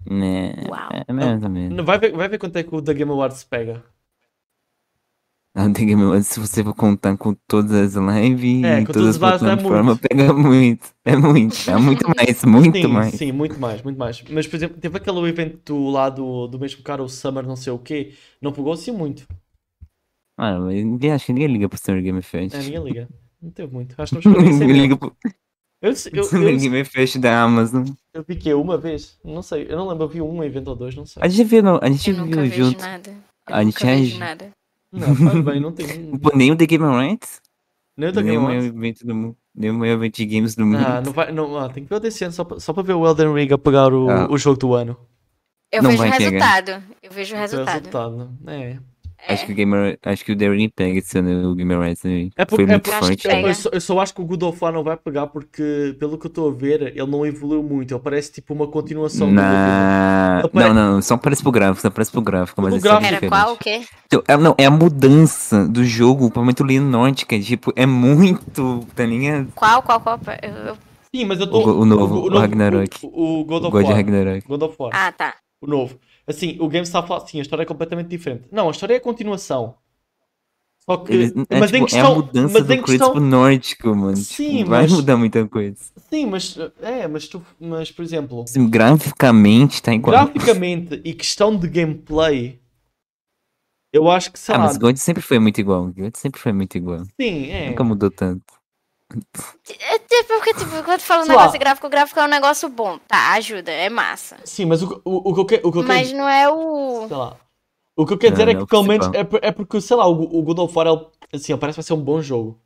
Né,
Uau.
É mais ou menos.
Não, Vai ver, vai ver quanto é que o da Game Awards pega.
Ah, tem que- mas Se você for contar com todas as lives
É,
e
com
todas as
todas as lives, dá muito.
plataformas, pega muito. É muito. É muito mais. Muito
sim,
mais.
sim, muito mais, muito mais. Mas, por exemplo, teve aquele evento lá do, do mesmo cara, o Summer não sei o quê, não pegou assim muito.
Ah, mas ninguém- acho que ninguém liga pro Summer Game Fest.
É a minha liga. Não teve muito. Acho que não chegou nem a 100
Ninguém
mil.
liga pro
Eu, eu,
Summer
eu,
Game Fest da Amazon.
eu fiquei uma vez, não sei, eu não lembro, eu vi um evento ou dois, não sei.
A gente viu, não, a gente
Eu nunca
viu
vejo né?
junto.
nada. Eu
A
nunca
gente é
vejo
ju-
nada.
Não, faz bem, não tem
Pô, nem o The Game Awards.
nem o da
Nem
Game
o maior
Awards.
evento do mundo. Nem o maior evento de games do mundo.
Ah, não vai, não, ah, tem que ver o desse ano só para só pra ver o Elden Ring a pegar o,
Ah.
o jogo do ano.
Eu
Não
vejo o
vai pegar.
resultado. Eu vejo o
Tem
resultado.
resultado. É.
Acho que o Gamer, acho que o The Ring pega esse ano o Game Awards também.
É por-
Foi
é
muito
por-
acho
forte.
que pega.
Eu só, eu só acho que o God of War não vai pegar porque, pelo que eu estou a ver, ele não evoluiu muito. Ele parece tipo uma continuação do God of War.
Na...
Apare-
Não, não, só aparece pro gráfico, só aparece pro gráfico, mas
O
esse é
gráfico-
Era
diferente.
qual? O quê?
Então, é, não, é a mudança do jogo pra muito Lean Norte, que é tipo, é muito, tá ligado?
Qual, qual, qual? Eu- eu-
Sim, mas eu
O,
tô.
go- o novo, o Ragnarok.
O, o God
O
of
God
War.
Ragnarok.
God of War.
Ah, tá.
O novo. Assim, o game está a falar assim, a história é completamente diferente. Não, a história é a continuação. Só que.
Eles- é,
mas
tipo,
em
é a
questão. mas
mudança do
em
Kratos pro
questão.
nórdico, mano.
Sim,
Tipo, vai
mas-
mudar muita coisa.
Sim, mas. É, mas tu. Mas, por exemplo,
Assim, graficamente tá igual.
graficamente e questão de gameplay. Eu acho que, sei
Ah,
lá.
mas God sempre foi muito igual. God sempre foi muito igual.
Sim, é.
Nunca mudou tanto.
É tipo, porque tipo, quando fala um
Sei lá.
negócio gráfico, o gráfico é um negócio bom. Tá, ajuda, é massa.
Sim, mas o, o, o que eu quero. O que eu quero...
Mas não é o.
sei lá. O que eu quero
Não,
dizer é
não
que
é o
pelo menos
principal.
é, por- é porque, sei lá, o, o God of War ele- assim, ele parece que vai ser um bom jogo.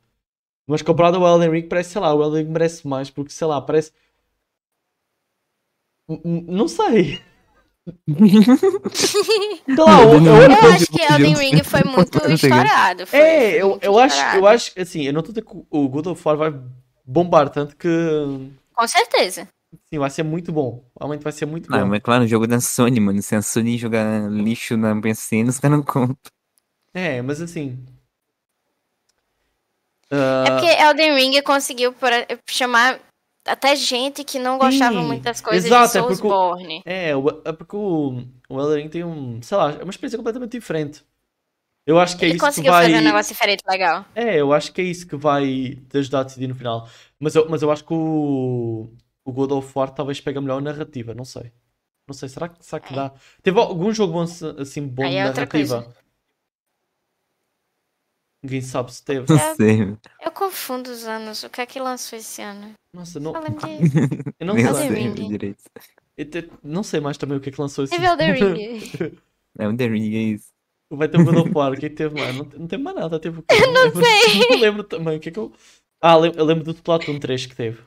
Mas comparado ao Elden Ring, parece, sei lá, o Elden Ring merece mais, porque sei lá, parece. N- n- Não sei. Sei lá, eu, eu-
Eu acho que Elden Ring foi muito
Tá ligado?
estourado. foi-
é,
foi
eu,
muito
eu acho, eu
estourado.
acho, assim, eu não estou a dizer que o- o God of War vai bombar tanto que.
Com certeza.
Sim, vai ser muito bom. Realmente vai ser muito
Ah,
bom.
mas claro, o jogo da Sony, mano. Se a Sony jogar lixo na PSN, os caras não contam.
É, mas assim.
É porque Elden Ring conseguiu por- chamar até gente que não gostava
Sim,
muito das coisas
exato,
de
é porque o-
Soulsborne.
É, o- é porque o, o Elden Ring tem um, sei lá, é uma experiência completamente diferente. Eu acho que é
Ele
isso que
conseguiu
vai.
fazer um negócio diferente legal.
É, eu acho que é isso que vai te ajudar a decidir no final. Mas eu, mas eu acho que o, o God of War talvez pegue a melhor narrativa, não sei. Não sei, será que, será que dá? Teve algum jogo bom, se- assim bom
É. Aí
de
é outra coisa.
narrativa? Ninguém sabe se teve.
Não
É.
sei, velho.
Eu confundo os anos. O que é que lançou esse ano?
Nossa, não,
Eu lembro de.
eu não
Nem
Elden
sei.
sei
Ring.
direito.
Eu te- não sei mais também o que é que lançou esse
Teve Elden Ring.
É o The Ring, é isso.
Vai ter o God of War, o que é que teve mais? Não, te- não teve mais nada, teve o quê? Eu não lembro,
sei.
não lembro também, o que é que eu... Ah, lem- eu lembro do Splatoon 3 que teve.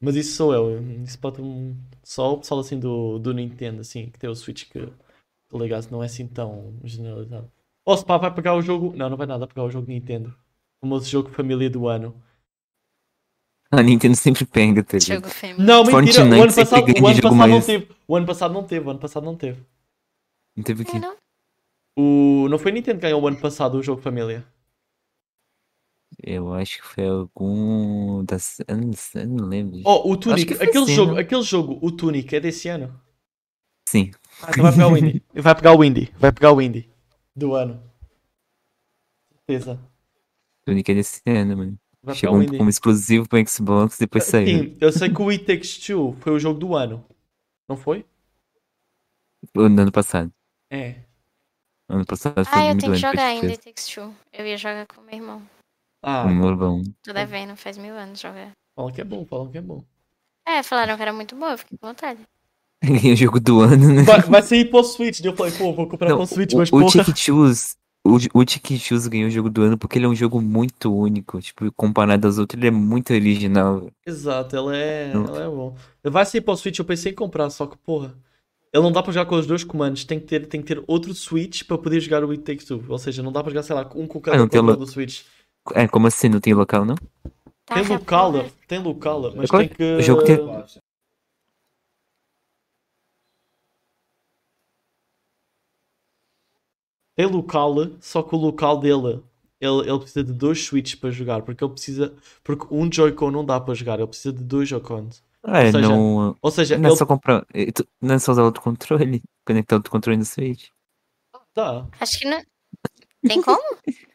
Mas isso sou eu, eu- Splatoon... Só o pessoal assim do, do Nintendo, assim, que tem o Switch que... que Legacy não é assim tão generalizado. Ou se pá, vai pegar o jogo... Não, não vai nada pegar o jogo Nintendo. O famoso jogo família do ano.
A Nintendo sempre pega, tá ligado?
Jogo feminino.
Não, mentira, o
Fortnite
ano
sempre
passado,
ganha
o ano
jogo
passado não
mais-
teve. O ano passado não teve, o ano passado não teve.
Não teve o
É,
quê?
não?
O... Não foi a Nintendo que ganhou o ano passado o jogo família.
Eu acho que foi algum das. Eu não, sei, eu não lembro.
Oh, o Tunic,
que foi
aquele
esse
jogo,
ano.
aquele jogo, o Tunic, é desse ano.
Sim.
Ah, então vai pegar o Indy. Vai pegar o Indy. Vai pegar o Indy. Do ano. Certeza.
Tunic é desse ano, mano.
Vai pegar
Chegou
o
um-
Indy.
como exclusivo pro Xbox e depois saiu.
Sim, eu sei que o It Takes Two foi o jogo do ano. Não foi?
Ou No ano passado.
É.
Ano passado foi
Ah, eu
muito
tenho que
ano,
jogar
pode
ainda
crer.
It Takes Two. Eu ia jogar com meu irmão.
Ah,
Um morbão.
Tô devendo, faz mil anos jogar.
falam que é bom, falam que é bom.
É, falaram que era muito boa, eu fiquei com vontade.
Ganhei o jogo do ano, né?
Vai, vai sair pro Switch. daí Eu falei, pô, vou comprar
Não,
pro Switch,
o,
mas
o
porra.
Chick Choose. O, o Chick Choose ganhou o jogo do ano porque ele é um jogo muito único. Tipo, comparado aos outros, ele é muito original.
Exato, ela é,
Não.
ela é bom. Vai sair para o Switch, eu pensei em comprar, só que porra. Ele não dá para jogar com os dois comandos, tem que ter, tem que ter outro Switch para poder jogar o It Takes Two. Ou seja, não dá para jogar, sei lá, um com cada
Ah, não tem
controle
lo-
do Switch.
É, como assim? Não tem local, não?
Tá,
Tem
tá,
local,
porra.
tem local, mas
Agora,
tem que.
o jogo tem-
Tem local, só que o local dele, ele, ele precisa de dois switches para jogar, porque ele precisa. Porque um Joy-Con não dá para jogar, ele precisa de dois Joy-Cons.
Ah,
Ou seja,
não.
Ou seja,
Não é
ele
só comprar. eh, tu- Não é só usar outro controle. Conectar outro controle no Switch.
dá.
Acho que não. Tem como?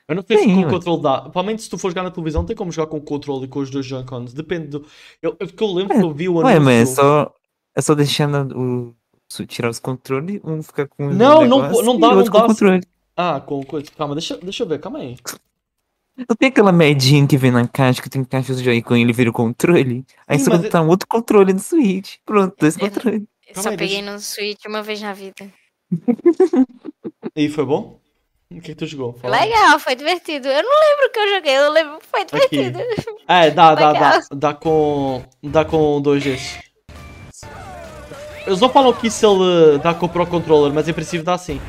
Eu não sei se
Tá. Sim,
com o
mas-
controle dá. Provavelmente se tu for jogar na televisão, tem como jogar com o controle e com os dois Joy-Cons. Depende do. Eu, eu, porque eu lembro
Ué,
que eu vi o
Ué,
anúncio.
mas é só. É só deixar na- o. su- Tirar os controles, um ficar com o
Não, não po-
negócio
não
e
dá,
o
não
outro com
dá.
o controle.
Ah, com coisa. Calma, deixa, deixa eu ver, calma aí.
Não tem aquela medinha que vem na caixa, que tu encaixa os Joy-Con e ele vira o controle. Aí
Sim,
você
mas
botar um outro controle no Switch. Pronto, dois
Eu não-
controles.
Eu
Calma
só
aí,
peguei no Switch uma vez na vida.
E foi bom? O que é que tu jogou? Fala. Tá
Legal, foi divertido. Eu não lembro o que eu joguei, eu lembro que foi
Aqui.
divertido.
É, dá, dá, dá.
Legal.
Dá com. Dá com dois Gs. Eles não falam que isso ele eh, dá com o Pro Controller, mas em princípio dá sim.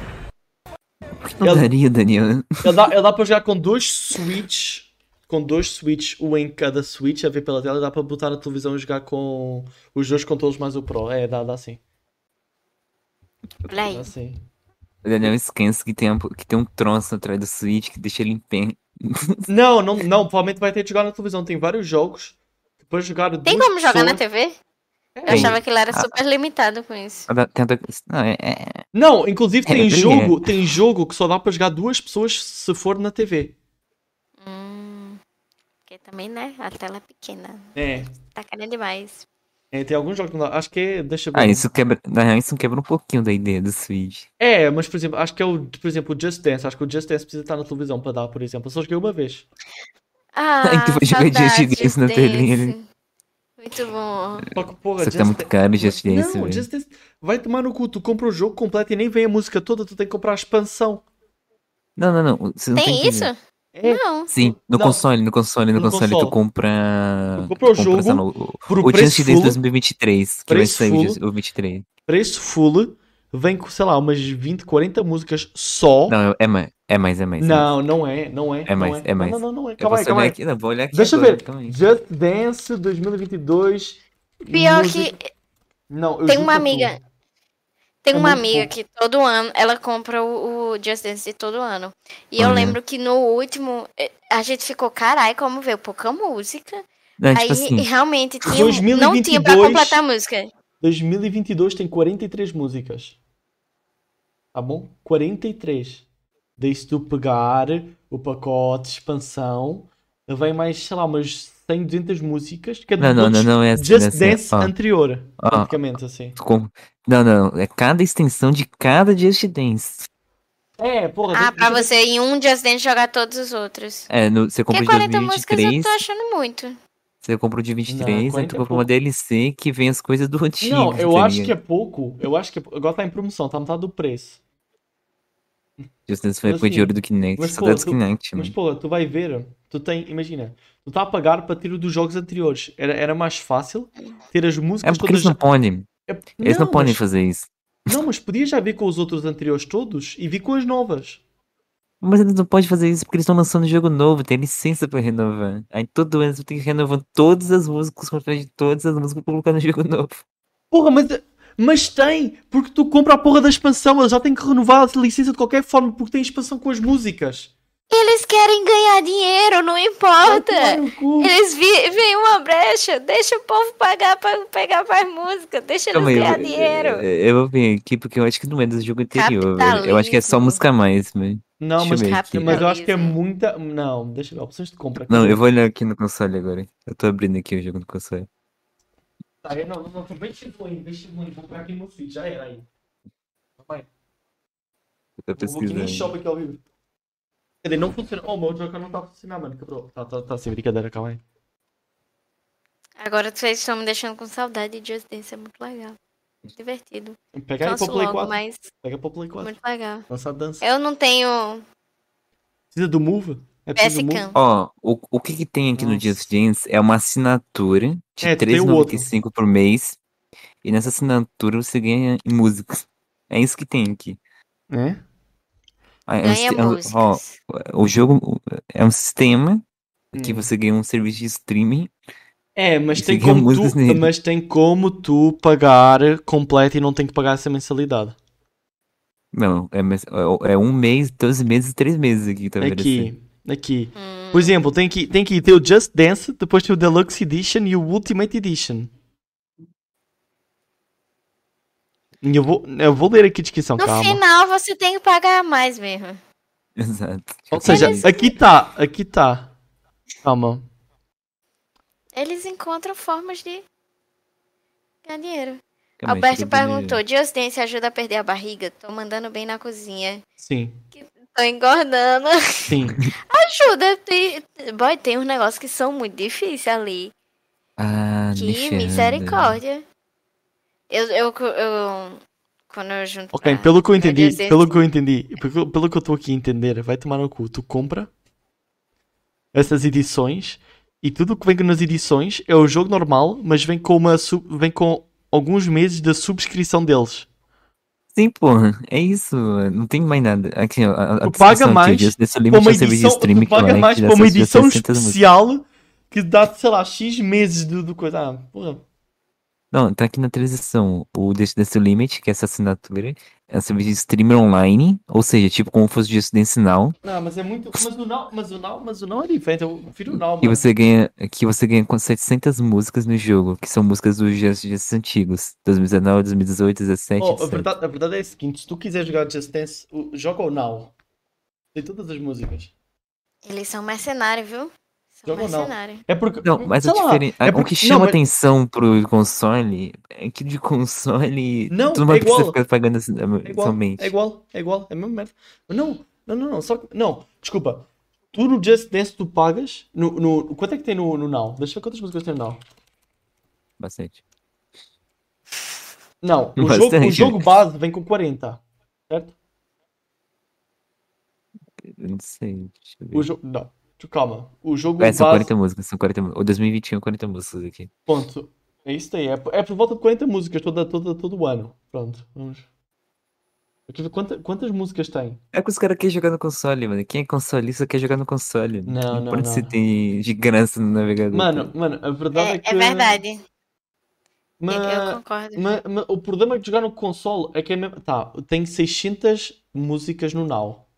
Por que não
Ela-
daria, Daniel?
Ele dá, ele dá para jogar com dois switches. Com dois switches, um em cada switch, a ver pela tela, dá para botar na televisão e jogar com os dois controles mais o Pro. É, dá, dá sim.
Olha aí.
Dá sim.
O Daniel esquece que tem, um, que tem um troço atrás do Switch que deixa ele em pé.
Não, não, não, provavelmente vai ter de jogar na televisão. Tem vários jogos. Depois jogar.
Tem
duas
como jogar na
pessoas-
TV? Eu
Tem.
achava que ele era
Ah.
super limitado com isso.
Ah, dá- tem até- Não, é, é-
Não, inclusive
É,
tem
tem,
jogo, tem jogo que só dá para jogar duas pessoas se for na TV.
Hum. Porque também, né? A tela é pequena.
É.
Tá querendo demais.
É, tem alguns jogos que não dá. Acho que é. Deixa eu ver.
Ah, isso quebra. Na real, isso quebra um pouquinho da ideia do Switch.
É, mas por exemplo, acho que é o, por exemplo, o Just Dance. Acho que o Just Dance precisa estar na televisão para dar, por exemplo. Eu só joguei uma vez.
Ah,
Ai, tu vai jogar
saudades
Just Dance na
desse.
telinha. né?
Muito bom.
Só que, porra,
Só que
Just
tá muito
Dan-
caro o Just Dance,
Não,
velho.
Just Dance. Vai tomar no cu, tu compra o jogo completo e nem vem a música toda, tu tem que comprar a expansão.
Não, não, não. Você não tá
Tem isso?
entendendo.
É.
Não.
Sim, no
Não.
console, no console, no,
No
console,
console.
tu compra.
Tu compra o
tu compra, sei lá,
jogo
o-
Por um
o Just
preço
Dance
full,
2023, que vai
preço
sair o
full.
Just- o 23.
preço full, vem com, sei lá, umas 20, 40 músicas só.
Não, é mais, é mais, é mais. é mais.
Não, não é, não é.
É mais,
não
é mais.
Não, não, não, não é.
Eu
Calma aí,
posso
calma
olhar
aí.
aqui, não, vou olhar aqui
Deixa eu
agora,
ver.
calma aí.
Just Dance 2022.
Pior
música-
que
Não, eu
tem uma
juro por
amiga.
tudo.
Tem
É
uma
muito
amiga
bom.
que todo ano ela compra o, o Just Dance de todo ano. E eu
Uhum.
lembro que no último eh, a gente ficou, carai, como veio pouca música.
Não,
Aí é
tipo assim,
realmente tinha, um, não tinha pra
2022.
completar a música.
2022 tem 43 músicas. Tá bom? 43. Deixe tu pegar o pacote de expansão. Vem mais, sei lá, umas 100, 200 músicas. Cada
Não, não, não, não é assim,
Just
não é Ah. assim,
Dance
ó.
anterior.
Ó,
Praticamente assim.
Tu com- Não, não, é cada extensão de cada Just Dance.
É, porra.
Ah,
deixa-
pra
deixa-
você em um Just Dance jogar todos os outros.
É, no- você compra
Porque
o de
40 músicas eu
2023,
tô achando muito.
você compra o de 23, aí
40
tu
é
compra
pouco.
uma DLC que vem as coisas do antigo.
Não, eu
tá
acho que é
ligado?
pouco. Eu acho que é... pou- agora tá em promoção, tá metade do preço.
Just Dance foi
Mas
com o
assim,
dinheiro do Kinect,
mas, pô,
saudades
tu-
Kinect,
Mas
mano.
pô, tu vai ver, tu tem, imagina, tu tá a pagar para ter o dos jogos anteriores. Era, era mais fácil ter as
É
músicas
porque
todas.
eles não podem,
É-
eles não, podem
mas,
fazer isso.
Não, mas podia já vir com os outros anteriores todos e vir com as novas.
Mas eles não podem fazer isso porque eles estão lançando jogo novo, tem licença pra renovar. Aí todo ano você tem que renovar todas as músicas, os contratos de todas as músicas pra colocar no jogo novo.
Porra, mas, mas tem! Porque tu compra a porra da expansão, eles já têm que renovar a licença de qualquer forma, porque tem expansão com as músicas.
Eles querem ganhar dinheiro, não
Vai
importa.
tomar no cu.
Eles vi- veem uma brecha, deixa o povo pagar pra pegar mais música, deixa eles
Calma aí, eu, é,
ganhar dinheiro.
eu- eu vou ver aqui porque eu acho que não é do jogo anterior, velho. Eu acho que é só
Capitalismo.
música a mais, velho.
Não,
Deixa
mas,
eu ver aqui.
mas eu acho que é
Capitalismo.
muita. Não, deixa eu ver, opções de compra.
Não, eu vou olhar aqui no console agora. Eu tô abrindo aqui o jogo no console.
Tá, eu não, não, também chegou aí, deixa-me aí, vou comprar aqui no feed, já era aí. Vai,
Eu tô
vou aqui no
pesquisando.
shopping aqui ao vivo. Cadê? Não funciona. Oh, o meu jogo não tá funcionando, mano, cabrão. Tá, tá, tá sem brincadeira, calma aí.
Agora vocês estão me deixando com saudade de Just Dance, é muito legal. Muito divertido.
Pega aí
Canso
pro Play
logo,
4.
mas
Pega pro Play 4.
muito legal.
Lança a dança.
Eu não tenho
Precisa do Move? É
PS
preciso do Move?
Can.
Ó, o, o que que tem aqui no
Nossa.
Just Dance é uma assinatura de
É, tem o outro.
R$3,95 por mês. E nessa assinatura você ganha em músicas. É isso que tem aqui.
É?
Ah, é um
ganha
sistema- ó,
músicas.
o jogo o- é um sistema que
Hum.
você ganha um serviço de streaming.
É, mas
E
tem,
fica
como
músicas
tu,
nele.
mas tem como tu pagar completo e não tem que pagar essa mensalidade.
Não, é, mes- é- é um mês, 12 meses, três meses aqui que
É
tá aparecendo.
Aqui, aqui. Por exemplo, tem que, tem que ter o Just Dance, depois tem o Deluxe Edition e o Ultimate Edition. E Eu vou, eu vou ler aqui a descrição,
No
calma.
final você tem que pagar mais mesmo.
Exato.
Ou seja,
Eles-
aqui tá, aqui tá. Calma.
Eles encontram formas de ganhar dinheiro.
Calma aí,
Alberto
chega pra mim,
perguntou: Just Dance ajuda a perder a barriga? Tô mandando bem na cozinha.
Sim,
Tô engordando.
sim.
ajuda. Tem... Boy, tem uns negócios que são muito difíceis ali.
Ah,
que
nem ferrando.
misericórdia. Eu, eu, eu- Quando eu junto.
Ok, então-
ah,
pelo que eu
meu
entendi,
Deus, esse-
pelo que eu entendi, pelo, pelo que eu estou aqui a entender, vai tomar no cu. Tu compra essas edições e tudo o que vem nas edições é o jogo normal, mas vem com uma sub- vem com alguns meses da subscrição deles.
Sim, porra, é isso, não tem mais nada. Aqui, ó, a, a
Tu
descrição
paga
aqui, o
mais
Just Dance
Para
Unlimited é
uma
um serviço de
edição,
streaming
tu paga
que
mais
dá
para uma
acesso a
edição
600 músicas.
especial que dá, sei lá, X meses do, do coisa. Ah, porra.
Não, tá aqui na transição. O Just Dance Unlimited, que é essa assinatura, é um serviço de streamer online, ou seja, tipo como fosse o Just Dance Now,
Não, mas é muito, mas o não, mas o não, mas o não é diferente, eu prefiro o não,
que
mano.
você ganha, que você ganha com 700 músicas no jogo, que são músicas dos Just Dance antigos, 2019, 2018, 2017,
Oh, a,
etc.
verdade, a verdade é a seguinte: se tu quiser jogar Just Dance, o- joga ou não? Tem todas as músicas.
Eles são mercenários, viu? São
Joga ou não?
mercenários.
É porque.
Não, mas
sei
o,
lá,
diferen-
é
a- o
porque-
que
não,
chama
mas-
atenção pro console é que de console
Não,
tu não vai
é igual.
precisar ficar pagando assim,
É igual,
somente.
é igual, é igual, é a mesma merda. Mas Não, não, não, não, só que- Não, desculpa. Tu no Just Dance tu pagas. No, no, quanto é que tem no, no Now? deixa eu ver quantas músicas tem no Now.
Bastante.
Não, o
Bastante.
jogo, o jogo base vem com 40. Certo?
Eu não sei. Deixa eu ver.
O jogo. Não, tu calma. O jogo
É, são
base.
40 músicas, são 40 músicas. Ou 2021, 40 um, músicas aqui.
Ponto. É isso aí. É, por- é por volta de 40 músicas toda, toda, todo o ano. Pronto, vamos. Eu quero ver quanta- quantas músicas tem?
É que os caras querem jogar no console, mano. Quem é consolista quer jogar no console.
Não, não,
importa se
não.
tem de graça no navegador. tá
Mano, mano, a verdade é,
É,
que. é
é verdade. Eu- Eu
Mas,
concordo.
mas- mas o problema de jogar no console é que é mesmo. Tá, tem 600 músicas no Now.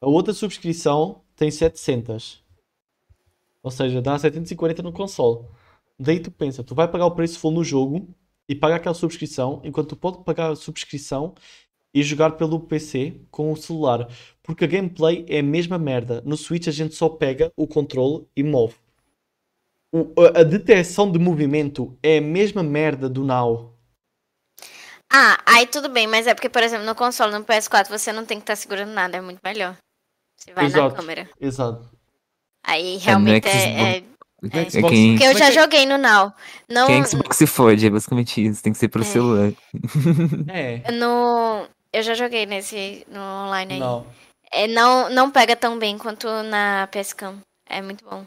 A outra subscrição tem 700. Ou seja, dá 740 no console. Daí tu pensa, tu vai pagar o preço full no jogo e pagar aquela subscrição, enquanto tu pode pagar a subscrição e jogar pelo PC com o celular, porque a gameplay é a mesma merda. No Switch a gente só pega o controle e move. O- a- a detecção de movimento é a mesma merda do Now.
Ah, aí tudo bem, mas é porque, por exemplo, no console, no PS4, você não tem que estar segurando nada, é muito melhor. Você vai
Exato.
na câmera.
Exato.
Aí realmente é. é-
É,
Xbox.
quem,
Porque eu
Como é
já
que-
joguei no Now. Não,
quem é Xbox se fode, é basicamente isso. Tem que ser pro
Então, É.
celular.
É.
no. Eu já joguei nesse. No online aí.
Não.
É, não, não pega tão bem quanto na PSCAM. É muito bom.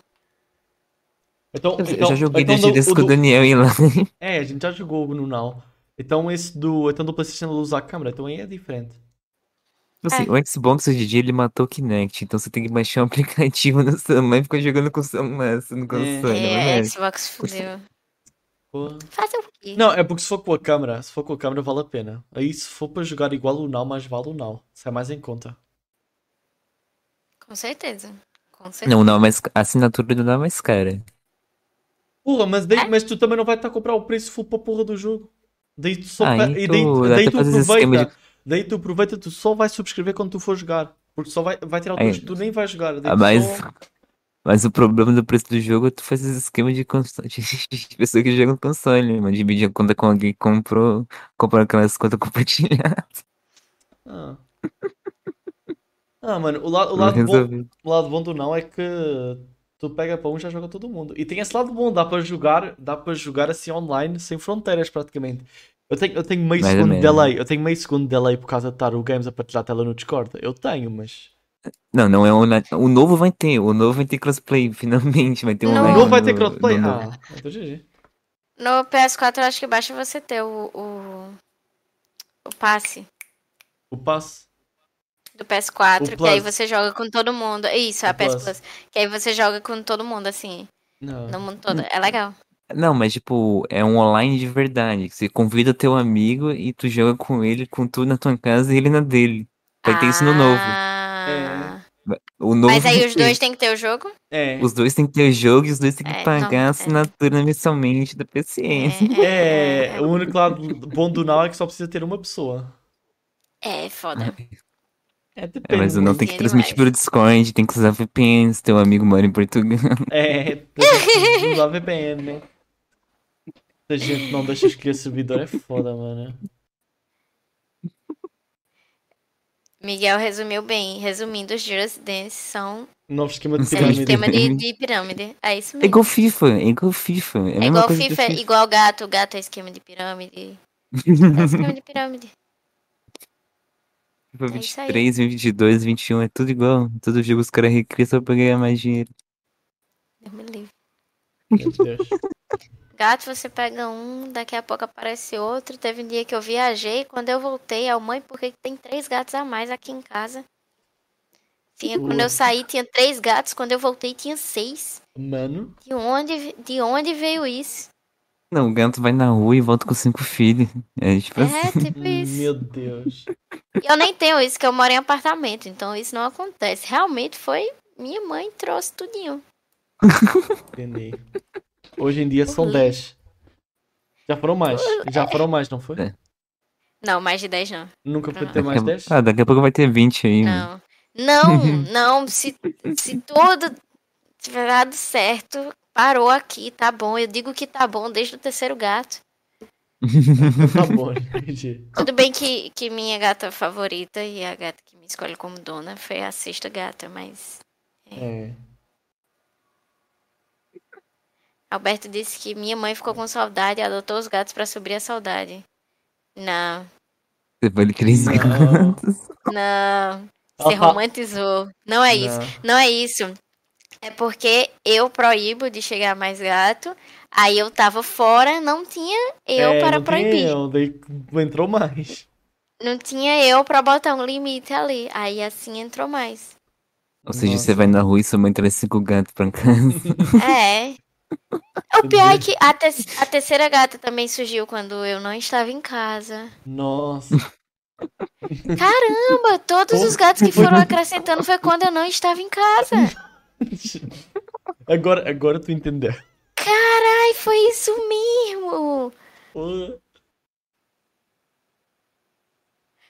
Então,
Eu
então,
já joguei
então
desde
do-
isso
o
com o
do-
Daniel e lá. Tipo
É, a gente já jogou no Now. Então esse do. Então do PlayStation ele usa a câmera, então aí é diferente.
É.
Tipo assim, o Xbox hoje em dia ele matou o Kinect, então você tem que baixar o aplicativo no celular e ficar jogando com o celular, você não consegue,
É,
né?
Xbox fudeu. um
Pô.
Fazer o quê?
Não, é porque se for com a câmera, se for com a câmera vale a pena. Aí se for para jogar igual o Now, mais vale o Now. Sai mais em conta.
Com certeza. Com certeza.
Não, não, mas a assinatura não dá mais cara.
Porra, mas, daí-
É?
mas tu também não vai estar a comprar o preço full para porra do jogo. Daí tu só
Ah,
pe- e daí,
então dá
daí
até
tu
fazer esse esquema
aproveita. Daí tu aproveita, tu só vai subscrever quando tu for jogar. Porque só vai, vai ter alturas
Aí-
que tu nem vais jogar. Daí
Ah,
tu
mas,
só-
mas o problema do preço do jogo é tu faz esse esquema de, console, de pessoa que joga no console, mano. Dividir a conta com alguém que comprou, comprou aquelas contas compartilhadas.
Ah. Ah, mano, o, la- o
Não
lado bom,
resolve.
o lado bom do não é que tu pega para um e já joga todo mundo. E tem esse lado bom, dá para jogar, dá para jogar assim online sem fronteiras praticamente. Eu tenho, eu tenho meio
Mais ou
segundo de
menos.
delay, eu tenho meio segundo de delay por causa de estar o Games a partilhar a tela no Discord. Eu tenho, mas.
Não, não é online. O novo vai ter, o novo vai ter crossplay, finalmente vai ter
Não.
O
online.
novo vai
no-
ter
no
crossplay?
novo.
Ah, então GG.
No PS4 eu acho que basta você ter o, o, o passe
O passe.
do
O
PS4, que aí
Plus.
você joga com todo mundo. Isso, é a
O
PS
Plus.
Plus. Que aí você joga com todo mundo, assim,
Não.
no mundo
Hum.
todo. É legal.
Não, mas tipo, é um online de verdade. que Você convida teu amigo e tu joga com ele, com tu na tua casa e ele na dele. Vai ter isso no novo.
Ah,
O novo
Mas aí
vai
os
ter.
dois têm que ter o jogo?
É.
Os dois têm que ter o jogo e os dois têm que
É,
pagar
não, é.
a assinatura mensalmente da PSN.
É, o único lado bom do Now é que só precisa ter uma pessoa.
É, foda.
É,
É,
depende
mas eu não
muito.
tem que
Dinheiro
transmitir pelo
demais.
Discord, tem que usar VPN se teu amigo mora em Portugal.
É, tem que usar VPN, né? Se a gente não deixa escolher servidor é foda, mano.
Miguel resumiu bem. Resumindo, os Just Dance são
Novo esquema de
Sim.
é,
Pirâmide.
sistema de,
Pirâmide.
de pirâmide. É isso
É
mesmo.
um igual FIFA, é igual FIFA. É a
É
mesma
igual
coisa que
FIFA,
FIFA.
igual gato. Gato é esquema de pirâmide. É esquema de pirâmide.
FIFA
é isso aí.
23, 22, 21, é tudo igual. Todo jogo os caras recriam só pra ganhar mais dinheiro.
Deus me livre.
Meu Deus.
Gato, você pega um, daqui a pouco aparece outro. Teve um dia que eu viajei, quando eu voltei, a mãe, porque tem três gatos a mais aqui em casa. Tinha, quando eu
Ui.
saí, tinha três gatos, quando eu voltei, tinha seis.
Mano,
De onde, de onde veio isso?
Não, o gato vai na rua e volta com cinco filhos. É tipo assim.
É, tipo isso.
meu Deus.
E Eu nem tenho isso, que eu moro em apartamento, então isso não acontece. Realmente foi minha mãe trouxe tudinho.
Entendi. Hoje em dia são
Uhum.
10. Já foram mais. Já foram mais, não foi?
Não, mais de 10 não.
Nunca foi ter
Daqui
mais
a-
10?
Ah, daqui a pouco vai ter 20 aí, mano.
Não. Não, não, se, se tudo tiver dado certo, parou aqui, tá bom. Eu digo que tá bom desde o terceiro gato.
Tá bom, entendi.
Tudo bem que, que minha gata favorita e a gata que me escolhe como dona foi a sexta gata, mas
É.
Alberto disse que minha mãe ficou com saudade e adotou os gatos pra suprir a saudade. Não,
Você vale três
Não.
gatos.
não. Você
Ela tá-
romantizou. Não é isso.
Não.
Não é isso. É porque eu proíbo de chegar mais gato. Aí eu tava fora, não tinha eu
É,
para
não
proibir.
tinham, daí entrou mais.
Não tinha eu pra botar um limite ali. Aí assim entrou mais.
Ou seja,
Nossa.
você vai na rua e sua mãe traz cinco gatos pra casa.
É. O pior é que a, te- a terceira gata também surgiu quando eu não estava em casa.
Nossa.
Caramba, todos os gatos que foram acrescentando foi quando eu não estava em casa.
Agora, agora tu entendeu.
Ai, foi isso mesmo.
Porra.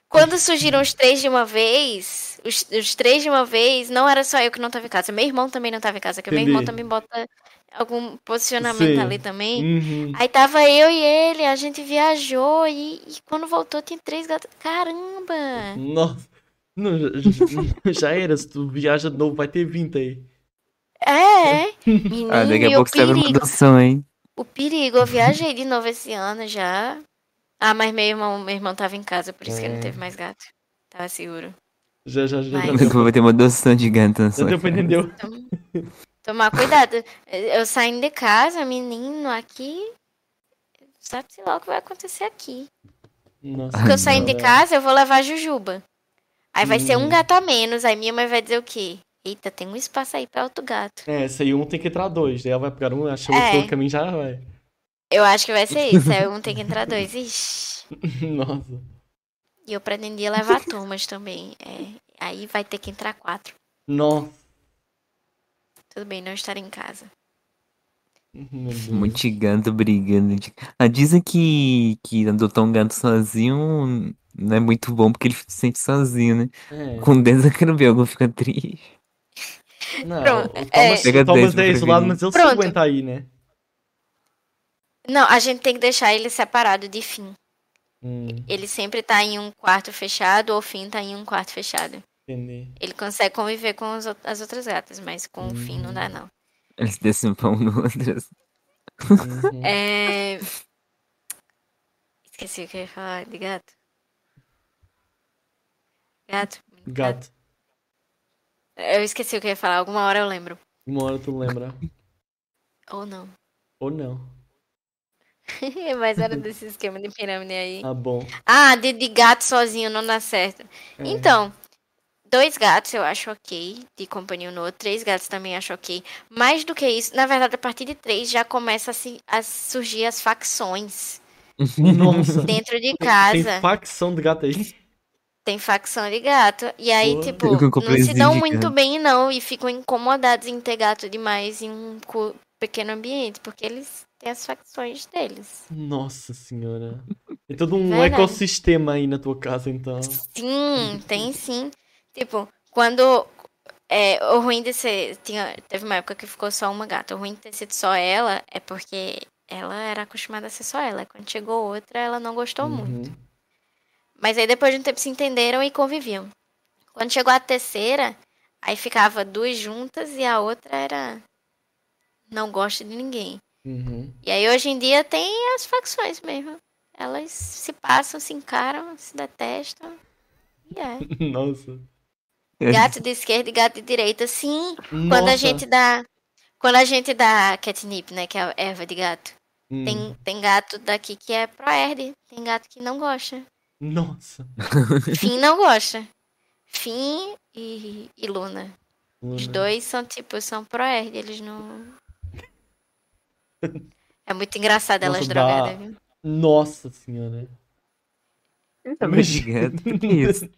Quando surgiram os três de uma vez, os, os três de uma vez, não era só eu que não tava em casa. Meu irmão também não tava em casa, que meu
Entendi.
irmão também bota algum posicionamento
Sim.
ali também.
Hum.
Uhum.
Aí tava eu e ele, a gente viajou e, e quando voltou tinha três gatos. Caramba!
Nossa. Não, já, já- já era, se tu viaja de novo vai ter 20 aí.
É, é. Menino,
Ah, daqui a
e o
pouco você abre uma
perigo.
adoção, hein?
O perigo, eu viajei de novo esse ano já. Ah, mas meu irmão, meu irmão tava em casa, por isso que ele não
É.
teve mais gato. Tava seguro.
Já, já, já.
Vai.
já
Daqui a pouco vai ter uma adoção de gato na
já
sua
deu pra
casa.
entender.
Tomar cuidado. Eu saindo de casa, menino, aqui. Sabe-se lá o que vai acontecer aqui.
Nossa.
Porque eu saindo de
cara.
casa, eu vou levar Jujuba. Aí vai ser
Hum.
um gato a menos. Aí minha mãe vai dizer o quê? Eita, tem um espaço aí pra outro gato.
É, se aí um tem que entrar dois. Daí ela vai pegar um, acha o outro
É.
pelo caminho já vai.
Eu acho que vai ser isso. Aí um tem que entrar dois. Ixi.
Nossa.
E eu pretendia levar turmas também. é. Aí vai ter que entrar quatro.
Nossa.
Tudo bem, não estar em casa.
Meu Deus.
Um monte de gato brigando. de- Ah, dizem que, que adotar um gato sozinho não é muito bom porque ele se sente sozinho, né?
É.
Com 10 eu quero ver algum fica triste.
Não,
Pronto,
o Thomas,
é.
o Thomas é
Pega
isolado,
dez,
mas ele se
Pronto.
aguenta aí, né?
Não, a gente tem que deixar ele separado de fim.
Hum,
Ele sempre tá em um quarto fechado ou fim tá em um quarto fechado.
entendi.
Ele consegue conviver com os ou- as outras gatas, mas com o fim não dá, não.
Eles descem pra um no outro. assim.
Uhum.
É... Esqueci o que eu ia falar de gato. Gato.
Gato.
Eu esqueci o que eu ia falar. Alguma hora eu lembro.
Uma hora tu lembra.
Ou não.
Ou não.
Mas era desse esquema de pirâmide aí.
Ah, bom.
Ah, de, de gato sozinho não dá certo.
É.
Então, dois gatos eu acho ok, de companhia no outro. Três gatos também acho ok. Mais do que isso, na verdade, a partir de três já começa a, se- a surgir as facções
Nossa.
dentro
Tem
de casa.
facção de gato aí.
Tem facção de gato. E aí,
Pô.
tipo,
Fica com
não se
coisinha
dão
de
muito
gato.
bem, não. E ficam incomodados em ter gato demais em um cu- pequeno ambiente, porque eles têm as facções deles.
Nossa senhora. É todo um
Verdade.
ecossistema aí na tua casa, então.
Sim, tem sim. Tipo, quando. É, o ruim de ser. Tinha, teve uma época que ficou só uma gata. O ruim de ter sido só ela é porque ela era acostumada a ser só ela. Quando chegou outra, ela não gostou muito.
Uhum.
Mas aí depois de um tempo se entenderam e conviviam. Quando chegou a terceira, aí ficava duas juntas e a outra era. Não gosta de ninguém.
Uhum.
E aí hoje em dia tem as facções mesmo. Elas se passam, se encaram, se detestam. E é.
Nossa.
É.
Gato de esquerda e gato de direita, sim. Quando
É. Nossa.
a gente dá. Quando a gente dá catnip, né? Que é a erva de gato.
Hum.
Tem, tem gato daqui que é pro herde. Tem gato que não gosta.
Nossa.
Fim não gosta. Fim e, e Luna. Os
Luna.
dois são tipo, são pro herde. Eles não. É muito engraçado elas
Nossa, dá-
drogadas, viu?
Nossa senhora.
Mas de gato, o que é isso?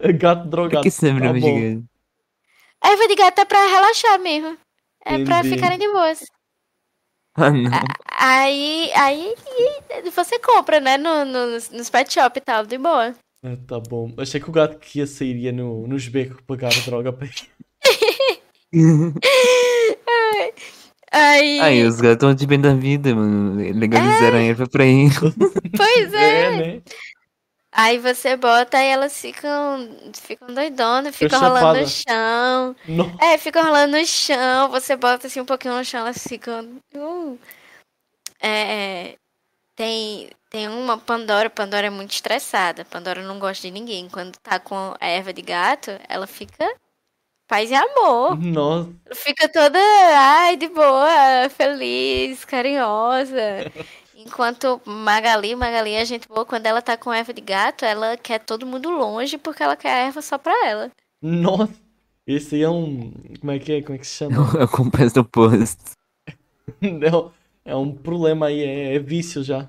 É Gato
Por
drogado.
que é isso lembra
tá
mais
bom.
de gato?
A erva de gato é pra relaxar mesmo. É pra
Entendi.
ficarem de boas.
Ah, não.
Aí, aí e você compra, né? No, no, nos pet shop e tal, de boa.
Ah, tá bom. Achei que o gato que ia sair ia no, nos becos pagar a droga pra ele.
Aí,
Aí Ah, os gatos estão de bem da vida, mano. Legalizaram a erva pra ele.
pois é.
É, né?
Aí você bota e elas ficam, ficam doidonas, ficam
chapada.
rolando no chão.
Nossa.
É, ficam rolando no chão. Você bota assim um pouquinho no chão, elas ficam. uh. É, tem, tem uma Pandora. Pandora é muito estressada. Pandora não gosta de ninguém. Quando tá com a erva de gato, ela fica paz e amor.
Nossa.
Fica toda, ai, de boa, feliz, carinhosa. Enquanto Magali, Magali é gente boa, quando ela tá com erva de gato, ela quer todo mundo longe porque ela quer a erva só pra ela.
Nossa. Esse aí é um. Como é que é? Como é que se chama?
Eu compenso do posto.
É um, é um problema aí, é, é vício já.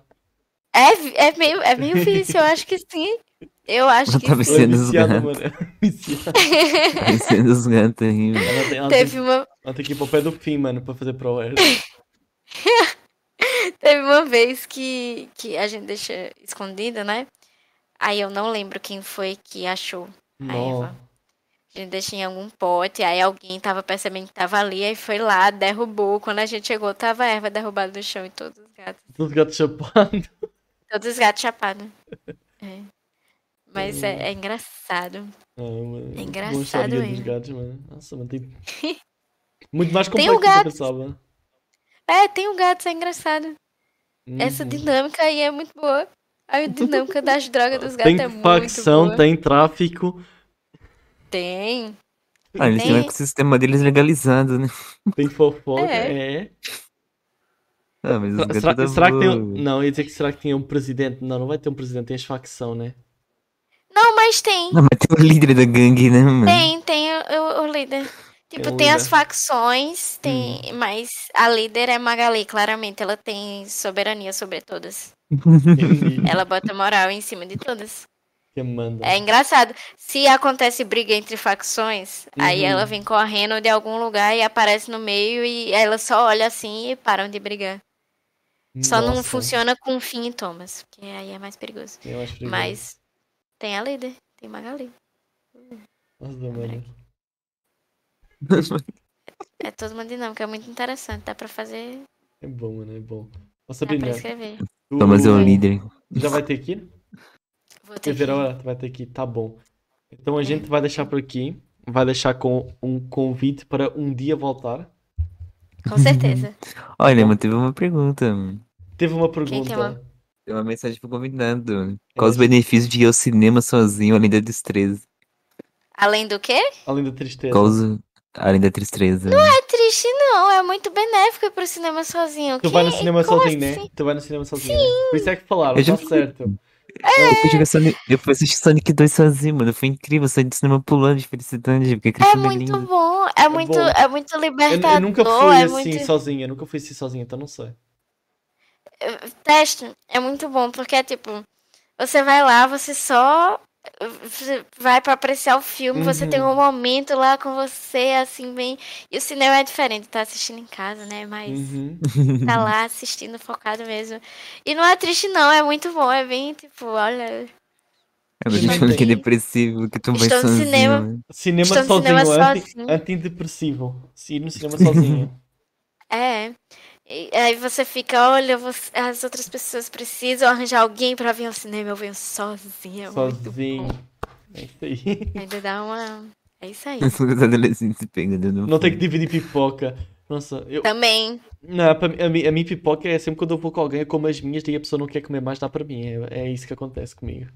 É, vi- é meio, é meio vício, eu acho que sim. Eu acho que
Tá
Ela é
Sendo os
viciada,
gatos.
mano. Ela é viciada.
Parecendo os gatos aí, velho.
Ela tem, ela tem-
teve uma,
ela tem que ir pro pé do fim, mano, pra fazer pro air.
teve uma vez que, que a gente deixa escondida, né? Aí eu não lembro quem foi que achou a
Não.
Eva. A gente deixou em algum pote, aí alguém tava percebendo que tava ali, aí foi lá, derrubou. Quando a gente chegou, tava a erva derrubada no chão e todos os gatos.
Todos os gatos chapando.
Todos os gatos chapados. É. Mas é, é engraçado.
É, mano.
É
Boa
engraçado
historinha dos
mesmo.
gatos, mano. Nossa, mano, tem... Muito mais
Tem
complexo
o
do que eu
gato.
pensava.
É, tem um gato, isso é engraçado. Essa
Uhum.
dinâmica aí é muito boa. A dinâmica das drogas dos gatos
Tem
é muito
facção,
boa.
tem tráfico,
Tem.
Ah, eles têm o
Tem-
ecossistema deles legalizado, né?
tem fofoca.
É.
É.
Ah, mas os
Será-
gatos
Será,
da
será que tem um...
boa.
Não, eu ia dizer que será que tinha um presidente? Não, não vai ter um presidente, tem as facção, né?
Não, mas
Uhum.
tem.
Não, Ah, mas tem o líder da gangue, né, mano?
Tem, tem o, o- o líder. Tipo,
o
tem as
líder.
facções,
Uhum.
tem, mas a líder é Magali, claramente. Ela tem soberania sobre todas.
Entendi.
Ela bota moral em cima de todas.
Que manda.
É engraçado. Se acontece briga entre facções, aí
Uhum.
ela vem correndo de algum lugar e aparece no meio e ela só olha assim e param de brigar. Só não
Nossa,
funciona com fim em Thomas, porque aí é mais perigoso.
eu acho perigoso.
Mas tem a líder, tem Magali.
Nossa, mano. né?
É toda uma dinâmica, é muito interessante. Dá pra fazer,
É bom, mano, é bom. Ô,
dá pra
Sabrina,
escrever.
tu
Thomas é o líder.
já vai ter que ir?
Vou ter
Quer ver
Uhum. que-
a hora? Tu vai ter que ir, tá bom. Então a gente vai deixar por aqui. Vai deixar com um convite para um dia voltar.
Com certeza.
Olha, mas teve uma pergunta, mano.
Teve uma
Quem que é uma-
pergunta.
Tem uma mensagem pro convidado. Qual os benefícios de ir ao cinema sozinho, além da destreza?
Além do que?
Além da tristeza.
Qual os... Além da tristeza.
É triste, não. É muito benéfico ir pro cinema sozinho.
Tu
que...
vai no cinema
Como
sozinho,
assim?
né? Tu vai no cinema sozinho. né? Por isso é que falaram,
Eu já
tá
fui.
certo.
É,
Eu fui, jogar Sonic... eu fui assistir Sonic 2 sozinho, mano. Foi incrível. Eu saí do cinema pulando de felicidade, porque aquele
É
filme é
muito
lindo.
bom. É, muito,
bom.
é muito
Eu,
libertador.
eu nunca fui
é
assim
muito...
sozinho, eu nunca fui assim sozinho, então não sei.
teste é muito bom, porque é tipo, você vai lá, você só você vai pra apreciar o filme, você tem
Uhum.
um momento lá com você, assim, bem. E o cinema é diferente, tá assistindo em casa, né? Mas
Uhum.
tá lá assistindo, focado mesmo. E não é triste, não, é muito bom, é bem tipo, olha.
É, mas a gente
Sim.
falando que é depressivo, que tu vai
Estou no
sozinho.
cinema.
mano.
Cinema
Estou no
sozinho,
cinema
anti,
sozinho.
antidepressivo. Se ir no cinema sozinho.
É. E aí você fica, olha, você- as outras pessoas precisam arranjar alguém pra vir ao cinema, eu venho sozinha. é muito
sozinho.
bom.
É isso aí.
Ainda dá uma. É isso aí.
Os adolescentes se pegando no
Não tem que
filme.
dividir pipoca. Nossa,
Tá.
eu.
Também.
Não, é pra, mim- a, mi- a minha pipoca é sempre quando eu vou com alguém, eu como as minhas, daí a pessoa não quer comer mais, dá para mim. É, é isso que acontece comigo.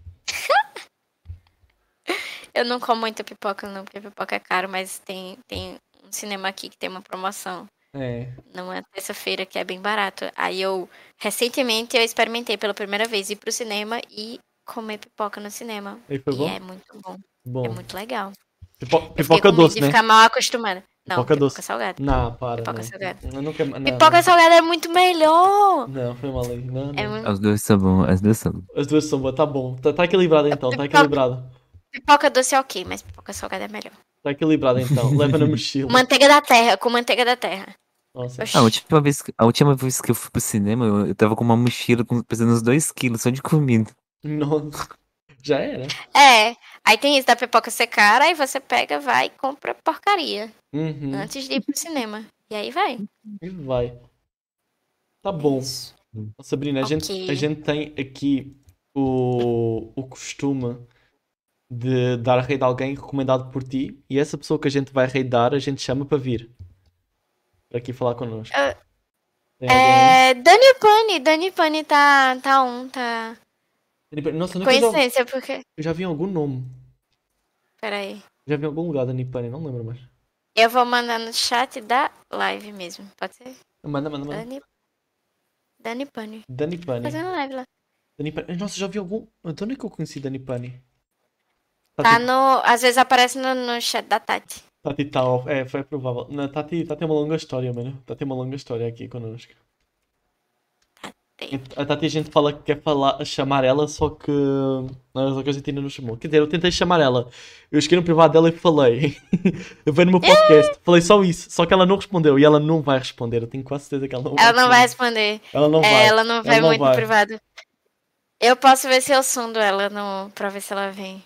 Eu não como muita pipoca, não, porque pipoca é caro, mas tem, tem um cinema aqui que tem uma promoção
É.
numa terça-feira que é bem barato. Aí eu, recentemente, eu experimentei pela primeira vez ir pro cinema e comer pipoca no cinema.
Aí foi
e
bom?
é muito bom,
Bom.
é muito legal.
Pipo-
Eu fiquei
pipoca
com medo
doce,
de
né?
ficar mal acostumada. Não,
Pipoca
pipoca,
doce.
salgada.
Não, para.
Pipoca
não.
salgada.
Eu nunca- não,
Pipoca salgada é muito melhor!
não. Não, foi mal aí. Não,
É
não.
muito...
As duas são bons, as duas são boas.
As duas são boas, tá bom. Tá, tá equilibrado então, tá equilibrado.
Pipoca doce é ok, mas pipoca salgada é melhor.
Tá equilibrado então. Leva na mochila.
Manteiga da terra, com manteiga da terra.
Nossa.
Oxi.
Ah, A última vez, que- a última vez que eu fui pro cinema, eu, eu tava com uma mochila com pesando uns 2 quilos só de comida.
Nossa. Já era.
É, aí tem isso da pipoca ser cara, aí você pega, vai e compra porcaria
Uhum.
antes de ir pro cinema. E aí vai.
E vai. Tá bom. Sabrina, a,
Ok.
gente, a gente tem aqui o, o costume de dar raid a alguém recomendado por ti. E essa pessoa que a gente vai raidar, a gente chama para vir. Para aqui falar connosco.
Ah,
Tem alguém aí?
É, Dani Pane, Dani Pane tá, tá um, tá.
Nossa, nunca já,
Coincidência, porque.
eu já vi em algum nome.
Peraí.
Já vi em algum lugar da Nipane, não lembro mais.
Eu vou mandar no chat da live mesmo. Pode ser?
Manda, manda, manda.
Dani. Dani Pane.
Dani Pani.
Fazendo live lá.
Dani Pani. Nossa, já vi algum. De onde é que eu conheci Dani Pani?
Tá
Tati,
no. Às vezes aparece no, no chat da Tati.
Tati Tal. É, foi provável. Não, Tati, Tati tem uma longa história, mano. Tati tem uma longa história aqui connosco.
Tem.
A Tati a gente fala que quer falar, chamar ela, só que. Não, só que a gente ainda não chamou. Quer dizer, eu tentei chamar ela. Eu cheguei no privado dela e falei. eu veio no meu podcast. Falei só isso. Só que ela não respondeu. E ela não vai responder. Eu tenho quase certeza que ela não vai
Ela não vai responder.
Ela não
É,
vai.
ela não vai
não
muito
vai.
no privado. Eu posso ver se eu sundo ela no... pra ver se ela vem.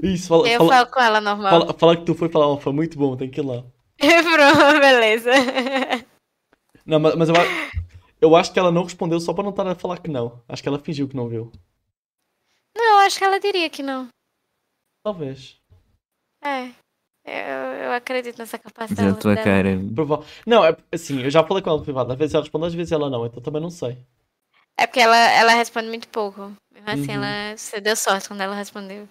Isso, fala,
eu
fala,
falo com ela normal.
fala- fala que tu foi falar, ó, foi muito bom, tem que ir lá.
Pronto, beleza.
Não, mas, mas eu, a- eu acho que ela não respondeu só para não estar a falar que não. Acho que ela fingiu que não viu.
Não, acho que ela diria que não.
Talvez.
É. Eu, eu acredito nessa
Na
capacidade.
tua
dela.
cara.
Prova- Não, é assim, eu já falei com ela no privado. Às vezes ela responde, às vezes ela não, então também não sei.
É porque ela, ela responde muito pouco. Mesmo assim,
Uhum.
ela, você deu sorte quando ela respondeu.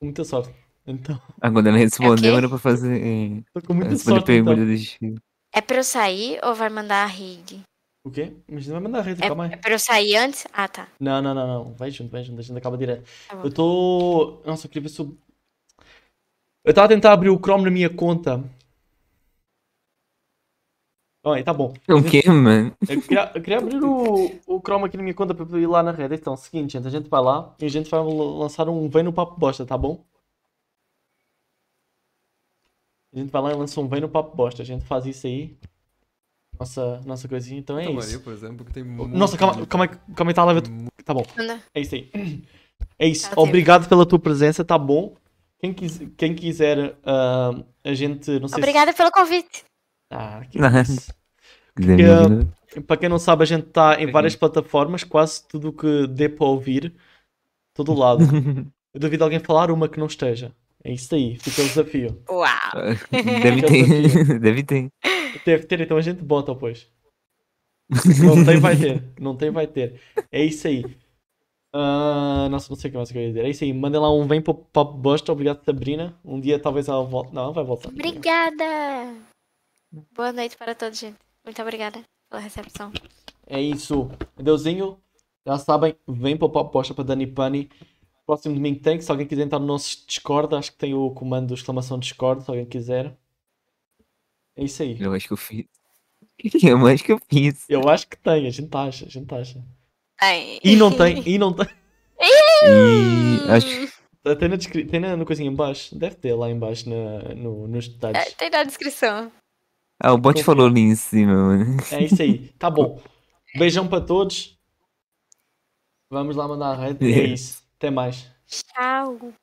Com muita sorte. Então,
Agora Ah, ela respondeu,
Ok.
era pra fazer. eh,
tô com muita
Responder
sorte. Então.
pergunta do Chico.
É pra eu sair ou vai mandar a rig?
O quê? Mas não vai mandar rede,
É,
calma
é
aí.
pra eu sair antes? Ah, tá.
Não, não, não, não. Vai junto, vai junto, a gente acaba direto.
Tá bom.
Eu tô. Nossa, eu queria ver se eu. Eu tava a tentar abrir o Chrome na minha conta. Olha, tá bom.
É O que, mano?
Eu queria, eu queria abrir o, o Chrome aqui na minha conta para poder ir lá na rede. Então, seguinte, gente, a gente vai lá e a gente vai l- lançar um Vem no Papo Bosta, tá bom? A gente vai lá e lança um Vem no Papo Bosta. A gente faz isso aí. Nossa, nossa coisinha, então é
Então,
isso.
eu, por exemplo, que tem
Nossa, calma, calma, aí- calma aí, tá a live. Tá bom.
Manda.
É isso aí. É isso.
Tá certo.
Obrigado pela tua presença, tá bom? Quem, quis, quem quiser, ah, a gente. Não sei
Obrigada pelo convite.
se. Ah, que
Não.
isso. Para quem não sabe, a gente está em várias plataformas, quase tudo o que dê para ouvir, todo lado. Eu duvido alguém falar uma que não esteja. É isso aí, fica o desafio.
Uau.
Deve ter. Deve ter.
Deve ter, então a gente bota depois. Não tem, vai ter. Não tem, vai ter. É isso aí. Ah, nossa, não sei o que mais eu ia dizer. É isso aí, mandem lá um vem para o bosta. Obrigado, Sabrina. Um dia talvez ela volte. Não, ela vai voltar.
Obrigada. Boa noite para todos, gente. Muito obrigada pela recepção.
É isso. Adeusinho. Já sabem, vem para o Pop Bosta para Dani Pani. Próximo domingo tem, que se alguém quiser entrar no nosso Discord, acho que tem o comando exclamação Discord, se alguém quiser. É isso aí.
Eu acho que eu fiz. Eu acho que eu fiz.
Eu acho que tem, a gente acha, a gente acha.
Ai.
E não tem, e não tem.
E acho
Tem, na descri... tem na, no coisinha em baixo. Deve ter lá em baixo na, no, nos
É,
detalhes.
tem na descrição.
Ah, o bot falou ali em cima, mano.
É isso aí. Tá bom. Beijão para todos. Vamos lá mandar a rede. É isso. Até mais.
Tchau.